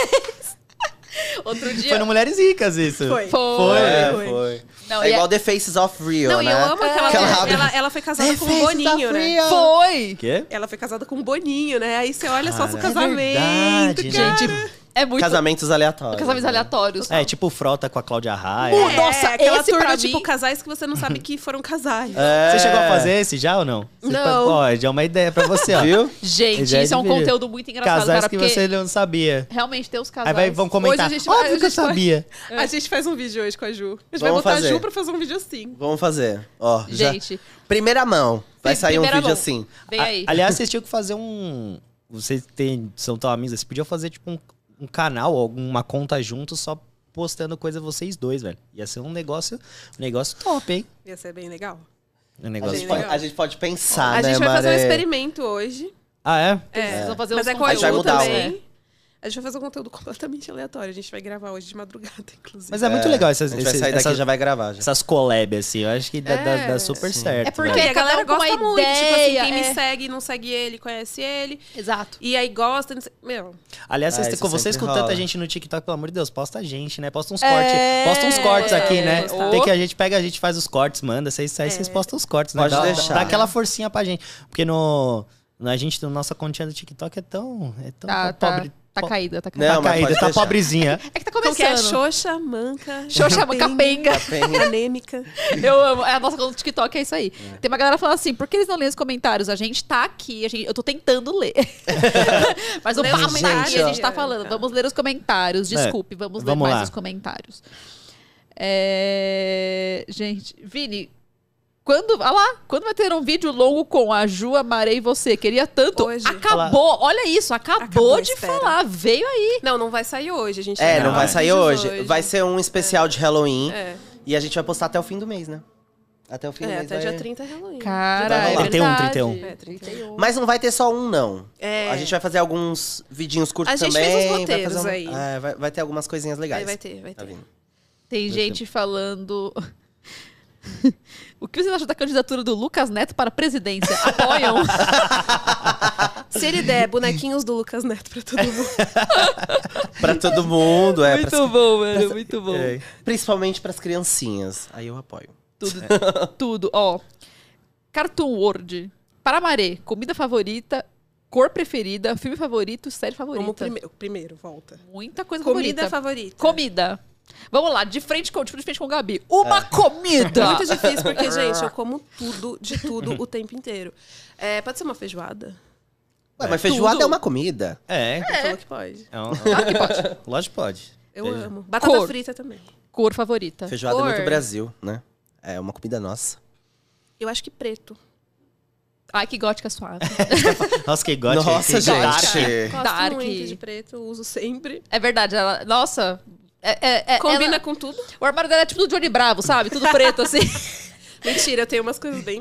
Outro dia.
Foi no Mulheres Ricas isso.
Foi.
Foi.
É,
Foi.
foi.
Não,
é
e
igual The Faces of Rio,
Não, e
né?
eu amo aquela.
Que ela
Ela,
abre-
ela, foi casada
The
com o
Faces of
Boninho, né?
Rio.
Foi!
Quê?
Ela foi casada com o Boninho, né? Aí você olha só
Cara,
seu
é
casamento.
verdade,
cara.
né?
Gente, é muito.
Casamentos aleatórios.
Casamentos aleatórios.
É, tipo Frota com a Cláudia Raia.
É,
Nossa,
aquela
esse
turma,
pra
tipo,
mim-
casais que você não sabe que foram casais.
É.
Você chegou a fazer esse já ou não? Você
Não.
faz- Ó, já é uma ideia pra você, ó.
Viu?
Gente,
Já
isso é um
admiro.
conteúdo muito engraçado,
Casais
cara,
que
porque
você não sabia.
realmente tem os
Aí
casais.
vai, vão comentar.
Hoje a gente vai-
Óbvio
a
que eu
gente vai-
sabia.
A gente faz um vídeo hoje com a Ju. A gente vai
Vamos
botar
fazer.
a Ju pra fazer um vídeo assim.
Vamos fazer. Ó, já-
Gente,
Primeira mão. Vai sair um
primeira
vídeo
mão.
assim.
vem
A-
aí.
aliás, vocês tinham que fazer um. Vocês têm, são tão amigos, vocês podiam fazer tipo um, um canal, alguma conta junto, só postando coisa vocês dois, velho. Ia ser um negócio, um negócio top, hein?
Ia ser bem legal.
Um
A
negócio top.
Bem
gente, pode,
legal.
a gente pode pensar,
a
né,
gente vai fazer um
Maré?
experimento hoje.
Ah, é?
É.
Vocês vão fazer
Mas
uns
é com
conteúdos
a
A
Ju
gente vai mudar,
também. A gente vai fazer um conteúdo completamente aleatório. A gente vai gravar hoje de madrugada, inclusive.
Mas é muito legal essas,
A gente vai
esses-
sair daqui e
essas,
já vai gravar. Já.
essas collab, assim. Eu acho que dá, dá-
É,
dá super certo.
É porque
velho.
E a galera
cada um com
gosta
uma
muito. Tipo assim,
ideia,
quem
é.
me segue, não segue ele, conhece ele.
Exato.
E aí gosta. não sei- Meu,
Aliás,
Ah,
vocês,
isso
com vocês
sempre
com tanta
rola.
gente no TikTok, pelo amor de Deus, posta a gente, né? Posta uns
É,
cortes. Posta uns cortes aqui, né?
gostar.
Tem que a gente pega, a gente faz os cortes, manda. Vocês, aí
É.
vocês postam os cortes, né?
Pode
dá,
deixar.
dá aquela forcinha pra gente. Porque no. Na gente, no nossa continha do TikTok é tão. É tão
Tá, tá,
pobre.
tá
po-
caída, tá caída.
Tá
Não, mas
caída,
pode
tá
deixar.
pobrezinha.
É que tá
Como que é?
começando.
Xoxa, manca.
Xoxa, capenga.
Bem-
Anêmica.
Eu amo. É a nossa conta do TikTok, é isso aí. Tem uma galera falando assim, por que eles não leem os comentários? A gente tá aqui, a gente, eu tô tentando ler. Mas o
Lê
papo
os
tá aqui, a
comentários.
gente tá falando. Vamos ler os comentários,
É,
desculpe. Vamos ler
vamos
mais
lá.
os comentários. É, Gente, Vini... Quando, ah lá, quando vai ter um vídeo longo com a Ju, amarei você? Queria tanto.
Hoje.
Acabou, olha isso, acabou,
Acabou,
de
espera.
falar. Veio aí.
Não, não vai sair hoje. A gente
É, não
gravar
Ah,
vai sair
vídeos
hoje. Vai ser um especial de Halloween.
É,
E a gente vai postar até o fim do mês, né? Até o fim do
é
mês.
até
vai-
dia 30 é Halloween.
Cara,
Vai
é
rolar.
31,
verdade.
31.
É, 31.
Mas não vai ter só um, não.
É.
A gente vai fazer alguns vidinhos curtos
A gente
também.
fez uns
vai
roteiros
fazer
aí.
É, vai, vai ter algumas coisinhas legais.
Aí vai ter, vai
Tá
ter.
vindo.
Tem gente falando. O que vocês acham da candidatura do Lucas Neto para a presidência? Apoiam?
Se ele der bonequinhos do Lucas Neto pra todo mundo.
Pra todo mundo, é. pras-
bom, mano, muito bom.
é. Principalmente pras criancinhas. Aí eu apoio.
Tudo, tudo. Ó, Cartoon World. Para Maré, comida favorita, cor preferida, filme favorito, série
Vamos
favorita.
primeiro, primeiro, volta.
Muita coisa
Comida é
favorita.
favorita.
Comida. Vamos lá, de frente com, tipo, de frente com o Gabi. Uma
É.
comida!
É Muito difícil, porque, gente, eu como tudo, de tudo, o tempo inteiro. É, pode ser uma feijoada?
Ué, mas feijoada
tudo.
é uma comida.
É.
Você falou que pode.
é um- é um- Lógico que pode.
Eu
Veja.
amo. Batata
Cor.
frita também.
Cor favorita.
Feijoada é
Cor.
muito Brasil, né? É uma comida nossa.
Eu acho que preto.
Ai, que gótica suave.
Nossa, que gótica.
Nossa,
que
gente.
dark.
Dark.
Gosto
Dark.
muito de preto, uso sempre.
É verdade, ela. Nossa. é- é- é-
Combina
ela-
com tudo.
o armário dela é tipo do Johnny Bravo, sabe? Tudo preto, assim.
Mentira, eu tenho umas coisas bem.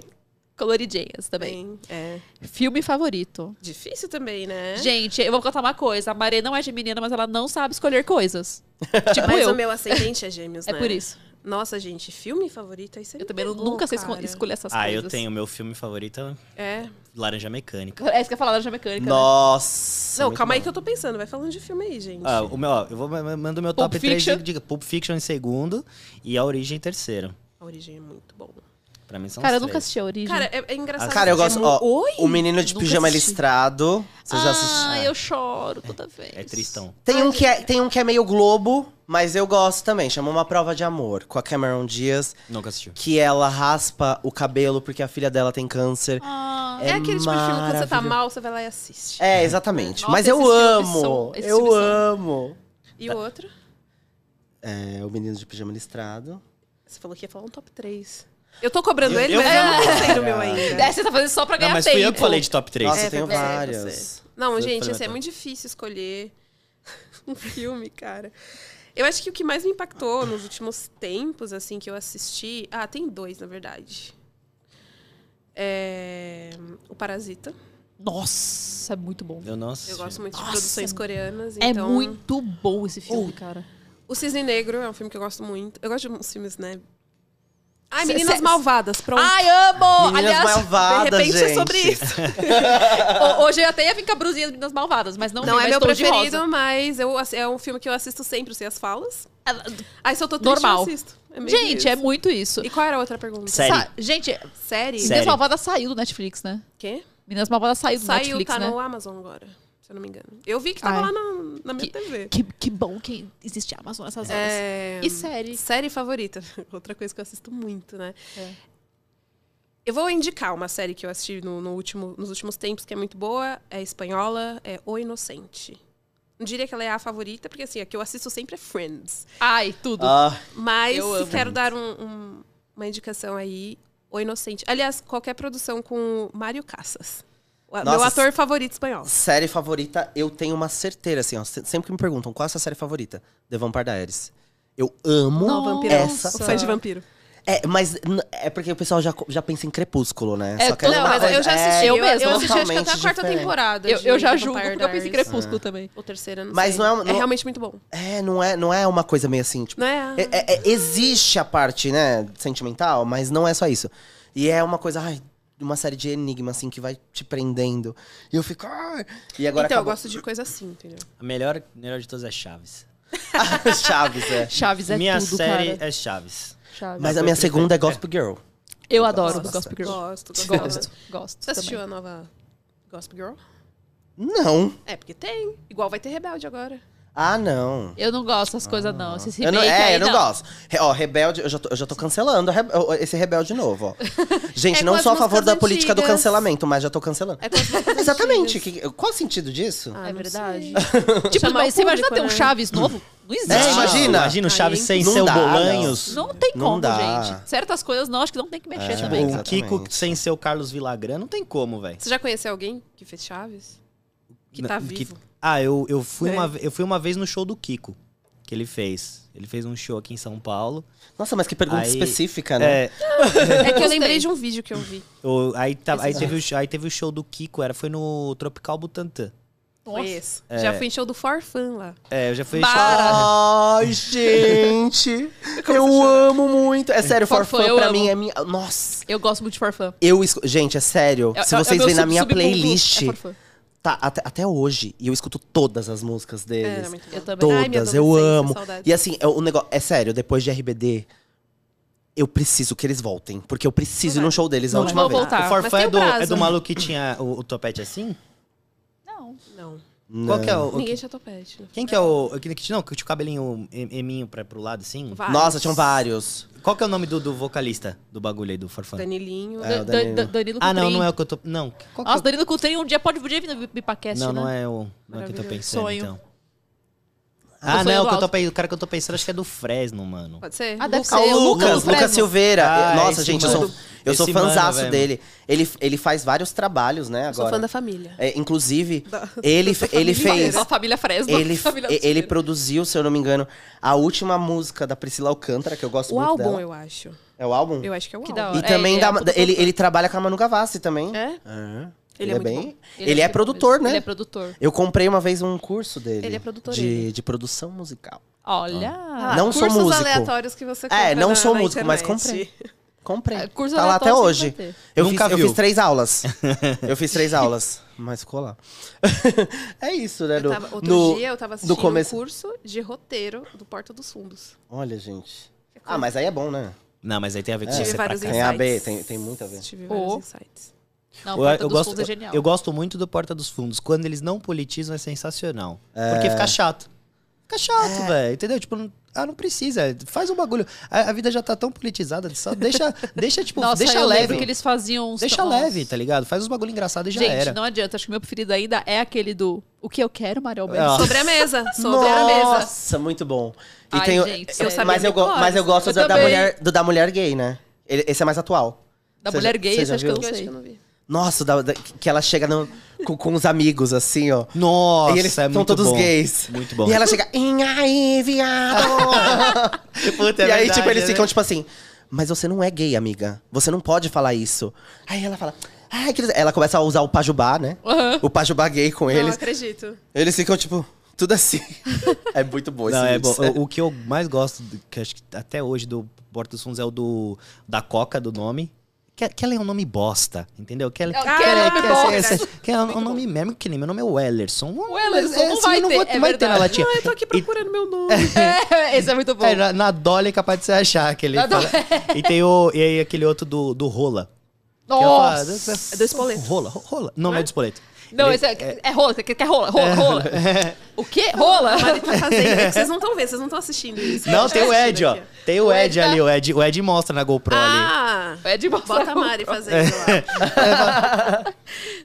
Coloridinhas também.
bem é.
Filme favorito.
Difícil também,
É?
né?
Gente, eu vou contar uma coisa. A Maré não é geminiana, mas ela não sabe escolher coisas. tipo
Mas
eu.
o meu ascendente é Gêmeos,
É
né?
por isso.
Nossa, gente, filme favorito é aí você
Eu
me
também não-
pegou,
nunca sei esco-
cara.
escolher essas
Ah,
coisas.
eu tenho. Meu filme favorito é
É.
Laranja Mecânica.
É isso que eu ia falar, laranja mecânica. né?
Nossa.
Não,
muito
calma aí
bom.
que eu tô pensando. Vai falando de filme aí, gente.
Ah, o meu, ó, eu vou mando meu
Pulp
top 3 de,
Fiction.
de Pulp Fiction em segundo e A Origem em terceiro.
A origem é muito bom.
Pra mim são
Cara, eu
os
nunca
três.
assisti a origem.
Cara, é, é engraçado.
Ah, Cara, eu
que é
gosto.
mu-
Ó,
Oi?
o Um menino de
Nunca
pijama
assisti.
listrado. Você já assistiu?
Ah, eu choro toda vez.
É tristão.
Tem um, que é, tem um que é meio globo, mas eu gosto também. Chama Uma Prova de Amor, com a Cameron Diaz,
Nunca assistiu.
que ela raspa o cabelo porque a filha dela tem câncer.
Ah,
É aquele tipo de filme que quando você tá
maravilhoso.
mal, você vai lá e assiste.
É, exatamente.
Nossa,
mas eu
esses filmes
amo!
são- esses
eu
filmes são-
amo!
E o outro?
É, o menino de pijama listrado.
Você falou que ia falar um top 3. Eu tô cobrando
Eu-
ele,
eu
mas eu não
vou-
pensei no meu
É.
ainda.
é, você tá fazendo só pra ganhar
Não, mas
tempo.
fui eu que falei de top 3.
Nossa,
É,
eu tenho
foi você,
várias.
você. Não,
Foi-
gente,
foi
assim, é
legal.
muito difícil escolher um filme, cara. Eu acho que o que mais me impactou nos últimos tempos, assim, que eu assisti. Ah, tem dois, na verdade. É... O Parasita.
Nossa, é muito bom.
Eu não assisti.
Eu gosto muito
Nossa.
de produções coreanas.
É
então-
muito bom esse filme, cara.
O Cisne Negro é um filme que eu gosto muito. Eu gosto de uns filmes, né? Ai,
Cê-
Meninas
cê-
Malvadas, pronto.
Ai, amo!
Meninas
Aliás,
malvadas,
de repente
gente.
é sobre isso. Ho- Hoje eu até ia ficar brusinha das meninas malvadas, mas não, vi,
Não é
mas
meu
tô de
preferido, mas eu, ass- é um filme que eu assisto sempre, sem as falas.
rosa.
Aí se eu tô triste,
Normal.
eu assisto. É meio
Gente, é
isso.
muito isso.
E qual era a outra pergunta?
Sério. Série.
Sa- gente,
Série?
Série.
Meninas Malvadas saiu do Netflix, né?
Quê?
Meninas Malvadas saiu do
Saiu,
Netflix,
tá
né?
no Amazon agora, se eu não me engano. Eu vi que tava
Ai.
lá na, na minha TV.
Que, que bom que existe a Amazon nessas horas.
É,
E série?
Série favorita. Outra coisa que eu assisto muito, né?
É.
Eu vou indicar uma série que eu assisti no, no último, nos últimos tempos, que é muito boa, é espanhola, é O Inocente. Não diria que ela é a favorita, porque assim, a que eu assisto sempre é Friends.
Ai, tudo.
Ah,
Mas
Eu
se
amo.
quero dar um- um- uma indicação aí, O Inocente. Aliás, qualquer produção com o Mário Cassas. O a- meu
Nossa,
ator favorito espanhol.
série favorita, eu tenho uma certeza, assim, ó. se- Sempre que me perguntam qual é a sua série favorita, The Vampire Diaries. Eu amo
Não, vampiro.
essa.
Sou fã de vampiro.
É, mas n- é porque o pessoal já, co- já pensa em Crepúsculo, né?
É,
que é
não,
uma
mas
coisa-
eu já assisti,
é
eu mesmo.
Eu assisti acho que até a
totalmente
quarta
diferente.
temporada.
eu,
de
eu já
The
julgo
Vampire
porque eu pensei em
Diaries.
Crepúsculo também.
O terceiro, eu não
Mas
sei.
não é um-
É
não-
realmente muito bom.
É, não é, não é uma coisa meio assim, tipo.
Não é?
É- é- é- existe a parte, né, sentimental, mas não é só isso. E é uma coisa, ai, uma série de enigmas, assim, que vai te prendendo. E eu fico. ai. E agora
então,
acabou.
eu gosto de coisa assim, entendeu?
A melhor, melhor de todas é Chaves.
Chaves, é.
Chaves é
Minha
tudo,
série
cara.
é Chaves.
Chaves.
Mas a minha segunda é Gospel Girl.
eu adoro
Gosto.
Gossip Girl.
Gosto, gosto.
Gosto, gosto.
Você assistiu
também.
a nova Gossip Girl?
Não.
É, porque tem. Igual vai ter Rebelde agora.
Ah, não.
Eu não gosto dessas coisas, não. Esses
Eu não,
remake
é,
aí,
eu não, gosto. Re- ó, Rebelde, eu já tô, eu já tô cancelando Rebe- ó, esse Rebelde novo, ó. Gente,
É com
não
as
sou a favor
músicas
da política do
antigas.
cancelamento, mas já tô cancelando.
É com as músicas
Exatamente.
antigas.
que- qual o sentido disso?
Ah,
É
não
verdade.
sei.
Tipo,
Chamar
mas
o
você imagina ter
público,
um
né?
Chaves novo? Não existe.
É, imagina.
Imagina o Chaves
Aí,
sem
não
seu
dá,
Bolanhos.
Não tem
Não
como,
dá.
gente. Certas coisas não, acho que não tem que mexer
É.
Tipo,
também.
o
Exatamente.
Kiko sem seu Carlos Villagrã, não tem como, velho.
Você já conheceu alguém que fez Chaves? Que tá
Não, que-
vivo.
Ah, eu, eu, fui
É.
uma, ve- eu fui uma vez no show do Kiko, que ele fez. Ele fez um show aqui em São Paulo.
Nossa, mas que pergunta
Aí-
específica, né?
É,
É que eu
Gostei.
lembrei de um vídeo que eu vi.
o- aí, tá- aí,
Esses
teve o, sh- aí teve o show do Kiko, era, foi no Tropical Butantã.
Foi esse.
É.
Já fui em show do Forfan lá.
É, eu já fui
Para.
Ai, gente! eu amo muito. É sério,
Forfã,
Forfã
eu
pra
amo.
mim é minha. Nossa!
Eu gosto muito de Farfã.
Eu escu- Gente, é sério.
É-
Se
é- é
vocês
meu
veem na
sub-
minha
submundo,
playlist,
é Farfã.
tá até, até hoje. E eu escuto todas as músicas deles.
Era muito bom.
Eu também.
Ai, minha
É, todas, eu
adolescência,
amo.
saudades.
E assim, é o negócio. É sério, depois de RBD, eu preciso que eles voltem. Porque eu preciso ir
Não
no show deles a
É Não
última
vão
vez.
voltar. um
o
tá, mas tem
Forfã é
o
do, é
prazo.
do maluco que tinha o, o topete assim?
Não.
Não.
Não.
Qual que é o... o-
Ninguém tinha topete.
quem que é o... o que- que- Não, que tinha o cabelinho em- eminho pra, pro lado assim?
Vários.
Nossa, tinham vários.
Qual que é o nome do, do vocalista do bagulho aí do Forfã?
Danilinho.
É, o
Da-
Danilo.
da- Danilo
Ah, não,
Coutrin.
não é o que eu tô... Não, qual que
Nossa, Danilo um Coutrin um dia pode podia vir no Bipacast,
Não,
né?
não é o não é o que eu tô
Maravilhoso.
pensando,
Sonho.
então. Ah,
foi
não,
o
o, que eu tô
Glauco.
pe- o cara que eu tô pensando acho que é do Fresno, mano.
Pode ser?
Ah, deve
é Lucas.
ser.
o Lucas,
Fresno.
Lucas Silveira.
Ah,
Nossa,
esse
gente, eu
mano.
sou, eu sou
Esse mano,
fãzaço
velho.
dele. Ele, ele faz vários trabalhos, né, agora.
Sou fã da família.
É, inclusive,
Da-
ele,
da
ele
família
fez...
Só a é família Fresno.
Ele,
família
e- ele
Silveira.
produziu, se eu não me engano, a última música da Priscila Alcântara, que eu
O
gosto muito
álbum,
dela.
eu acho.
É o álbum?
Eu acho que é o
Que
álbum.
da hora.
E
É,
também
ele
dá-
é produtor.
ele, ele trabalha com a Manu Gavassi também.
É? Ele
Ele, é,
é muito
bem.
bom.
Ele, é,
muito bom
produtor,
mesmo.
né?
Ele é produtor.
Eu comprei uma vez um curso dele.
Ele é produtor,
De,
ele.
de produção musical.
Olha.
Ah,
Não sou
cursos
músico.
aleatórios que você
É,
compra
não
na-
sou
na
músico, mas
internet. É,
comprei. Comprei.
Ah, Curso
tá lá até
aleatório sempre
hoje.
vai ter.
Eu,
Nunca
fiz, eu
viu.
fiz três aulas. eu fiz três aulas. Mas ficou lá. é isso, né?
Eu
No,
tava- outro
no-
dia eu tava assistindo
começo-
um curso de roteiro do Porta dos Fundos.
Olha, gente. Ah, mas aí é bom, né?
Não, mas aí tem a ver com
É.
você tá
Tive
pra
vários
cá.
Tem
insights.
a B, tem- tem muito a ver.
Tive
Pô.
vários insights.
Não,
Eu,
Porta
eu
dos
gosto,
Fundos é genial.
eu gosto muito do Porta dos Fundos. Quando eles não politizam, é sensacional.
É.
Porque fica chato. Fica chato, velho. Entendeu? Tipo, não- ah, não precisa. Faz um bagulho. A, a vida já tá tão politizada. Só deixa, deixa tipo,
Nossa,
deixa
eu
leve.
lembro que eles faziam... uns-
Deixa
Nossa.
leve, tá ligado? Faz os bagulho engraçado e já
Gente,
era.
não adianta. Acho que o meu preferido ainda é aquele do... O que eu quero, Mário Alberto?
Ah.
Sobre a mesa. Sobre a mesa.
Nossa, muito bom. E
Ai,
tem o-
gente,
eu
sério.
sabia mas, eu go-
decorar,
mas eu gosto
eu
do, da
também.
mulher, do da mulher gay, né? Ele- Esse é mais atual.
Da
Você
mulher
já-
gay,
você
esse
já
acho que eu
viu?
não
Eu acho
sei.
que eu não vi.
Nossa, da- da- que ela chega no- com, com os amigos, assim, ó.
Nossa,
e eles
é
são
muito
todos
bom.
gays.
Muito bom.
E ela chega, em aí, viado!
Puta, é
e aí,
verdade,
tipo, eles
né?
ficam, tipo assim, mas você não é gay, amiga. Você não pode falar isso. Aí ela fala, ai, que... Ela começa a usar o pajubá, né?
Aham.
O pajubá gay com
Não
eles.
acredito.
Eles ficam, tipo, tudo assim. é muito bom esse
Não, é
vídeo,
bom.
sério.
O, o que eu mais gosto, do- que acho que até hoje do Porta dos Fundos é o do da Coca, do nome. Que, que ela é um nome bosta, entendeu? Que ela,
Ah,
que ela-
que nome
que ela-
bosta.
que ela- que ela é um nome mesmo, que nem meu nome é Wellerson.
Wellerson,
É,
não vai
não
ter,
vou-
é
vai ter na
verdade.
latinha.
Eu tô aqui procurando meu nome.
É, esse é muito bom.
É, na, na Dolly é capaz de você achar aquele.
Na Dolly.
E tem o, e aí aquele outro do, do Rola. Que né? ela fala,
Nossa!
"Essa-
É do Spoleto.
Rola, ro- rola. Não, não é do Spoleto.
Não,
Ele-
esse é, é rola, você quer quer rola, rola, rola. O quê? Rola?
Mari tá fazendo. É que vocês não estão vendo, vocês não estão assistindo isso.
Não,
Eu tô
tem o
assistindo
Ed, ó.
aqui,
Tem o
é O
Ed
Ed tá-
ali, o Ed, o Ed mostra na GoPro ali.
Ah!
É de mostrar
Bota a
o-
Mari fazendo lá.
É,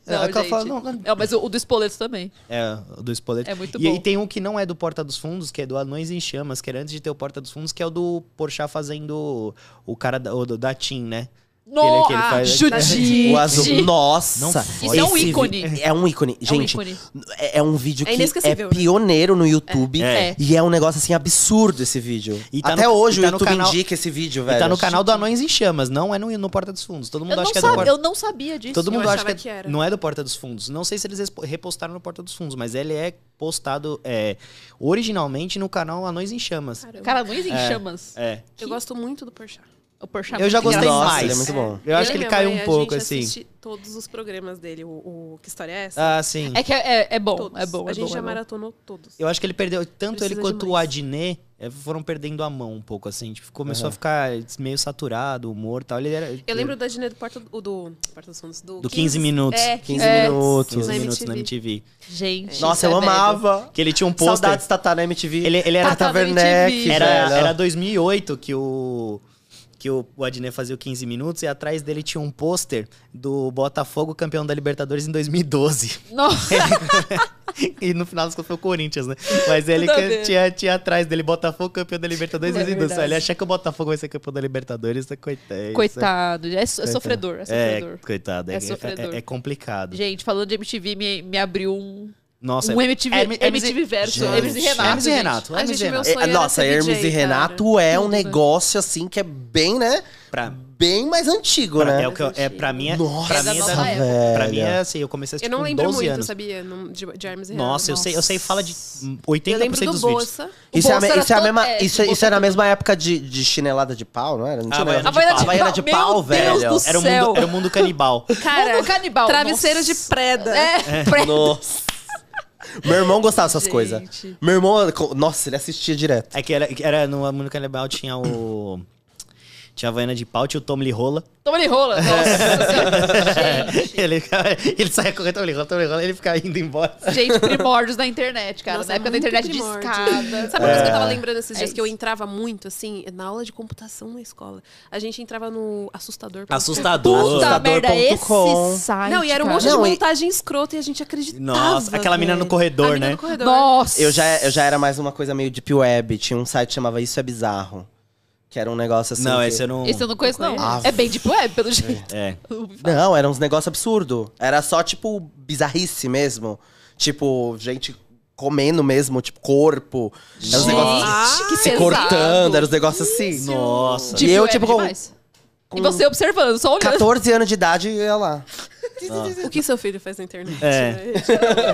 Não,
a Coca
gente.
fala, não, não.
É, mas o, o do espoleto também.
É, o do Spoleto.
É muito
e,
bom.
E tem um que não é do Porta dos Fundos, que é do Anões em Chamas, que era antes de ter o Porta dos Fundos, que é o do Porchat fazendo o, o cara da, o do- da TIM, né?
Nossa!
que ele faz-
Judite!
É, O azul. Nossa.
Não
Isso
foi.
Isso é um ícone.
É um ícone.
É um
Gente, é um
ícone.
É, um vídeo
É
que é
inesquecível, né?
pioneiro no YouTube.
É. É.
E é um negócio, assim, absurdo esse vídeo.
E tá
Até
no-
hoje
e tá
o
no
YouTube
canal-
indica esse vídeo, velho.
E tá no canal do Anões em Chamas, não é no, no Porta dos Fundos. Todo mundo
Eu não,
acha que é do
sabe-
Porta
eu não sabia disso.
Todo
eu
mundo acha
achava
que, é-
que era.
não é do Porta dos Fundos. Não sei se eles respo- repostaram no Porta dos Fundos, mas ele é postado é, originalmente no canal Anões em Chamas.
Caramba.
Cara, Luiz em chamas.
É.
Eu gosto muito do Porchat.
O Porchat
Eu já
muito
gostei
Nossa,
engraçado.
mais.
ele é muito bom.
Eu acho
e
que ele
minha
caiu
mãe,
um pouco,
a gente
assim.
assiste todos os programas dele. O, o Que História É Essa?
Ah, sim.
É que é, é- é bom,
todos.
é bom, é
A gente
bom,
já
é bom.
maratonou todos.
Eu acho que ele perdeu, tanto
Precisa
ele quanto o
demais.
Adnet eh, foram perdendo a mão um pouco, assim. Tipo, começou a ficar meio saturado, o humor e tal. Ele era,
Eu lembro da Gina do Porta, o do, Porta dos Fundos. Do,
do 15 minutos.
É,
15
É.
minutos.
15
Na
minutos na
MTV.
MTV.
Gente, isso
Nossa,
é
eu
velho.
amava.
Que ele tinha um pôster.
Saudades Tatá na MTV.
Ele, ele era
Tata
Tata
Werneck,
Werneck,
Era,
velho.
era 2008 que o que o o Adnet fazia o 15 minutos e atrás dele tinha um pôster do Botafogo campeão da Libertadores em 2012.
Nossa,
e no final das contas foi o Corinthians, né? Mas ele
Nada a
que-
ver.
tinha, tinha atrás dele Botafogo campeão da Libertadores em
É
2012.
verdade.
Ele achar que o Botafogo vai ser campeão da Libertadores, é coitado.
coitado. É, so- é sofredor, é sofredor.
coitado, é,
É
é-
sofredor.
é- é complicado.
Gente, falando de MTV, me, me abriu um,
Nossa,
um
é-
MTV,
Hermes-
MTV verso.
Gente.
Hermes e Renato.
Hermes e
gente.
Renato,
Ai,
Hermes e
gente, meu
Renato.
sonho
É,
era
nossa,
ser
Hermes
DJ,
e Renato é um negócio, assim, que é bem, né?
Pra-
Bem mais antigo,
Pra,
né?
é, o que eu- é pra mim, é,
Nossa,
pra mim é
nossa
da-
época.
pra
velho.
mim é assim, eu comecei a
Cara.
assistir
Eu não
com
lembro
12
muito,
anos.
sabia? não- De, de Hermes e Renato.
Nossa, eu sei, eu sei fala de 80%
Eu lembro do
dos vídeos.
Bolsa.
Isso, é a, me-
Bolsa era
isso é a
todo-
mesma,
é,
isso, é-
o
isso
Bolsa
é na
também.
mesma época de, de chinelada de pau, não era? Não tinha É,
Ah,
negócio
Havaiana de pau.
Havaiana de pau,
Meu
velho.
Deus do
Era o
céu.
mundo, era o mundo canibal.
Cara,
Mundo canibal,
travesseiro
nossa.
de preda.
É, Fred.
Nossa. Meu irmão gostava dessas
Gente.
coisas. Meu irmão, co- nossa, ele assistia direto.
É que era, que era no mundo canibal tinha o. Tinha a Havaiana de pau, tinha o Tom Lee Rola.
Toma ele rola. Nossa senhora. Gente,
ele, ficava- ele saía correndo, Tom Lee Rola, Tom Lee Rola, ele ficava indo embora.
gente, primórdios da internet, cara.
Nossa,
Na época da
muito
internet
primórdio.
discada.
Sabe uma coisa que eu tava lembrando esses
É
dias que eu
isso.
entrava muito, assim, na aula de computação na escola. A gente entrava no assustador.
Assustador.
Puta merda,
Assustador.com.
esse site,
Não, e era um
cara.
monte de
Não, e-
montagem escrota e a gente acreditava.
Nossa, aquela menina no
velho.
corredor,
A menina
né?
no corredor.
Nossa.
Eu já, é, eu já era mais uma coisa meio deep web. Tinha um site que chamava Isso é Bizarro. Que era um negócio assim.
não,
que-
esse eu não.
Esse eu não conheço, não.
Ah,
é bem deep web, pelo jeito.
É.
Não, era uns negócios absurdos. Era só, tipo, bizarrice mesmo. Tipo, gente comendo mesmo, tipo, corpo. Era uns
Gente,
negócios assim,
que
se
pesado.
cortando, era uns negócios assim.
Nossa.
E eu, tipo, com,
demais.
com
E você observando, só olhando.
14 anos de idade, eu ia lá.
O que seu filho faz na internet?
É.
né? Essa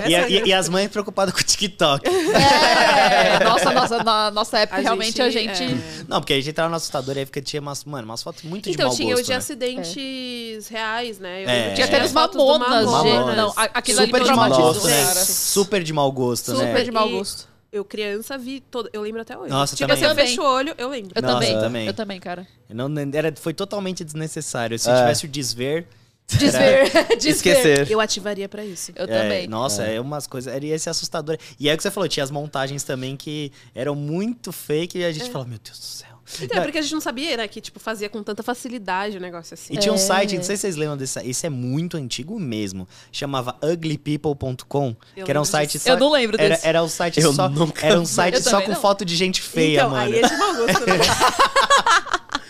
E,
é a
a- e- e as mães preocupadas com o TikTok.
É, nossa, nossa, na nossa época,
A
realmente,
gente-
a gente...
é.
Não, porque a gente entrava no assustador e aí fica, tinha umas, mano, umas fotos muito de
Então
mau
tinha
gosto,
o de
né?
acidentes reais, né? Eu
É.
lembro que
Tinha até
era
os
fotos do
mamonas, gente.
Mamonas.
Não, a- aquilo ali
Super
me
de mau
traumatizou,
gosto, né?
cara.
Super de mau gosto,
Super
né?
de mau
E-
gosto.
Eu criança vi todo, eu lembro até hoje.
Nossa,
tipo,
também.
assim, eu
Também.
fecho o olho, eu lembro.
Eu
Nossa,
também,
também.
Eu também, cara.
Não, era, foi totalmente desnecessário. Se
É.
tivesse o desver.
Desver, desver.
Esquecer.
Eu ativaria pra isso.
Eu
é,
também.
nossa, é. umas coisas. Era esse assustador. E é o que você falou, tinha as montagens também que eram muito fake e a gente falava, meu Deus do céu.
É. Então, é porque a gente não sabia, né, que tipo fazia com tanta facilidade o negócio assim.
E tinha um site, não sei se vocês lembram desse site, esse é muito antigo mesmo. Chamava uglypeople.com,
Eu
que era um
lembro
site
disso.
só.
Eu não lembro
era,
desse.
era um site
Eu
só.
nunca
era um site
Eu
só
também
com
não.
foto de gente feia,
então,
mano.
aí é de mau gosto, né?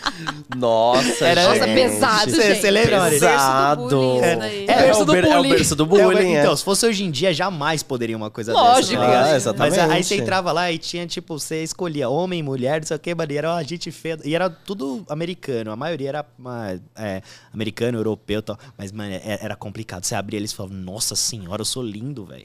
Nossa,
Era-
gente.
Nossa, pesado,
Cê-
gente.
cê lembra, Mari?
Berço do bullying, isso
Pesado.
daí.
É,
Berço
o
do
ber- é o
bullying.
berço do
É,
bullying.
então, se fosse hoje em dia, jamais poderia uma coisa
Lógico.
dessa. tá ligado?
Ah,
Mas
exatamente.
a- aí você entrava lá e tinha, tipo, você escolhia homem, mulher, não sei o que, mano, e era uma gente feia. E era tudo americano, a maioria era uma, é, americano, europeu e tal. Mas, mano, é- era complicado. Você abria eles e falava, nossa senhora, eu sou lindo, velho.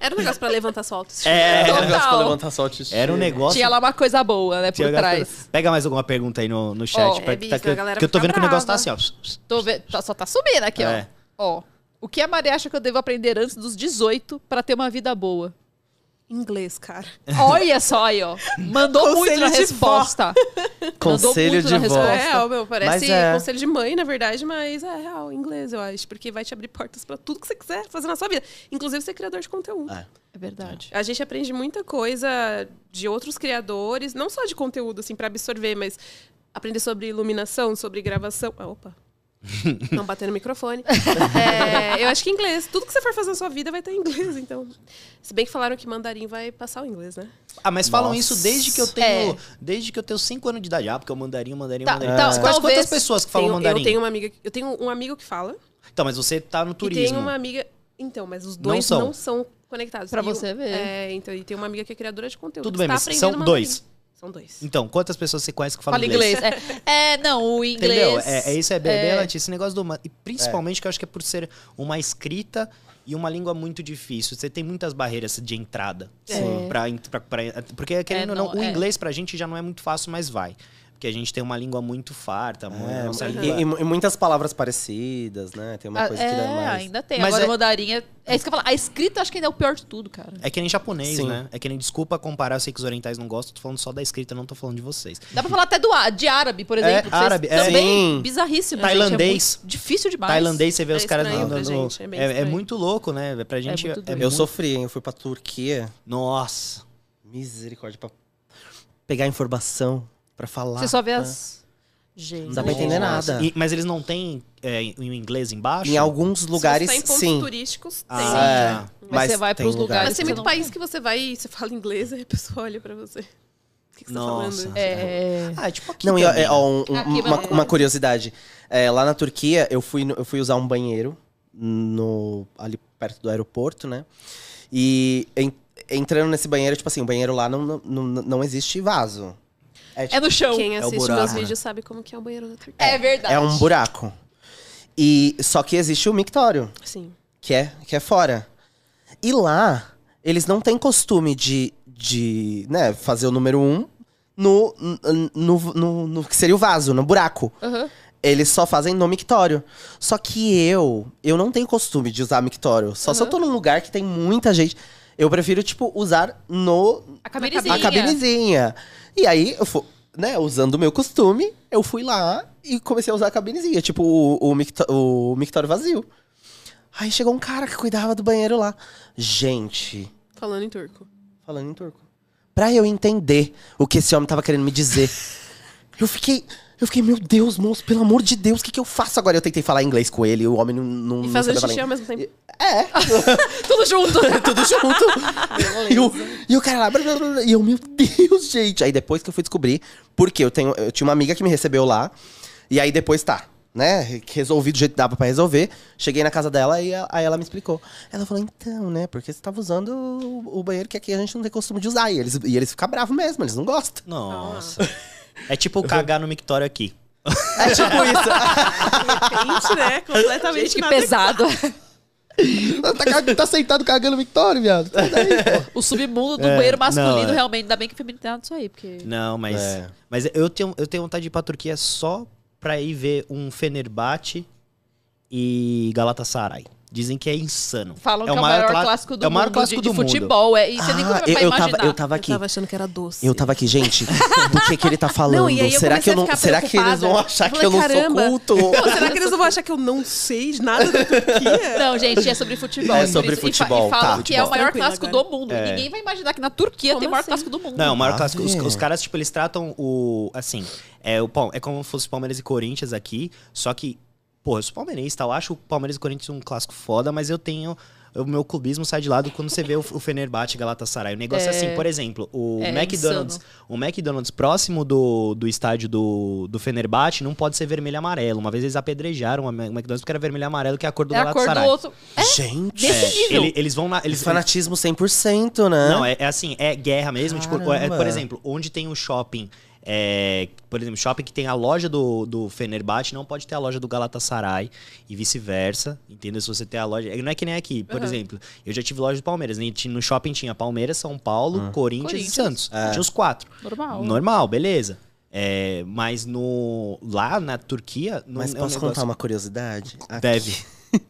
Era um negócio pra levantar sua autoestima.
É,
Era um negócio pra
Total.
levantar só o autoestima.
era um negócio...
Tinha lá uma coisa boa, né,
Tinha
por
uma galera
trás.
falando. Pega mais alguma pergunta aí no, no chat.
Ó,
pra-
é,
tá-
bicho,
que,
a galera
que eu tô
fica
vendo que o negócio tá assim,
brava.
ó.
Tô ve- tá- só tá subindo aqui,
É.
ó. Ó. O que a Maria acha que eu devo aprender antes dos 18 pra ter uma vida boa?
Inglês, cara.
Olha só aí, ó. Mandou muito
Conselho
na
de
resposta.
Conselho
muito na
de
resposta.
vó.
É real, meu.
Mas
Parece
é.
conselho de mãe, na verdade, mas é real, inglês, eu acho. Porque vai te abrir portas pra tudo que você quiser fazer na sua vida. Inclusive ser criador de conteúdo.
Ah.
É verdade.
A gente aprende muita coisa de outros criadores, não só de conteúdo, assim, pra absorver, mas aprender sobre iluminação, sobre gravação. Ah, opa! Não bater no microfone. É, eu acho que inglês. Tudo que você for fazer na sua vida vai ter inglês, então. Se bem que falaram que mandarim vai passar o inglês, né?
Ah, mas falam
Nossa.
isso desde que eu tenho.
É.
Desde que eu tenho 5 anos de idade. Ah, porque eu mandarim, mandarim,
Tá,
mandarim.
tá,
Mas quais-
talvez
quantas pessoas que falam
então, Tenho-
mandarim?
Eu tenho uma amiga. Eu tenho um amigo que fala.
Então, mas você tá no
E
turismo.
tem uma amiga. Então, mas os
Não
dois não
são.
são, conectados.
Pra
E o-
você ver.
É, então, e tem uma amiga que é criadora de conteúdo.
Tudo
que
bem,
está
mas
aprendendo
são
mandarim.
dois.
São dois.
Então, quantas pessoas você conhece que falam
Fala inglês. É. É, não, o inglês.
Entendeu? É, é isso, é bem,
é.
bem latim, Esse negócio do. ma- E principalmente que eu acho que é por ser uma escrita e uma língua muito difícil. Você tem muitas barreiras de entrada.
Sim.
Pra, en- pra- pra- porque, querendo ou não,
não,
o
é.
inglês pra gente já não é muito fácil, mas vai. Porque a gente tem uma língua muito farta, mano. a nossa
É,
língua-
e, e- e muitas palavras parecidas, né? Tem uma
Ah,
coisa
é,
que dá mais.
ainda tem.
Mas
Agora
é-
o mandarim é... É isso que eu falo. A escrita eu acho que ainda é o pior de tudo, cara.
É que nem japonês,
Sim.
né? É que nem desculpa comparar, eu sei que os orientais não gostam, tô falando só da escrita, não tô falando de vocês.
Dá pra falar até do, á- de árabe, por exemplo. que vocês
árabe, é.
Também
Sim.
bizarríssimo.
Tailandês.
gente, é muito difícil demais.
Tailandês, você vê
É
os caras
estranho
no,
pra
no-
gente, é bem
é, é
estranho.
muito louco, né? Pra gente
muito doido.
Eu sofri, hein? Eu fui pra Turquia.
Nossa.
Misericórdia, pra pegar informação, pra falar.
Você só vê
né?
as... Gente.
Não dá pra entender nada.
E- mas eles não têm é, em inglês embaixo?
Em alguns lugares,
Se você tá em pontos
sim.
turísticos,
Ah,
tem.
É,
Sim.
né? Mas você vai
tem
pros lugares
Mas tem
você
muito
não-
país que você vai e você fala inglês, aí a pessoa olha pra você. O que, que você
Nossa.
tá falando?
É...
Ah, é tipo aqui
Não, e, ó,
também,
é,
né?
ó, um- um-
Aqui,
uma,
mas-
uma curiosidade. É, lá na Turquia, eu fui, no- eu fui usar um banheiro no, ali perto do aeroporto, né? E en- entrando nesse banheiro, tipo assim, o banheiro lá não, não, não, não existe vaso. tipo,
É no chão.
Quem
É o
assiste
buraco,
meus
né?
vídeos sabe como que é o banheiro da Turquia.
É verdade.
É um buraco. E só que existe o mictório,
Sim.
que é, que é fora. E lá, eles não têm costume de, de né, fazer o número um no, no, no, no- no que seria o vaso, no buraco.
Aham.
Eles só fazem no mictório. Só que eu, eu não tenho costume de usar mictório. Só se eu tô num lugar que tem muita gente. Eu prefiro, tipo, usar no,
A cabinezinha.
a cabinezinha. E aí, eu fu- né, usando o meu costume, eu fui lá e comecei a usar a cabinezinha, tipo o, o, micto- o mictório vazio. Aí chegou um cara que cuidava do banheiro lá. Gente,
Falando em turco.
falando em turco. Pra eu entender o que esse homem tava querendo me dizer. eu fiquei. Eu fiquei, meu Deus, moço, pelo amor de Deus, o que, que eu faço agora? Eu tentei falar inglês com ele, o homem não. não
E
não
fazendo
sabia falar
xixi ao mesmo tempo.
É.
Tudo junto.
tudo junto. e, o, e o cara lá. blá, blá, blá, E eu, meu Deus, gente. Aí depois que eu fui descobrir, porque eu, tenho, eu tinha uma amiga que me recebeu lá. E aí depois tá, né? Resolvi do jeito que dava pra resolver. Cheguei na casa dela e a- aí ela me explicou. Ela falou, então, né? Porque você tava usando o, o banheiro que aqui a gente não tem costume de usar. E eles, e eles ficam bravos mesmo, eles não gostam.
Nossa. É tipo cagar no mictório aqui.
É tipo isso.
Gente, né? Completamente
Gente, que
nada-
pesado.
tá, ca- tá sentado cagando Victório, viado.
O submundo do
É,
banheiro masculino,
não, é.
realmente. Ainda bem que o feminino tem nada disso aí, porque...
Não, mas.
É.
Mas eu tenho, eu tenho vontade de ir pra Turquia só pra ir ver um Fenerbahçe e Galatasaray. Dizem que é insano.
Falam que é o
maior
maior
cla-
clássico do
é o maior
mundo
clássico
de,
do
de
mundo.
futebol. É, e você nem
Ah,
compra pra
eu, eu,
imaginar.
tava, eu tava aqui.
Eu tava achando que era doce.
Eu tava aqui, gente, do que que ele tá falando?
Não, e aí eu
será que eu
comecei a ficar
não, será que eles vão
preocupada.
achar que
Falei,
eu não
"Caramba."
sou culto?
Pô, será que eles não vão achar que eu não sei de nada da Turquia?
Não, gente, é sobre futebol.
É
por
sobre
isso- e fa-
futebol,
E, falam
tá,
que é o maior
Tranquilo
clássico
agora.
do mundo. Ninguém vai imaginar que na Turquia
Como
tem o maior
assim?
clássico do mundo.
Não, o maior
Ah,
clássico. Os,
é.
os caras, tipo, eles tratam o. Assim, é, o, Pal- é como se fosse Palmeiras e Corinthians aqui, só que. Porra, eu sou palmeirense, tá? Eu acho o Palmeiras e Corinthians um clássico foda, mas eu tenho. O meu clubismo sai de lado quando você vê o, o Fenerbahçe e Galatasaray. O negócio é, assim, por exemplo, o
É
McDonald's. O McDonald's próximo do, do estádio do, do Fenerbahçe não pode ser vermelho e amarelo. Uma vez eles apedrejaram o McDonald's porque era vermelho e amarelo, que é a cor do
É a cor do
Galatasaray.
outro.
Gente,
Desse
É,
nível.
ele- eles vão na. Eles,
fanatismo 100%, né?
não, é, é assim, é guerra mesmo. Tipo, é-
Caramba.
por exemplo, onde tem um shopping. é, por exemplo, shopping que tem a loja do, do Fenerbahçe, não pode ter a loja do Galatasaray e vice-versa. Entendeu? Se você tem a loja. Não é que nem aqui, por
Aham.
exemplo. Eu já tive loja do Palmeiras. né? No shopping tinha Palmeiras, São Paulo, Corinthians,
Corinthians. Ah,
e Santos.
É.
Tinha os quatro.
Normal.
Normal, beleza. É, mas no lá na Turquia. Não
Mas
é um
posso
negócio-
contar uma curiosidade? Aqui-
Deve.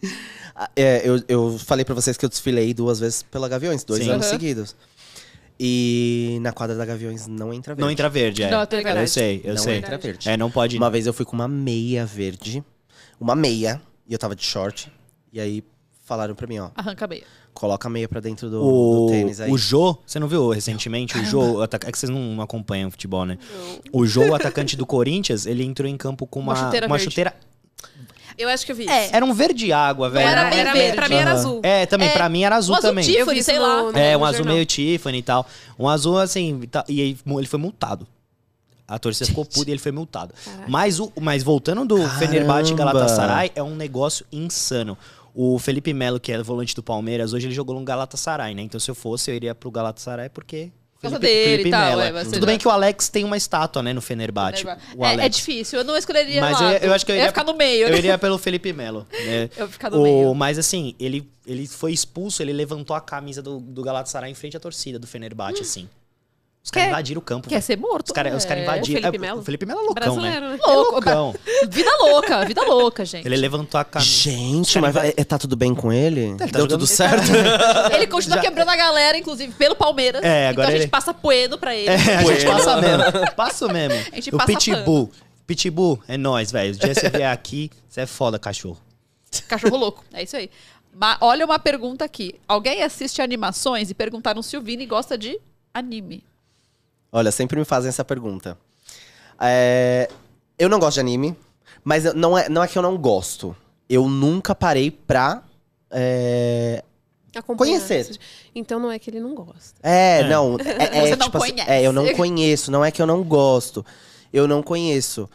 Ah, é, eu, eu falei pra vocês que eu desfilei duas vezes pela Gaviões, dois
Sim.
anos
Aham.
seguidos. E na quadra da Gaviões não entra verde.
Não entra verde, é.
Não, tô ligada.
eu sei, eu
Não
sei.
entra verde.
É, não pode.
Uma vez eu fui com uma meia verde, uma meia, e eu tava de short. E aí falaram pra mim, ó,
Arranca a meia.
coloca a meia pra dentro do,
O,
do tênis aí.
o Jô, você não viu recentemente? O Jô, o ataca- é que vocês não acompanham o futebol, né? O Jô, o atacante do Corinthians, ele entrou em campo com uma,
Uma
uma
chuteira
chuteira.
verde.
Eu acho que eu vi.
É.
isso.
Era um verde água, velho.
Era bem
era,
verde.
Pra mim era
Aham.
azul.
É, também,
É,
pra mim era azul,
um azul
também.
Tiffany,
Eu vi isso
sei
no-
lá.
no-
É, um azul
jornal.
meio Tiffany e tal. Um azul assim, e tal. e aí, mu- ele foi multado. A torcida ficou puta e ele foi multado. Mas, o, mas voltando do
Caramba.
Fenerbahçe e Galatasaray, é um negócio insano. O Felipe Melo, que é volante do Palmeiras, hoje ele jogou no Galatasaray, né? Então se eu fosse, eu iria pro Galatasaray porque...
causa dele e tal,
Melo,
é, vai ser
Tudo
da-
bem que o Alex tem uma estátua, né, no Fenerbahçe. O
É,
Alex.
é difícil, eu não escolheria
Mas
um
eu-
lado.
eu acho que eu
ia
iria-
ficar no meio.
Eu iria pelo Felipe Melo, né?
Eu ia ficar no meio.
O, mas assim, ele, ele foi expulso, ele levantou a camisa do, do Galatasaray em frente à torcida do Fenerbahçe, assim. Os caras
Quer-
invadiram o campo.
Quer
velho.
ser morto.
Os caras os cara
É.
invadiram.
O Felipe Melo?
o Felipe Melo é loucão, né?
Brasileiro, né?
é
Louco.
Loucão.
Vida louca, vida louca, gente.
Ele
Ele,
levantou a camisa. Tá
Gente, mas vai- é- tá tudo bem com ele? Deu
jogando-
tudo certo? é-
continua quebrando a galera, inclusive, pelo Palmeiras.
É,
então
agora
a gente
ele-
passa poeno pra ele.
É, a gente
Bueno.
passa mesmo. Passa mesmo.
A gente
o
passa
Pitbull. Pitbull, é nóis, velho. O dia que você vier aqui, você é foda, cachorro.
Cachorro louco. É isso aí. Ma- olha uma pergunta aqui. Alguém assiste animações e perguntaram se o Vini gosta de anime.
Olha, sempre me fazem essa pergunta. É, eu não gosto de anime, mas eu- não é, não é que eu não gosto. Eu nunca parei pra. É,
Acompanhar.
Conhecer.
Então não é que ele não gosta.
é, não. É, é,
Você não
tipo assim,
conhece.
é, eu não conheço. Não é que eu não gosto. Eu não conheço.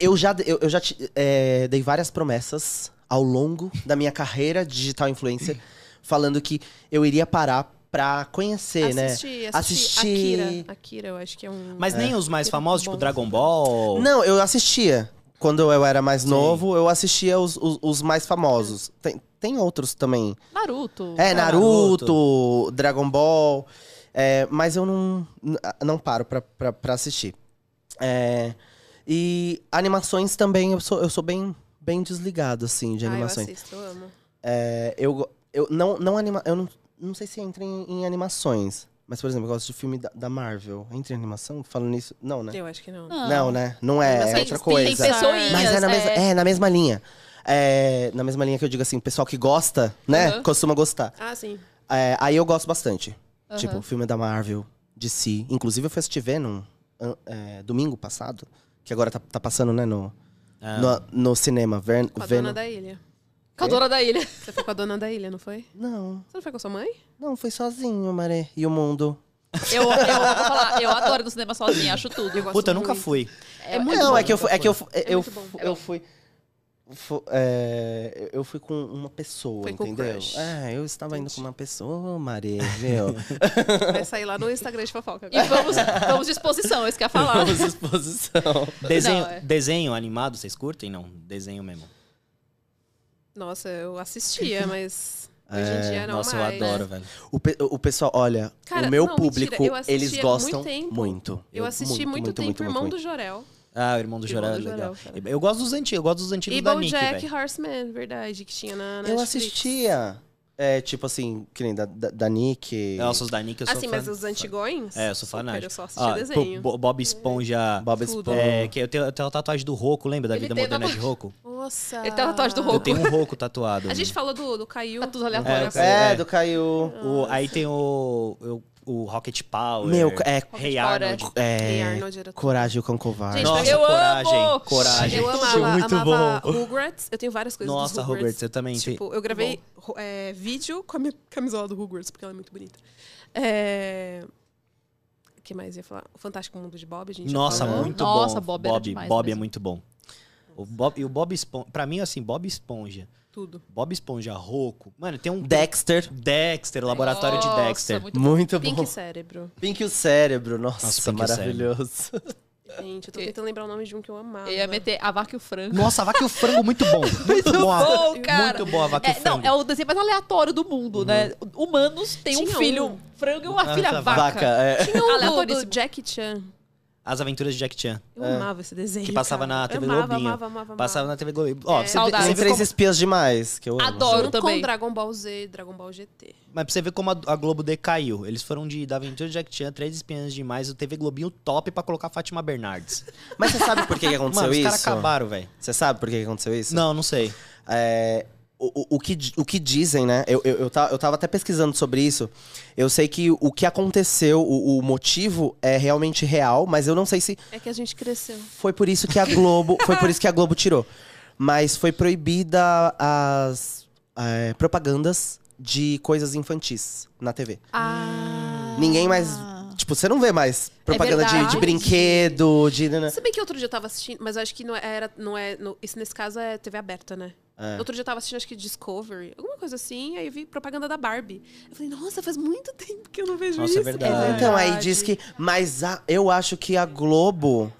Eu já, de- eu, eu já te- é, dei várias promessas ao longo da minha carreira de digital influencer, falando que eu iria parar pra conhecer, né?
Assistir, assistir.
Assistir.
Akira. Akira, eu acho que é um.
Mas nem os mais
Ele é
famosos, tipo
bom.
Dragon Ball.
Não, eu assistia. Quando eu era mais novo, eu assistia os, os, os mais famosos. Tem, tem outros também.
Naruto.
É,
Ah,
Naruto,
Naruto.
Dragon Ball. É, mas eu não, n- não paro pra, pra, pra assistir. É, e animações também, eu sou, eu sou bem, bem desligado, assim, de
Ah,
animações.
Eu assisto, eu amo.
É, eu, go- eu não, não anima, eu não, não sei se entra em, em animações, Mas, por exemplo, eu gosto de filme da, da Marvel. Entre animação? Falando nisso. Não, né?
Eu acho que não.
Não.
Não, né? Não é,
Mas
é
tem-
outra
Ah. Tem
coisa.
pessoinhas,
Mas é na, mesma,
é.
é na mesma linha. É, na mesma linha que eu digo assim, o pessoal que gosta, né?
Uhum.
Costuma gostar.
Ah, sim.
É, aí eu gosto bastante.
Aham.
Tipo, filme da Marvel, DC. Inclusive, eu fui assistir Venom an- é, domingo passado. Que agora tá, tá passando, né, no, no, no cinema. Ven
Com a
Venom.
dona da ilha.
Com a dona da ilha.
Você foi com a dona da ilha, não foi?
Não,
Você não foi com a sua mãe?
não, foi sozinho, Maré. E o mundo.
Eu, eu vou falar, eu adoro ir no cinema sozinha, acho tudo.
gosto
Puta, eu nunca fui.
É
É,
muito
não,
bom.
é que eu fui. É que eu, fu- eu,
muito bom.
fu- eu fui. fu- é, eu fui com uma pessoa,
Foi com o
entendeu?
crush.
É, eu estava indo com uma pessoa, Maré, viu?
Vai sair lá no Instagram de fofoca.
E vamos, vamos de exposição, é isso que eu ia falar.
Vamos exposição.
Desenho,
é.
desenho animado, vocês curtem? Não, desenho mesmo.
Nossa, eu assistia, mas hoje em dia não
É, Nossa,
mais.
eu adoro, velho.
O, pe- o pessoal, olha,
Cara,
o meu
não,
público,
mentira, eu assisti
eles
há muito
gostam
tempo.
muito.
Eu assisti muito, tempo Irmão do Jorel.
Ah, o Irmão do
Irmão
Jorel é
do Jorel,
legal.
cara.
eu gosto dos antigos, eu gosto dos antigos
E
da Nick,
Bojack
velho.
Horseman, verdade, que tinha na
Eu
Netflix.
assistia. É, tipo assim, que nem da, da, da Nick.
Nossa, os da Nick eu sou
Assim,
fã.
mas os antigões?
É, eu sou
Super,
fanático.
Eu só assistia
Ah,
desenho.
pô, Bo- Bob Esponja.
Bob
Tudo.
Esponja.
É, que eu tenho, eu tenho a tatuagem do Roco, lembra? Da
Ele
vida
tem
moderna
uma-
de Roco?
Nossa.
Ele tem uma tatuagem do Roku.
Eu tenho um Roco tatuado.
A gente falou do, do Caiu.
Tá tudo aleatório.
É,
assim.
É,
É.
do Caio.
O- aí tem o, eu- o Rocket Power.
Meu, é.
Rei
Rocket Power,
Arnold.
Ei,
é
Arnold era
coragem com covarde.
Gente,
Nossa,
eu
coragem.
amo!
Coragem.
Eu amava, amava Rugrats. Eu tenho várias coisas
é Nossa,
dos Rugrats.
Rugrats, eu também tenho.
Tipo, eu gravei ro- é, vídeo com a minha camisola do Rugrats, porque ela é muito bonita. É... O que mais eu ia falar? O Fantástico Mundo de Bob, a gente já
Nossa,
falou.
muito
Nossa,
bom.
Bob era
Bob,
demais
Bob é
mesmo.
muito bom. O Bob, e o Bob Esponja. Pra mim, assim, Bob Esponja.
Tudo.
Bob Esponja, Roco. Mano, tem um.
Dexter.
Dexter, o laboratório
Nossa,
de Dexter.
muito
Muito bom.
Pink
Pink,
Cérebro.
o Cérebro. Nossa,
Nossa, Pink o Cérebro.
maravilhoso.
Gente, eu tô
E-
tentando lembrar o nome de um que eu amava.
Eu ia meter a vaca e o frango.
Nossa, a vaca e o frango, muito bom. Muito boa.
bom, cara.
Muito boa a vaca e o
É, não,
frango. Uhum.
é o desenho mais aleatório do mundo, né? Humanos têm um
Tinha
filho
um.
frango e uma
Ah,
filha
essa
vaca.
Vaca, é.
Tinha um do, do
Aleatoríssimo.
Jack Chan.
As Aventuras de Jack Chan.
Eu amava esse desenho.
É. Que passava
cara.
na TV
amava,
Globinho.
Amava, amava, amava.
Passava na TV Globo. Ó, você
É,
vê, você
saudades.
Sem
vê
três
como,
espias demais, que eu amo.
Adoro.
Junto
também.
com Dragon Ball Z, Dragon Ball GT.
mas pra você ver como a, a Globo decaiu. Eles foram de Da Aventura de Jack Chan, Três Espiãs Demais, o TV Globinho top pra colocar a Fátima Bernardes.
Mas você sabe por que, que aconteceu
Mano, os caras
isso?
acabaram, velho.
Você sabe por que, que aconteceu isso?
Não, não sei.
É, o, o- o que, di- o que dizem, né? Eu, eu, eu, ta- eu tava até pesquisando sobre isso. Eu sei que o que aconteceu, o, o motivo é realmente real, mas eu não sei se
É que a gente cresceu.
foi por isso que a Globo. foi por isso que a Globo tirou. Mas foi proibida as é, propagandas de coisas infantis na TV.
Ah.
Ninguém mais. Tipo, você não vê mais propaganda de- de,
verdade.
brinquedo, de. né,
Se bem que outro dia eu tava assistindo, mas eu acho que não era. Não é, no- isso nesse caso é TV aberta, né? Outro dia eu tava assistindo, acho que Discovery, alguma coisa assim, aí eu vi propaganda da Barbie. Eu falei, nossa, faz muito tempo que eu não vejo
Nossa, é
isso.
verdade.
cara.
Então, aí diz que. Mas a- eu acho que a Globo.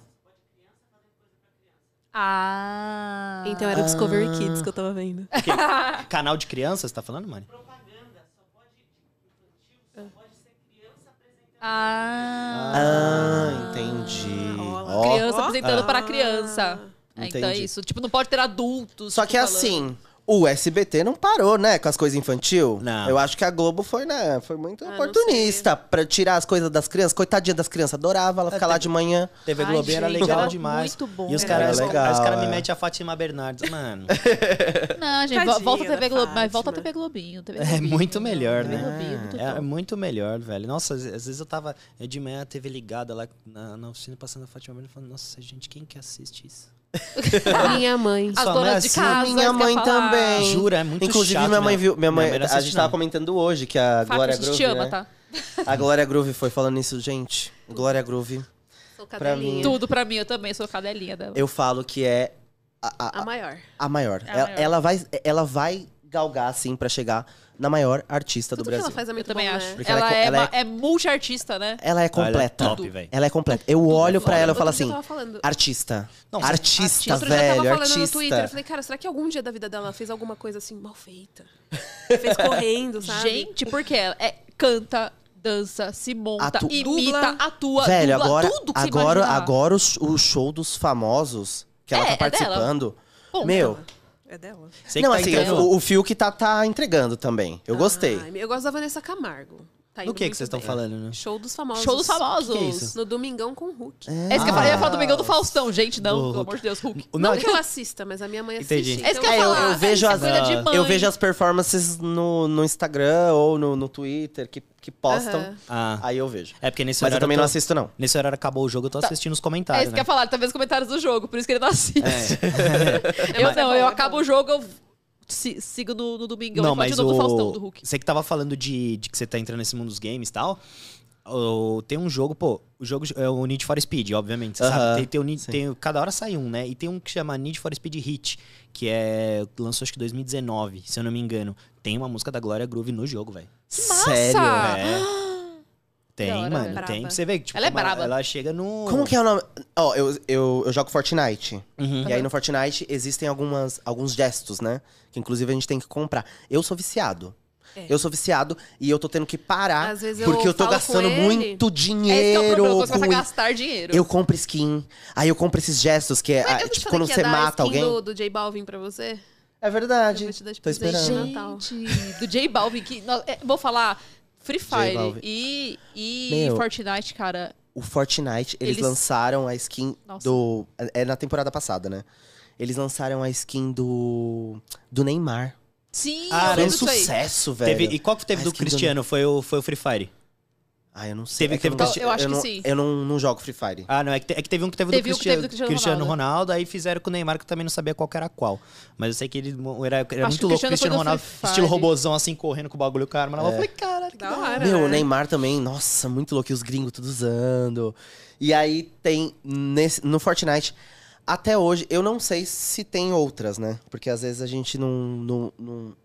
Ah.
Então era o Discovery Kids que eu tava vendo.
Canal de crianças, tá falando, mano?
Ah.
Ah, entendi.
olha.
Ó.
Criança
Ó.
apresentando
Ah.
para criança. É, então é
Entendi.
isso. Tipo, não pode ter adultos. tipo,
Só que
é
falando.
assim, o SBT não parou, né, com as coisas infantil.
Não.
Eu acho que a Globo foi, né, foi muito
não
oportunista pra tirar as coisas das crianças. Coitadinha das crianças,
É,
adorava ela ficar
tá
lá de manhã.
TV
Ai,
Globinho era
gente,
legal
era
demais.
muito bom.
E os
Era
caras
legal,
os caras me
é.
metem a Fátima Bernardes. Mano,
Não, gente,
Tadinha
volta a
da
TV Globinho. Mas
Fátima.
volta a TV Globinho. TV
é
Globinho,
muito melhor,
TV
né?
Globinho, muito
É
bom.
muito melhor, velho. Nossa, às às vezes eu tava eu de manhã, a TV ligada lá na, na oficina, passando a Fátima Bernardes, falando, nossa, gente, quem que assiste isso?
Minha mãe.
As
Sua
donas
mãe
de
assina,
casa.
minha
isso que eu ia
mãe
falar.
também. Sim.
Jura, é muito
Inclusive,
chato,
minha mãe
né?
viu. Minha mãe,
não
a
assiste,
gente tava
não.
comentando hoje que a
Fátima,
é
Glória
a gente
Groove.
te ama,
né?
tá?
A Glória Groove foi falando isso, gente. Glória Groove.
Sou
pra mim.
cadelinha.
Tudo pra mim, eu também sou cadelinha dela.
Eu falo que é a- a-
A maior.
A maior.
A
ela,
maior.
ela vai, ela vai galgar, assim, pra chegar na maior artista
Tudo
do
que ela
Brasil.
faz é
Eu
muito
também
bom,
acho.
né?
Porque
Ela,
ela é
é,
co- ela
ma- é multi-artista, né?
Ela é completa.
Ela é top, velho.
Ela é completa. Eu olho pra
Olha,
ela e
outro
falo
dia
assim,
eu tava falando-
artista.
Não,
artista,
Outro dia eu tava
velho,
falando
artista.
no Twitter, eu falei, cara, será que algum dia da vida dela ela fez alguma coisa assim mal feita? fez correndo, sabe?
Gente, porque ela é, canta, dança, se monta,
Atu-
imita,
Dubla.
atua,
velho,
dubla,
agora,
tudo que
agora,
você imaginar.
agora o, sh- o show dos famosos que ela
É,
tá
é dela.
participando.
Ponto.
Meu,
É dela.
Sei que
não,
tá
assim,
entrando-
o, o Fiuk tá, tá entregando também. Eu gostei.
Ai, eu gosto da Vanessa Camargo. Tá
Do
indo
é
que, que
muito
vocês estão
bem.
falando, né?
Show dos famosos.
Show dos famosos.
Que que é isso?
No Domingão com o Hulk.
É isso que eu falei, eu ia falar
Ah.
Domingão do Faustão. Gente, não,
Do
pelo
Hulk.
amor de Deus, Hulk.
Não
é
que eu assista, mas a minha mãe
Entendi.
assiste.
É isso que eu
então-
ia
eu,
falar.
eu vejo
Isso é
as,
coisa de mãe.
eu vejo as performances no, no Instagram ou no, no Twitter que, que postam.
Aham.
Ah,
Aí eu vejo.
é porque nesse
Mas eu
horário.
também
eu tô-
não Tá. assisto, não.
Nesse horário acabou o jogo, eu tô assistindo os
É
comentários.
isso que eu
né?
ia falar, ele tá vendo os comentários do jogo, por isso que ele não assiste. eu
Mas é
não,
bom,
eu
é
acabo
bom.
o jogo, eu si- sigo no, no Domingão.
Não,
eu falo de
mas
novo
o...
do Faustão, do Hulk.
Você que tava falando de, de que você tá entrando nesse mundo dos games e tal. o- tem um jogo, pô, o jogo é o Need for Speed, obviamente, você
Aham,
sabe. Tem, tem o Need-
sim.
tem o- cada hora sai um, né? E tem um que chama Need for Speed Hit, que é lançou acho que 2019, se eu não me engano. Tem uma música da Glória Groove no jogo, velho.
"Ah,
Sério?
Massa!
É. Tem,
Da hora,
mano,
velho.
tem.
Braba.
Você vê que tipo,
Ela é
como
braba.
ela chega no
Como que é o nome? Ó, eu, eu, eu jogo Fortnite.
Uhum.
E aí no Fortnite existem algumas, alguns gestos, né? Que inclusive a gente tem que comprar. Eu sou viciado.
É.
Eu sou viciado e eu tô tendo que parar.
Às vezes eu
porque eu tô
falo com
gastando
ele.
muito
Esse que é o
dinheiro.
problema, quando você começa a
com i-
gastar dinheiro.
eu compro skin. Aí eu compro esses gestos que é
Ué, eu
ah,
não te
tipo
falei
quando
que ia
você
dar a
mata
skin
alguém.
Do, do J Balvin pra você?
É verdade.
Eu vou te dar de
Tô
presente.
esperando.
Gente, Natal.
Gente, do J Balvin, que. no- é, vou falar, Free
J
Fire
Balvin.
e, e
Meu.
Fortnite, cara.
O Fortnite, eles,
Eles-
lançaram a skin
Nossa.
do. É na temporada passada, né? Eles lançaram a skin do. do Neymar.
Sim,
Ah,
eu
Foi um
lembro disso aí.
sucesso, velho.
Teve, e qual que teve
Ai,
do
que dano.
Cristiano? Foi o, foi o Free Fire.
Ah, eu não sei.
Teve-
É que eu
teve
não-
Cristi- Eu acho que
não-
sim.
Eu não, não jogo Free Fire.
Ah, não, é que, te- é que teve um que teve,
Teve
do
um que teve
Cristiano,
do Cristiano
Cristiano
Ronaldo.
Ronaldo. aí fizeram com o Neymar, que eu também não sabia qual que era qual. Mas eu sei que ele mo- era, era
Acho
muito
que o
louco,
Cristiano
o
foi
Cristiano
do
Ronaldo,
Free Fire.
estilo robozão, assim, correndo com o bagulho com a arma
É.
na mão. Eu falei, caralho, que
Da
da hora.
hora.
Meu, o
né?
Neymar também, nossa, muito louco. E os gringos tudo usando. E aí tem nesse, no Fortnite. Até hoje, eu não sei se tem outras, né? Porque às vezes a gente não. não, não-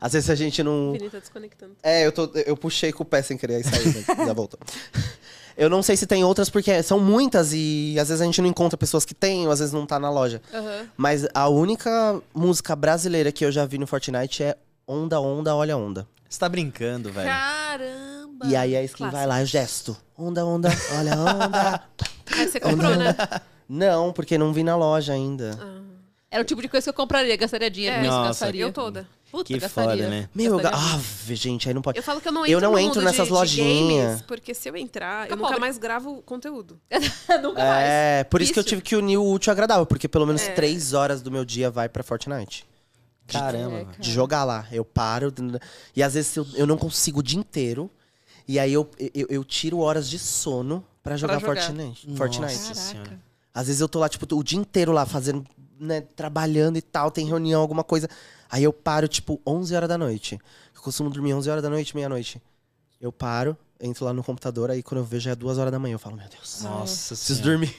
às vezes a gente não.
Vini tá desconectando.
É, eu, tô, eu puxei com o pé sem querer, aí saiu, né? já voltou. Eu não sei se tem outras, porque são muitas e às vezes a gente não encontra pessoas que têm, ou às vezes não tá na loja.
Aham.
Mas a única música brasileira que eu já vi no Fortnite é Onda, Onda, Olha Onda.
Você tá brincando,
É.
velho.
Caramba!
E aí a skin vai lá, eu gesto. Onda, onda, olha onda.
Mas você comprou, né?
não, porque não vi na loja ainda.
Era o tipo de coisa que eu compraria, gastaria dinheiro,
É.
mas
Nossa,
gastaria.
Eu toda.
Puta,
Que
gastaria.
foda, né?
Meu, eu ga-
Gastaria muito.
Ave, gente, aí não pode.
Eu falo que eu não
Eu
entro
não
no
entro
mundo
nessas
de,
lojinha.
de games, porque se eu entrar,
Fica
eu nunca
pobre.
mais gravo conteúdo.
Nunca mais.
É, por isso, que eu
Isso.
tive que unir o útil ao agradável, porque pelo menos
É.
três horas do meu dia vai pra Fortnite.
Caramba,
É,
velho.
cara.
de jogar lá. Eu paro e às vezes eu, eu não consigo o dia inteiro. E aí eu, eu, eu tiro horas de sono pra jogar,
jogar.
Fortnite. Fortnite.
Nossa senhora.
Caraca.
Às vezes eu tô lá, tipo, o dia inteiro lá fazendo, né, trabalhando e tal, tem reunião, alguma coisa. Aí eu paro, tipo, 11 horas da noite. Eu costumo dormir 11 horas da noite, meia-noite. Eu paro, entro lá no computador, aí quando eu vejo já é 2 horas da manhã, eu falo, meu Deus,
Nossa
preciso
senhora.
dormir.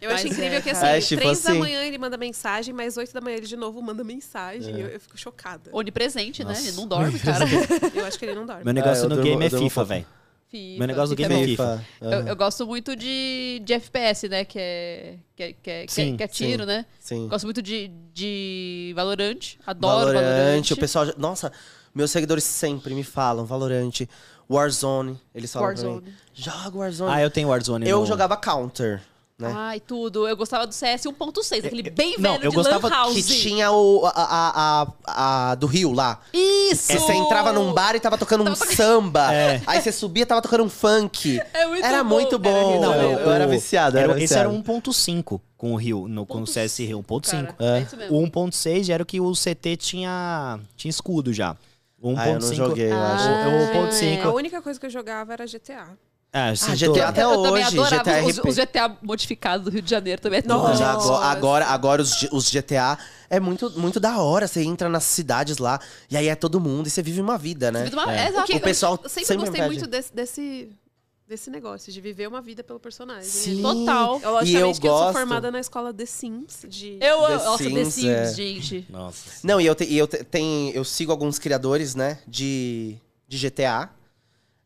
Eu
Mas
acho
é,
incrível que assim,
cara. É,
três
tipo
da
assim.
manhã ele manda mensagem, mas oito da manhã ele de novo manda mensagem. Eu, eu fico chocada.
Onipresente, né?
Nossa.
Ele não dorme, cara.
Eu acho que ele não dorme.
Meu negócio
Ah, eu
no
durmo-
game é
eu durmo
FIFA,
pouco.
velho.
FIFA,
Meu negócio do
FIFA
game é
bom.
FIFA.
Eu, eu gosto muito de, de FPS, né? Que é, que é, que é, que é-
Sim,
que é tiro, né?
Sim.
Gosto muito de, de Valorant. Adoro
Valorante,
Valorant.
o pessoal. já- Nossa, meus seguidores sempre me falam, Valorante. Warzone, eles falam pra
Warzone.
mim. Joga Warzone.
Ah, eu tenho Warzone.
eu
no-
jogava Counter, né?
Ai, tudo. Eu gostava do CS 1.6, aquele
eu-
bem velho
não, eu
de
gostava
Lan House.
que tinha o, a, a, a- a do Rio lá.
Isso!
É, Você entrava num bar e tava tocando um samba.
É.
Aí você subia e tava tocando um funk.
É muito
era
bom.
muito bom.
Não,
eu,
o-
eu era viciado, eu
era-
era
esse era
viciado.
1.5 com o Rio, no, com o CS Rio, 1.5.
Cara, é. isso mesmo.
O 1.6 era o que o CT tinha, tinha escudo já. O 1.5.
Ah, eu não joguei, eu acho.
O- o
É, A
1.5
única coisa que eu jogava era GTA.
Ah, eu sinto-
GTA até
eu também
hoje,
adorava
GTA
os,
RP.
os GTA modificados do Rio de Janeiro também. é
Nossa,
Nossa.
já agora, agora, agora os, G- os GTA é muito, muito da hora. Você entra nas cidades lá e aí é todo mundo e você vive uma vida, né?
É.
O que-
O pessoal
eu sempre,
sempre
gostei
pede.
muito desse, desse, desse negócio, de viver uma vida pelo personagem.
Sim.
Total.
Eu, logicamente,
E eu
que eu sou
gosto.
formada na escola The Sims. De...
Eu
The
amo. Nossa, The
Sims,
Sims,
é.
gente.
Nossa.
Não, e eu, te- e eu te- tem, eu sigo alguns criadores, né, de, de GTA.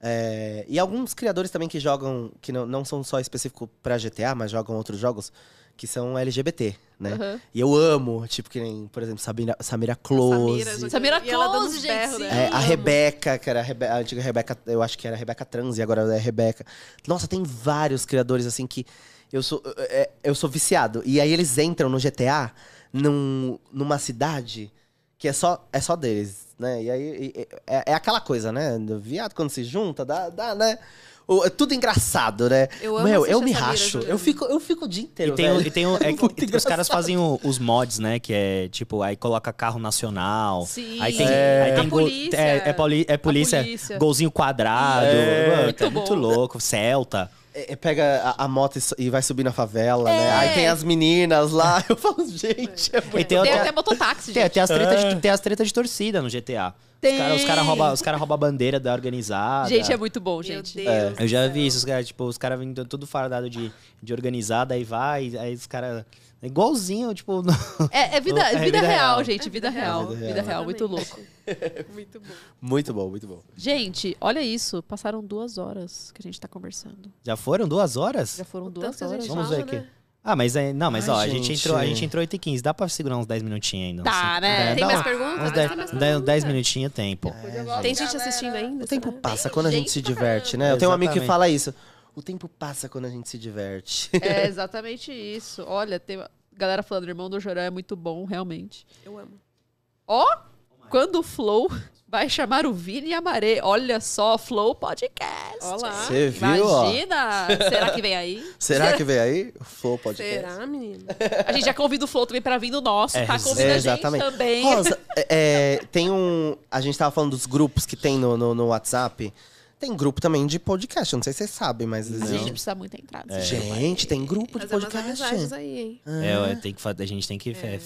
É, e alguns criadores também que jogam, que não, não são só específico pra GTA, mas jogam outros jogos, que são LGBT, né?
Aham.
E eu amo, tipo, que nem, por exemplo, Samira, Samira Close.
Samira, gente.
Samira
E ela dando
Close,
uns
gente.
berros,
sim.
né?
É, a
Amo.
Rebeca, que era a, Rebe- a antiga Rebeca, eu acho que era a Rebeca Trans e agora é a Rebeca. Nossa, tem vários criadores assim que eu sou, é, eu sou viciado. E aí eles entram no GTA num, numa cidade que é só, é só deles. né? E aí e- e- é, é aquela coisa, né? Viado quando se junta, dá, dá né? O- é tudo engraçado, né?
Eu amo
Meu,
assistir
eu me
essa mira,
racho.
juro.
Eu fico, eu fico o dia inteiro.
E tem, o-
velho.
e tem o- é que
Muito
os caras
engraçado.
fazem o- os mods, né? Que é tipo, aí coloca carro nacional.
Sim.
Aí tem,
É.
aí tem
A
gol-
polícia.
É, é, poli- é polícia,
polícia.
golzinho quadrado.
É.
Mano,
Muito
é muito
bom.
louco. Celta.
É, é, pega a, a moto e, so- e vai subir na favela,
É.
né? Aí tem as meninas lá. Eu falo, gente, é
E tem,
muito
Tem
até,
até mototáxi,
tem,
gente.
tem as tretas
É.
de, tem as tretas de torcida no GTA.
Tem.
Os caras cara roubam cara rouba a bandeira da organizada.
Gente, é muito bom,
Meu
gente.
Deus.
é,
Eu já vi isso, os caras, tipo, os caras vindo tudo fardado de, de organizada, aí vai, aí os caras. Igualzinho, tipo. no-
É, é vida,
É
vida,
vida
real,
real.
gente. Vida, real. Vida real, muito
Exatamente.
louco.
Muito bom.
Muito bom, muito bom.
Gente, olha isso. Passaram duas horas que a gente tá conversando.
Já foram duas horas?
Já foram
O tanto
duas
que a
horas.
gente
Vamos
fala,
ver aqui.
né?
Ah, mas é, não, mas
Ai,
ó, a gente
gente.
entrou, a gente entrou 8 e 15, dá pra segurar uns 10 minutinhos ainda.
Tá,
uns-
né?
dá-
Tem
É, dá
mais
uns-
perguntas?
Uns
Tem
10,
mais
10,
perguntas?
minutinhos tem, pô.
Tem gente assistindo ainda?
O tempo
será?
passa quando a gente se diverte, né? Eu tenho um amigo que fala isso. O tempo passa quando a gente se diverte.
É exatamente isso. Olha, tem galera falando, irmão do Jorão é muito bom, realmente.
Eu amo.
Ó, quando o Flow vai chamar o Vini e a Maré. Olha só, Flow Podcast.
Olá.
Você viu, ó?
Imagina! Será que vem aí?
Será que vem aí? O Flow podcast.
Será, menino?
A gente já convida o Flow também pra vir no nosso,
É,
tá? Convida a gente
exatamente.
também.
Rosa, é, é, tem um. A gente tava falando dos grupos que tem no, no, no WhatsApp. Tem grupo também de podcast. eu Não sei se vocês sabem, mas.
a
existe.
gente precisa muito entrar. nesse jogo.
É. Gente, tem grupo de
É. Fazer umas
podcast. Ah,
amizades né? aí, hein?
É, ó, tem que fa- a gente tem que é,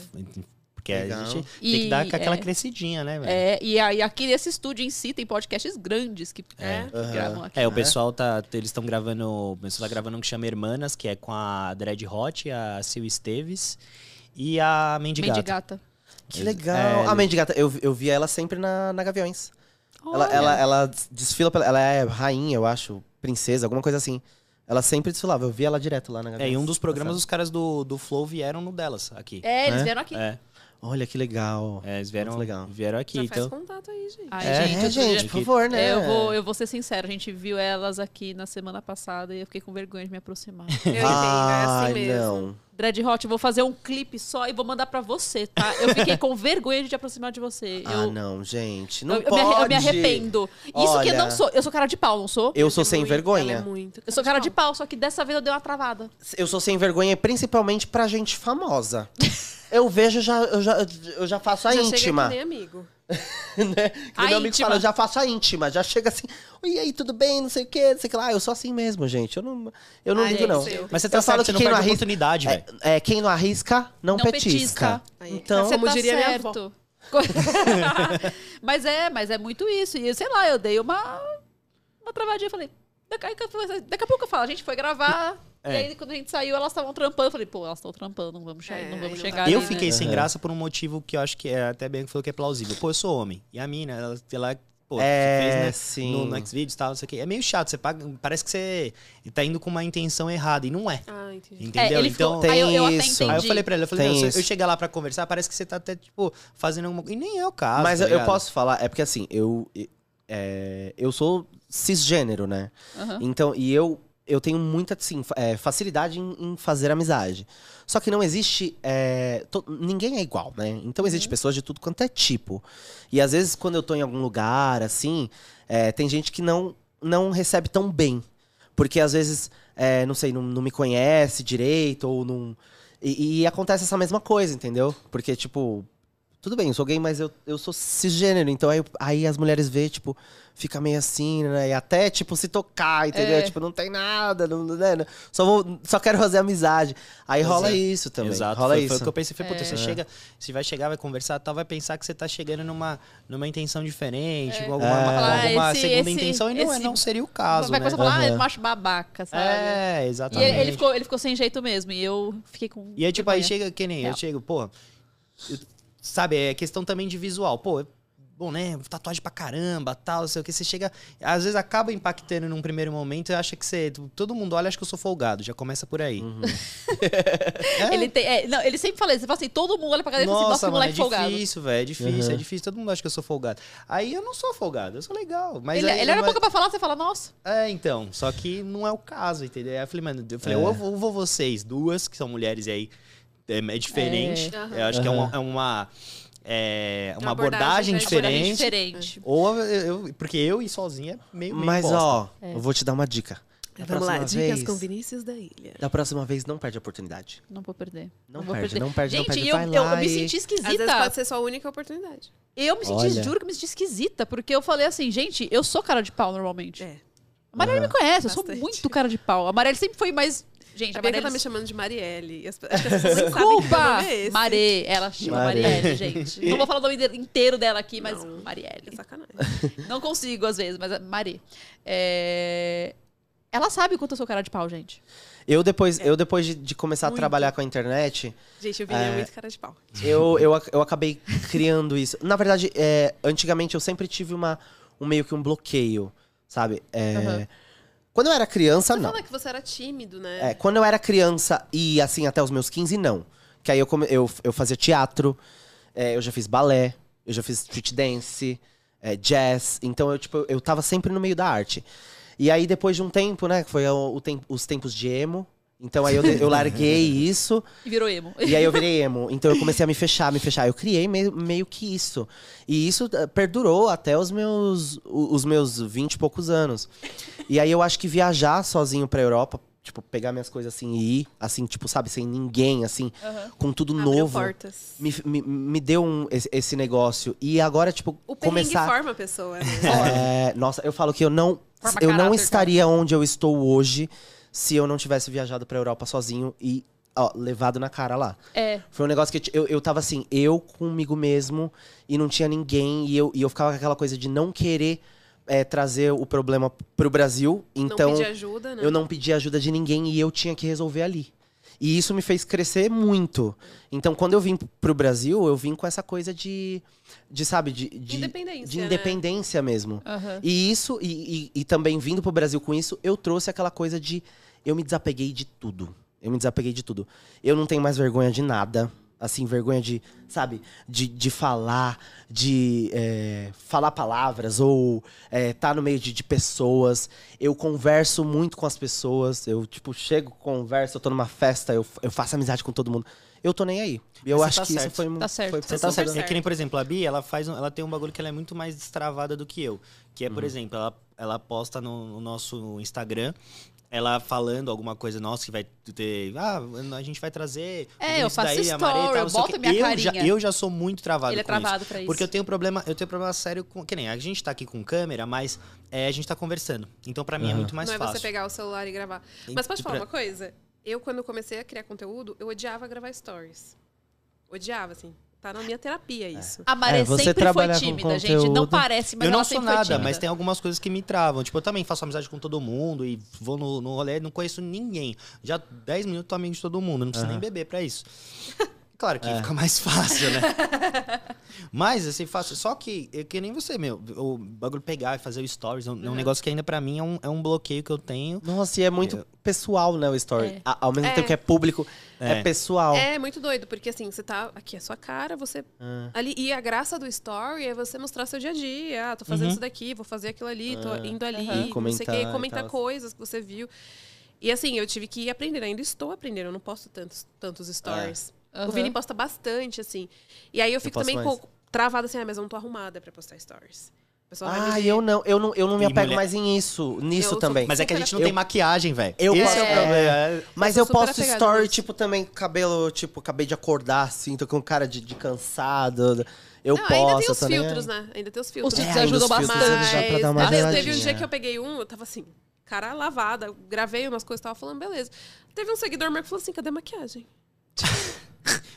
porque a
Legal.
gente tem
E,
que dar com aquela
é.
crescidinha, né, velho?
É, e aí aqui nesse estúdio em si tem podcasts grandes que, né, que
Aham.
gravam aqui.
É, o pessoal tá. Eles estão gravando. O pessoal tá gravando um que chama Hermanas, que é com a Dread Hot, a Sil Esteves e a Mendigata.
Mendigata.
Que legal.
É,
a Mendigata, eu, eu vi ela sempre na, na Gaviões. Ela,
Olha.
ela, ela desfila pela. Ela é rainha, eu acho, princesa, alguma coisa assim. Ela sempre desfilava, eu vi ela direto lá na
É,
Gaviões.
e um dos programas, os caras do, do Flow vieram no delas aqui.
É, eles
Né?
vieram aqui.
É,
Olha que legal.
é, eles vieram,
Muito legal.
vieram aqui.
Já faz
então,
contato aí, gente.
Ai,
É,
gente,
É,
outro dia-
gente, por favor, né?
Eu vou, eu vou ser sincero, a gente viu elas aqui na semana passada e eu fiquei com vergonha de me aproximar.
Eu entendo, é
Ai,
assim mesmo.
Ah, não.
Dread Hot, eu vou fazer um clipe só e vou mandar pra você, tá? Eu fiquei com vergonha de te aproximar de você. Eu,
Ah, não, gente. Não
eu, eu me
pode.
arre- eu me arrependo. Isso que eu
Olha.
não sou. Eu sou cara de pau, não sou?
Eu sou
Ela é
sem
muito- ela
vergonha.
é muito.
Eu sou cara de pau, só que dessa vez eu dei uma travada.
Eu sou sem vergonha principalmente pra gente famosa. eu vejo, já, eu, já, eu já faço a
Já chega
íntima.
que nem amigo.
né? Que
A
meu amigo
íntima.
fala, eu já faço a íntima, já chega assim, "Oi, e aí, tudo bem, não sei o quê, não sei o que lá. Eu sou assim mesmo, gente. Eu não, eu não
Ah,
ligo,
é,
não.
isso eu.
Mas você tá
Eu falo
falando que
que
não
quem
perde
não
a
arrisca-
oportunidade, velho.
É, é, quem não arrisca, não,
Não
petisca.
petisca.
Aí.
Então,
Você- como
tá
diria minha
certo. mas é, mas é muito isso. E sei lá, eu dei uma, uma travadinha. eu Falei, daqui, a pouco- daqui a pouco eu falo, a gente foi gravar. E
É.
aí, quando a gente saiu, elas estavam trampando. Eu falei, pô, elas estão trampando, não vamos, che-
É,
não
aí
vamos
não
chegar.
dá.
Eu
ali,
fiquei
né?
sem graça por um motivo que eu acho que é até bem que falou que é plausível. Pô, eu sou homem. E a mina, ela, ela pô,
É,
você fez, né?
sim.
No, no Xvideos e tal, não sei o quê. É meio chato, você paga, parece que você tá indo com uma intenção errada. E não é.
Ah, entendi.
É,
Entendeu?
ele
então.
ficou, aí eu, eu até
tem
entendi.
isso.
Aí eu falei pra ela, eu falei,
Tem
"Meu, se eu
isso.
chegar lá pra conversar, parece que você tá até, tipo, fazendo alguma coisa. E nem é o caso.
mas
tá
eu, eu
ligado?
posso falar, é porque assim, eu, é, eu sou cisgênero, né?
Aham.
Então, e eu, eu tenho muita assim, fa- é, facilidade em, em fazer amizade. Só que não existe. é, to- ninguém é igual, né? Então existe pessoas de tudo quanto é tipo. E às vezes, quando eu tô em algum lugar, assim, é, tem gente que não, não recebe tão bem. Porque às vezes, é, não sei, não, não me conhece direito, ou não. E, e acontece essa mesma coisa, entendeu? Porque, tipo, tudo bem, eu sou gay, mas eu, eu sou cisgênero. Então aí, aí as mulheres vê, tipo, fica meio assim, né? E até, tipo, se tocar, entendeu?
É.
Tipo, não tem nada, não, não- né? só, vou, só quero fazer amizade. Aí
Pois
rola
é.
isso também.
Exato,
rola
foi,
isso.
foi o que eu pensei. Falei,
É.
puta, você chega, se vai chegar, vai conversar, tal, vai pensar que você tá chegando numa, numa intenção diferente, com alguma,
É.
com
Ah,
alguma
esse-
segunda
esse-
intenção, e não, é-
esse-
não seria o caso,
Vai
né?
começar a falar, ah, eu
Aham.
macho babaca, sabe?
É,
E ele,
exatamente.
ele ficou, ele ficou sem jeito mesmo. E eu fiquei com.
E aí, tipo, aí
vergonha.
chega, que nem eu
Real.
chego, pô. eu- sabe, é questão também de visual. Pô, é- bom, né? Tatuagem pra caramba, tal, não sei o que. Você chega. Às vezes acaba impactando num primeiro momento e acha que você. Todo mundo olha, acha que eu sou folgado. Já começa por aí.
Uhum.
Ele, tem, é, não, ele sempre fala isso. Ele fala assim: todo mundo olha pra cara dele e fala assim, nossa,
né? Nossa,
que
mano, é
moleque folgado.
difícil, velho. É difícil, é
Uhum.
difícil. Todo mundo acha que eu sou folgado. Aí eu não sou folgado, eu sou legal. Mas
ele é-
aí-
ele era
mas-
pouco pra falar, você fala, nossa.
É, então, só que não é o caso, entendeu? Aí eu falei, mano, eu falei,
É.
ou, eu vou, ou vou vocês duas, que são mulheres e aí é, é diferente.
É.
Eu acho que é
Aham.
uma. É uma é, uma
Uma
abordagem
abordagem, né?
diferente.
é diferente.
Ou eu, eu- porque eu ir sozinha é meio, meio
Mas,
bosta.
ó,
É.
eu vou te dar uma dica. Da
Vamos lá,
próxima
dicas
vez-
com Vinícius da Ilha.
Da próxima vez, não perde a oportunidade.
Não vou perder.
Não
vou
perde,
perder.
não perde, não
Gente,
perde.
eu,
Vai
eu-
lá
eu me
e-
senti
Às vezes
esquisita.
pode ser sua única oportunidade.
Eu me senti,
Olha.
juro que me senti esquisita, porque eu falei assim, gente, eu sou cara de pau normalmente.
É.
A Marielle me conhece, eu sou
Bastante.
muito cara de pau. A Marielle sempre foi mais. Gente, é
A
a
Bianca
Marielle.
tá me chamando de Marielle. E as pe- acho que as pessoas nem sabem que meu
Desculpa!
nome é esse.
Mare, ela chama
Mare.
Marielle, gente. Não vou falar o nome de- inteiro dela aqui, mas
Não. Que
Marielle.
sacanagem.
Não consigo, às vezes, mas é Mare. É, Ela sabe quanto eu sou cara de pau, gente.
Eu depois,
É.
eu depois de, de começar a trabalhar com a internet,
Gente, o Vini é... muito cara de pau.
eu, eu, ac- eu acabei criando isso. Na verdade, é, antigamente eu sempre tive uma, um meio que um bloqueio, sabe? É,
Aham.
Quando eu era criança,
Você
não.
fala que você era tímido, né?
É, quando eu era criança e assim até os meus 15, não. Que aí eu, come- eu, eu fazia teatro, é, eu já fiz balé, eu já fiz street dance, é, jazz. Então eu, tipo, eu tava sempre no meio da arte. E aí depois de um tempo, né, que foi o, o tem- os tempos de emo. Então aí eu, eu larguei isso
E virou emo.
e aí eu virei emo. Então eu comecei a me fechar, me fechar. Eu criei meio, meio que isso. E isso eh, perdurou até os meus, o- os meus 20 e poucos anos. E aí eu acho que viajar sozinho pra Europa, tipo, pegar minhas coisas assim e ir, assim, tipo, sabe, sem ninguém, assim,
Aham.
com tudo
Abriu
novo.
portas.
Me, me, me deu um, esse, esse negócio. E agora, tipo,
O perrengue
começar.
forma a pessoa, né?
É, nossa, eu falo que eu não,
Forma
eu não
caráter,
estaria onde eu estou hoje se eu não tivesse viajado pra Europa sozinho e, ó, levado na cara lá.
É.
Foi um negócio que eu ti- eu, eu tava assim, eu comigo mesmo e não tinha ninguém. E eu, e eu ficava com aquela coisa de não querer é, trazer o problema pro Brasil. Então,
não pedir ajuda, né?
eu não pedi ajuda de ninguém e eu tinha que resolver ali. E isso me fez crescer muito. Então, quando eu vim pro Brasil, eu vim com essa coisa de. de sabe? De, de
Independência,
De
né?
independência mesmo.
Aham.
E isso, e, e- e também vindo pro Brasil com isso, eu trouxe aquela coisa de. Eu me desapeguei de tudo. Eu me desapeguei de tudo. Eu não tenho mais vergonha de nada. Assim, vergonha de, sabe, de, de falar, de é, falar palavras ou é, tá no meio de, de pessoas. Eu converso muito com as pessoas. Eu, tipo, chego, converso, eu tô numa festa, eu, eu faço amizade com todo mundo. Eu tô nem aí. E eu
Mas você
acho
tá
que
certo.
isso foi, mu-
Tá certo.
foi
Você tá
Super
certo. É
certo.
que nem, por exemplo, a Bia, ela, faz um- ela tem um bagulho que ela é muito mais destravada do que eu. Que é, por exemplo, ela, ela posta no, no nosso Instagram, ela falando alguma coisa nossa que vai ter. Ah, a gente vai trazer. o
É, eu
Vinícius
faço
Ilha, a Maria e
story,
não sei o
eu boto
quê.
minha
eu já,
carinha.
eu já sou muito travado
Ele é
com isso.
travado pra isso.
Porque eu tenho problema, eu tenho problema sério com. Que nem a gente tá aqui com câmera, mas é, a gente tá conversando. Então, pra mim, é muito mais
não é
fácil.
você pegar o celular e gravar.
E-
Mas
e
posso
um
falar
pra-
uma coisa? Eu, quando comecei a criar conteúdo, eu odiava gravar stories. Odiava, assim. Tá na minha terapia isso.
A Maré
É, você
sempre foi
trabalha com
tímida, gente. Não
conteúdo.
parece, mas
eu
ela
não sou
sempre foi
nada,
tímida.
mas tem algumas coisas que me travam. Tipo, eu também faço amizade com todo mundo e vou no, no rolê, não conheço ninguém. Já 10 minutos tô amigo de todo mundo, não preciso nem beber pra isso. Claro
É.
que fica mais fácil, né? Mas, assim, fácil. Só que, é que nem você, meu. O bagulho pegar e fazer o stories é um, é um negócio que ainda pra mim é um, é um bloqueio que eu tenho.
Nossa, e é muito pessoal, né, o story.
É.
A- ao mesmo
É.
tempo que é público, é,
É.
pessoal.
É muito doido, porque assim, você tá. Aqui é sua cara, você.
Ah.
Ali, e a graça do story é você mostrar seu dia a dia. Ah, tô
Uhum.
fazendo isso daqui, vou fazer aquilo ali, tô indo ali,
Aham.
não sei
Ah. E
o
comentar
quê,
e
comentar
tal.
coisas que você viu. E assim, eu tive que ir aprendendo, ainda estou aprendendo, eu não posto tantos, tantos stories.
Ah. Aham.
O Vini posta bastante, assim. E aí eu fico
posto
também
mais.
co- travada assim, ah, mas eu não tô arrumada pra postar stories. O pessoal vai me
Ah,
ver.
eu não, eu não, eu não me
E
apego
mulher-
mais em isso,
Eu
nisso
sou-
também.
Mas é que a gente não
Eu-
tem maquiagem, velho.
eu
Esse
posso-
é o
é.
problema.
Mas
sou
eu
super
posto
apegada
story,
nisso.
tipo, também cabelo, tipo, acabei de acordar, assim, tô com cara de, de cansado. Eu
não,
posto. é.
ainda tem os
tô nem
filtros,
aí.
né? Ainda tem os filtros.
Os filtros
ainda
ajudam
os filtros
bastante.
dá pra dar uma
Mas teve um
geladinha.
dia que eu peguei um, eu tava assim, cara lavada, eu gravei umas coisas, tava falando, beleza. Teve um seguidor meu que falou assim, cadê a maquiagem?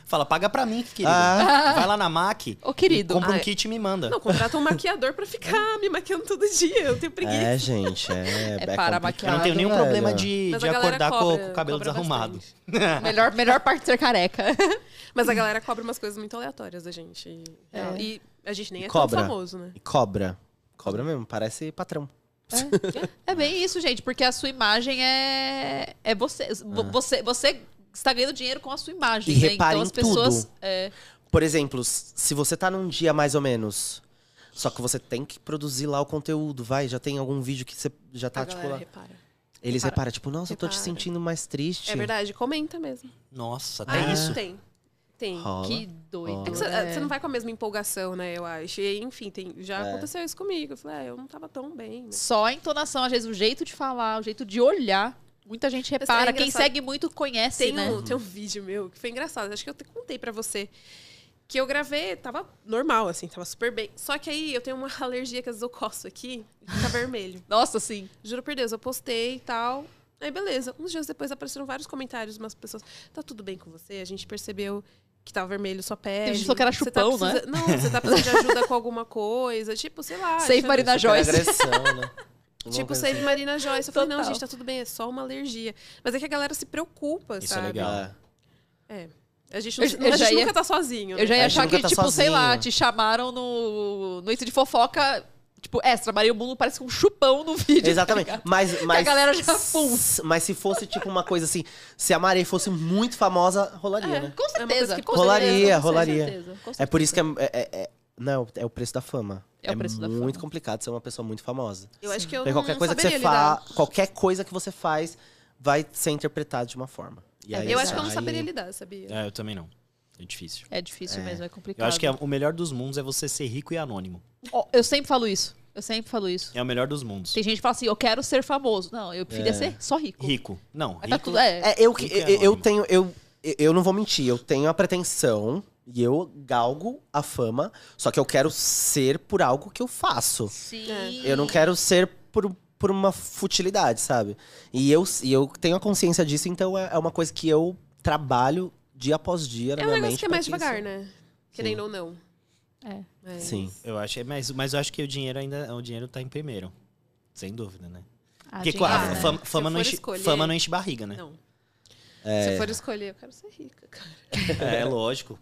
Fala, paga pra mim, querido.
Ah.
Vai lá na MAC.
Ô, querido.
Compra um
Ah, é.
kit e me manda.
Não, contrata um maquiador pra ficar me maquiando todo dia, eu tenho preguiça.
É, gente, é.
É para
complicado,
maquiar.
Eu não tenho nenhum
velho.
problema de,
Mas
de
a galera
acordar com-
cobra-
com o cabelo
cobra
desarrumado.
bastante.
Melhor, melhor parte de ser careca.
Mas a galera cobra umas coisas muito aleatórias da gente. E,
É.
e a gente nem é
Cobra.
tão famoso, né?
E Cobra. Cobra mesmo, parece patrão.
É bem isso, gente, porque a sua imagem é. É você. vo- Você, você está ganhando dinheiro com a sua imagem.
E
né? Então
reparem
as pessoas.
tudo.
é,
Por exemplo, s- se você tá num dia mais ou menos, só que você tem que produzir lá o conteúdo, vai, já tem algum vídeo que você já tá,
a
tipo,
galera
lá.
repara.
Eles
repara- É
reparam, tipo, nossa, eu tô te
repara.
sentindo mais triste.
É verdade, comenta mesmo.
Nossa,
Ah,
tem
isso
isso.
tem. Tem.
Rola.
Que doido.
É que você você não vai com a mesma empolgação, né? Eu acho. E, enfim, tem, já
É.
aconteceu isso comigo. Eu falei, ah, eu não tava tão bem. né?
Só a entonação, às vezes o jeito de falar, o jeito de olhar. Muita gente
é
repara. Quem
engraçado.
segue muito conhece,
Tem,
né?
um, tem um vídeo meu que foi engraçado. Acho que eu te contei pra você. Que eu gravei, tava normal, assim, tava super bem. Só que aí eu tenho uma alergia que às vezes eu coço aqui e fica vermelho.
Nossa, sim.
Juro por Deus, eu postei e tal. Aí beleza. Uns dias depois apareceram vários comentários, umas pessoas. Tá tudo bem com você? A gente percebeu que tava vermelho sua pele.
gente que falou que era
Você
chupão, né?
tá precisa- Não, você tá precisando de ajuda com alguma coisa. Tipo, sei lá.
Save
achando-
Marina Joyce.
agressão, né? assim.
Tipo, save Marina Joyce. Eu falei, não,
Total.
gente, tá tudo bem, é só uma alergia. Mas é que a galera se preocupa,
Isso é
sabe?
legal.
A gente,
Eu-
não,
eu
a
já
gente
ia-
nunca tá sozinho. né?
Eu já ia
A gente
achar que,
nunca tá
tipo, sei lá,
sozinho.
te chamaram no Noite de Fofoca, tipo, extra. Maria Mundo parece com um chupão no
Tipo,
vídeo.
Exatamente.
tá ligado?
Mas, mas,
galera já pum.
s- Mas se fosse tipo uma coisa assim, se a Marei fosse muito famosa, rolaria, né?
Com
É uma coisa
certeza.
que
com
rolaria,
certeza, com
rolaria.
certeza, com
É por isso que é, é- é- é- não, é o- é o preço da fama.
É o preço da
muito
fama.
complicado ser uma pessoa muito famosa.
Eu acho que eu
Porque qualquer
não
coisa que você
saberia lidar.
faz, qualquer coisa que você faz vai ser interpretado de uma forma. E né? aí
É,
é
Eu acho que eu não
Aí-
saberia lidar, sabia?
É, eu também não. É difícil.
É difícil mesmo, é complicado.
Eu acho que é- o melhor dos mundos é você ser rico e anônimo.
Ó, eu sempre falo isso. Eu sempre falo isso.
É o melhor dos mundos.
Tem gente que fala assim, eu quero ser famoso. Não, eu preferia ser só rico.
Rico. Não,
Mas
rico.
tá tudo, é.
É, eu que
Rico e
eu, eu
anônimo.
tenho eu eu não vou mentir, eu tenho a pretensão e eu galgo a fama, só que eu quero ser por algo que eu faço.
Sim.
É. Eu não quero ser por, por uma futilidade, sabe? E eu, e eu tenho a consciência disso, então é, é uma coisa que eu trabalho dia após dia na
É um
minha
negócio
mente.
que é
pra
mais
isso-
devagar, né? Querendo ou não.
É.
Mas-
Sim.
Eu acho, é, mas, mas eu acho que o dinheiro ainda. O dinheiro tá em primeiro. Sem dúvida, né?
Ah,
Porque
gente,
claro,
ah,
a
né?
fama,
é. Se
fama
eu
não
for
enche,
escolher-
fama não enche barriga, né?
Não.
É.
Se eu for escolher, eu quero ser rica, cara.
É, lógico.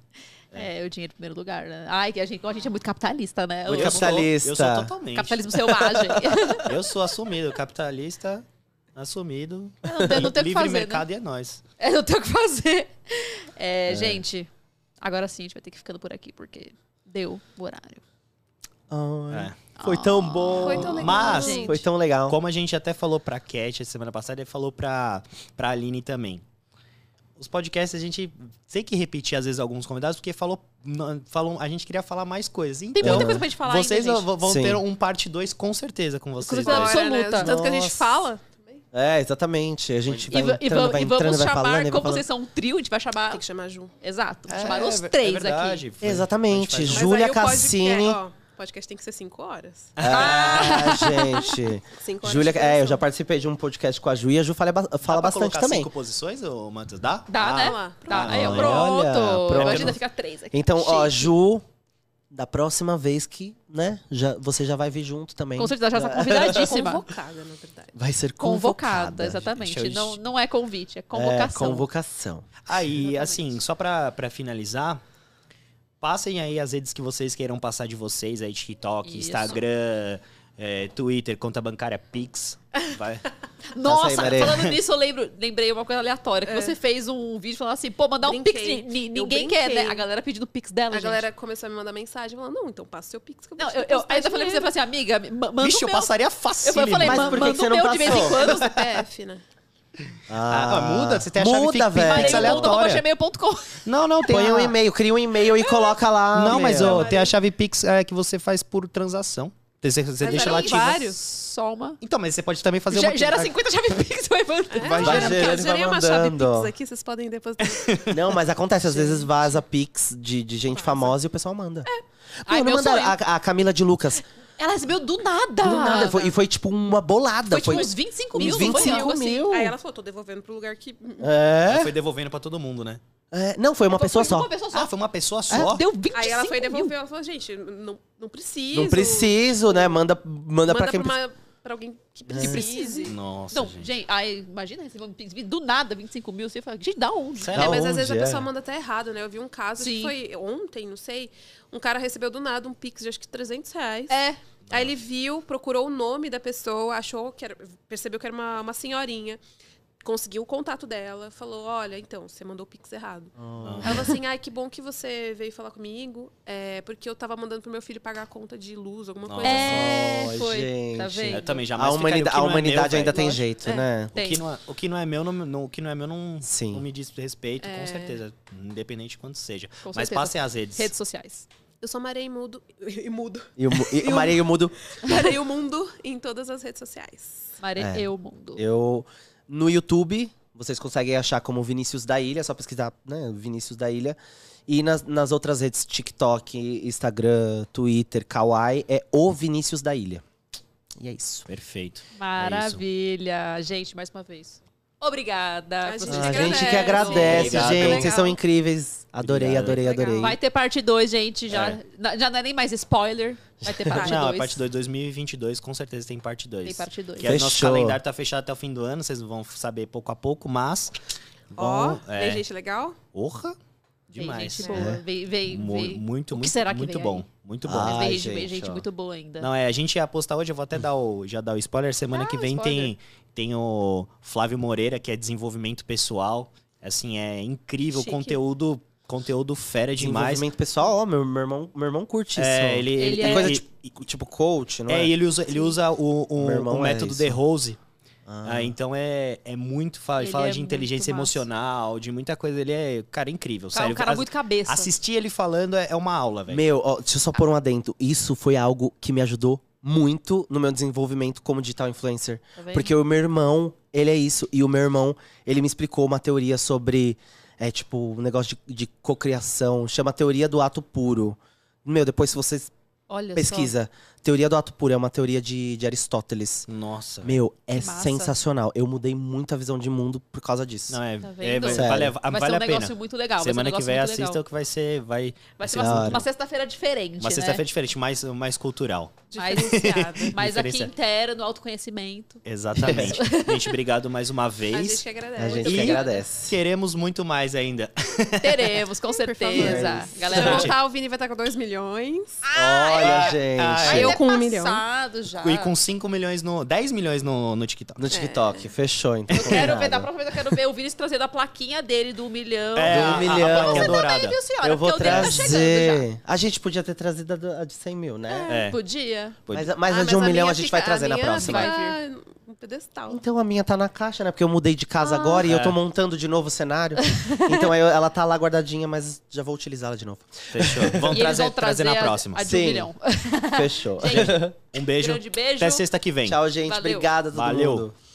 É, o dinheiro em primeiro lugar, né? Ai, que a gente, como a gente é muito capitalista, né?
Muito
Eu-
capitalista.
Eu sou, eu sou totalmente.
Capitalismo selvagem.
Eu sou assumido, capitalista, assumido.
não tem- não tem o que
livre
fazer, né?
mercado e é nós.
É, não tem o que fazer. É, Gente, agora sim a gente vai ter que ir ficando por aqui, porque deu o horário.
Ai,
É.
Foi tão bom.
Foi tão legal,
Mas-
gente.
Foi tão legal.
Como a gente até falou pra Cat semana passada, e falou pra, pra Aline também. Os podcasts a gente tem que repetir às vezes alguns convidados, porque falou, não- falou, a gente queria falar mais coisas. Então,
Tem muita coisa pra gente falar
vocês
ainda, gente.
vão vão
Sim.
ter um parte 2 com certeza com vocês.
certeza
dois.
absoluta.
De Tanto que a gente
Nossa.
fala.
É, exatamente. A gente vai
E, va- e
Tá entrando,
va-
vai
e
entrando,
vamos
vai
chamar,
falando, e vai
como
falando.
vocês são um trio, a gente vai chamar.
Tem que chamar junto.
Exato, vamos chamar
É,
os
é
três aqui.
verdade, foi-
Exatamente,
a gente
Mas
faz-
Júlia
aí o podcast-
Cassini.
ó, O podcast tem que ser cinco horas.
Ah, gente.
Cinco horas
Júlia,
de
é, eu
duração.
já participei de um podcast com a Ju e a Ju fala, ba- fala
Dá pra
bastante
colocar
também.
cinco posições, ô Matheus? Dá?
Dá,
Ah,
né?
lá,
Dá.
pronto.
Aí, ó,
Olha,
pronto.
pronto.
Imagina ficar três aqui.
Então, ó,
Chique.
Ju, da próxima vez que, né, já, você já vai vir junto também.
Com certeza, já está
Convocada,
convidadíssima.
na verdade.
Vai ser
Convocada,
convocada.
exatamente.
Deixa eu-
Não, não é convite, é
É,
convocação.
convocação.
Aí, assim, só pra, pra finalizar, passem aí as redes que vocês queiram passar de vocês, aí TikTok,
Isso.
Instagram, é, Twitter, conta bancária Pix. Vai.
Nossa,
Passa aí, Maria.
falando nisso, eu lembro, lembrei uma coisa aleatória. Que você fez um vídeo falando assim, pô, mandar um
É. Brinquei.
pix. ni- ni-
Eu
ninguém quer,
brinquei.
né? A galera pedindo pix dela,
A
gente.
galera começou a me mandar mensagem falando, não, então passa seu pix que eu vou
Não,
te
eu, eu ainda
depositar
falei pra você, eu falei assim, amiga, me- ma- manda
Vixe,
o
eu
meu.
passaria
Eu
fácil.
falei,
Mas
ma-
por que
manda
que você
o
não
meu de vez em
passou?
quando.
dinheiro. CPF, né?
Ah, muda, você tem a chave
Muda,
Pix- Pix
velho.
Pix
Parei
aleatória.
mundo, arroba gmail.com.
Não, não, tem
Põe um
a-
e-mail, cria um e-mail e coloca lá.
Não, mas
meu.
ô, tem a chave Pix é, que você faz por transação. Você, você
Mas
deixa
eram
lá ativa.
vários.
Só uma.
Então, mas você pode também fazer
Ge-
uma...
Gera 50 chave pix, vai mandar.
Vai
Olha,
gerando,
porque eu
ele vai
gerei uma chave
mandando.
Pix aqui, vocês podem depois.
Não, mas acontece, às vezes vaza pix de, de gente famosa e o pessoal manda. É.
Ai, meu
mandaram
sonho.
a, a Camila de Lucas.
Ela recebeu do nada.
Do nada, foi- e foi tipo uma bolada.
Ah, Foi tipo uns 25 mil,
uns
não foi?
25
Algo assim.
mil.
Aí ela falou, tô devolvendo pro lugar que.
É,
Ela foi devolvendo pra todo mundo, né?
é, não, foi uma pessoa
Foi
só. é?
Uma pessoa
Ah,
só. É?
foi uma pessoa só?
Deu 25
Aí ela foi
mil.
devolver, ela falou, gente, não, não preciso.
Não preciso, né? Manda, manda,
Manda
pra quem É.
uma- pra alguém que precise.
Nossa,
Não,
gente.
gente, aí, imagina receber um pix do nada, 25 mil. Você fala, gente, dá onde?
Sério?
É,
Da
mas
onde
às vezes
é?
a pessoa manda até errado, né? Eu vi um caso, acho
Sim.
que foi ontem, não sei. Um cara recebeu do nada um pix de acho que 300 reais.
É.
Aí ele viu, procurou o nome da pessoa, achou que era, percebeu que era uma, uma senhorinha. conseguiu o contato dela, falou: Olha, então, você mandou o pix errado. Ela
Ah.
falou assim: Ai, que bom que você veio falar comigo, é, porque eu tava mandando pro meu filho pagar a conta de luz, alguma coisa
Nossa.
assim.
É,
Ai,
foi. Tá
gente.
Eu
vendo?
também jamais ficaria, o
A
que
humanidade, a
não é meu,
humanidade ainda
velho.
tem jeito,
É.
né?
O que, não é, o que não é meu, não, não- o que não é meu não,
Sim.
não me diz respeito, com certeza. Independente de quanto seja.
É. Com
Mas
certeza.
passem as redes.
Redes sociais.
Eu só marei mudo. E mudo.
E o, mu- e, Maria, e o mudo.
Marei o mundo em todas as redes sociais.
Mare
É.
eu mundo.
Eu. No YouTube, vocês conseguem achar como Vinícius da Ilha, é só pesquisar, né? Vinícius da Ilha. E nas, nas outras redes, TikTok, Instagram, Twitter, Kawaii, é o Vinícius da Ilha. E é isso.
Perfeito.
Maravilha. gente, mais uma vez. Obrigada.
A
por
gente
vocês
a
terem
gente que
agradece.
agradece,
Obrigado.
gente.
Legal.
Vocês são incríveis. Adorei,
Obrigado.
adorei,
Legal.
adorei.
Vai ter parte 2, gente. Já,
É.
na- já não é nem mais spoiler. Vai ter parte 2.
não, é parte 2 2022, com certeza tem parte 2.
Tem parte 2.
Que é, nosso
Fechou.
calendário tá fechado até o fim do ano, vocês vão saber pouco a pouco, mas.
Ó,
Vão,
tem
é,
gente legal?
orra,
Vem
demais.
gente boa. Vem, vem,
Mu-
vem.
Muito,
O que
muito,
será que
muito
vem
bom.
aí?
Muito bom.
Ah,
Mas vem,
Ai,
gente, vem
gente,
gente
ó.
muito boa ainda.
Não, é, a gente ia postar hoje, eu vou até dar o, já dar o spoiler. Semana
Ah,
que vem tem, tem o Flávio Moreira, que é desenvolvimento pessoal. Assim, é incrível,
Chique.
conteúdo, conteúdo fera demais.
Desenvolvimento pessoal, ó, meu, meu irmão, meu irmão curte
É,
isso.
ele,
Ele é-
Tem coisa
e-
tipo, tipo coach, não
é,
é?
e ele usa, ele usa o, o-
Meu irmão
o
é
método
isso.
The Rose.
Ah.
Ah, então é, é muito. Fala,
Ele
fala
é
de inteligência
muito massa.
emocional, de muita coisa. Ele é, cara, incrível.
Cara,
sério.
um cara
As-
muito cabeça.
Assistir ele falando é, é uma aula, velho.
Meu, ó, deixa eu só pôr um adendo. Isso foi algo que me ajudou muito no meu desenvolvimento como digital influencer.
Tá vendo?
Porque o meu irmão, ele é isso. E o meu irmão, ele me explicou uma teoria sobre, é, tipo, um negócio de, de cocriação. Chama teoria do ato puro. Meu, depois se você
Olha
pesquisa. Teoria do ato puro é uma teoria de, de Aristóteles.
Nossa.
Meu, é
Que massa.
sensacional. Eu mudei muito a visão de mundo por causa disso.
Não, é,
Tá vendo?
é, vale,
Sério.
vale, a-
só. Vai
vale
ser um
a pena.
negócio muito legal.
Semana
vai
que
ser um
vem
negócio muito
assista
legal.
o que vai ser. Vai,
Vai ser
Da
uma,
hora.
uma sexta-feira diferente,
uma sexta-feira é diferente, mais, mais cultural.
né? Mais iniciada. Mais aqui
Diferenciada.
interno, autoconhecimento.
Exatamente. gente, obrigado mais uma
A
vez.
gente
é
que agradece.
é a gente
E-
que agradece.
Queremos muito mais ainda.
Teremos, com certeza.
favor.
Se
Galera,
eu
Gente.
voltar, o Vini vai estar com 2 milhões.
Olha, gente.
Ai,
eu
ter
com um
é passado Já.
E com 5 milhões no. 10 milhões no, no TikTok.
No TikTok, fechou, então.
É. Eu quero ver,
combinado.
da próxima vez eu quero ver o Vinícius trazendo a plaquinha dele do milhão.
É,
Do
a- a
milhão.
plaquinha
Você
dourada.
Viu, senhora?
Eu vou
Porque o dele tá chegando já.
trazer. A gente podia ter trazido a do- a de 100 mil, né?
É.
Podia.
Podia.
Mas,
Ah,
Ah,
mas a de um milhão a gente vai trazer na próxima.
fica-
Vai vir. Um pedestal.
Então a minha tá na caixa, né? Porque eu mudei de casa
Ah.
agora e eu tô
É.
montando de novo o cenário. então aí eu- ela tá lá guardadinha, mas já vou utilizá-la de novo.
Fechou. Vamos
e eles
trazer,
vão
trazer na
a-
próxima.
A de um
Sim.
milhão. um
Fechou.
Um beijo.
Grande beijo.
Até sexta que vem.
Tchau, gente.
Valeu.
Obrigada a todo
Valeu.
mundo.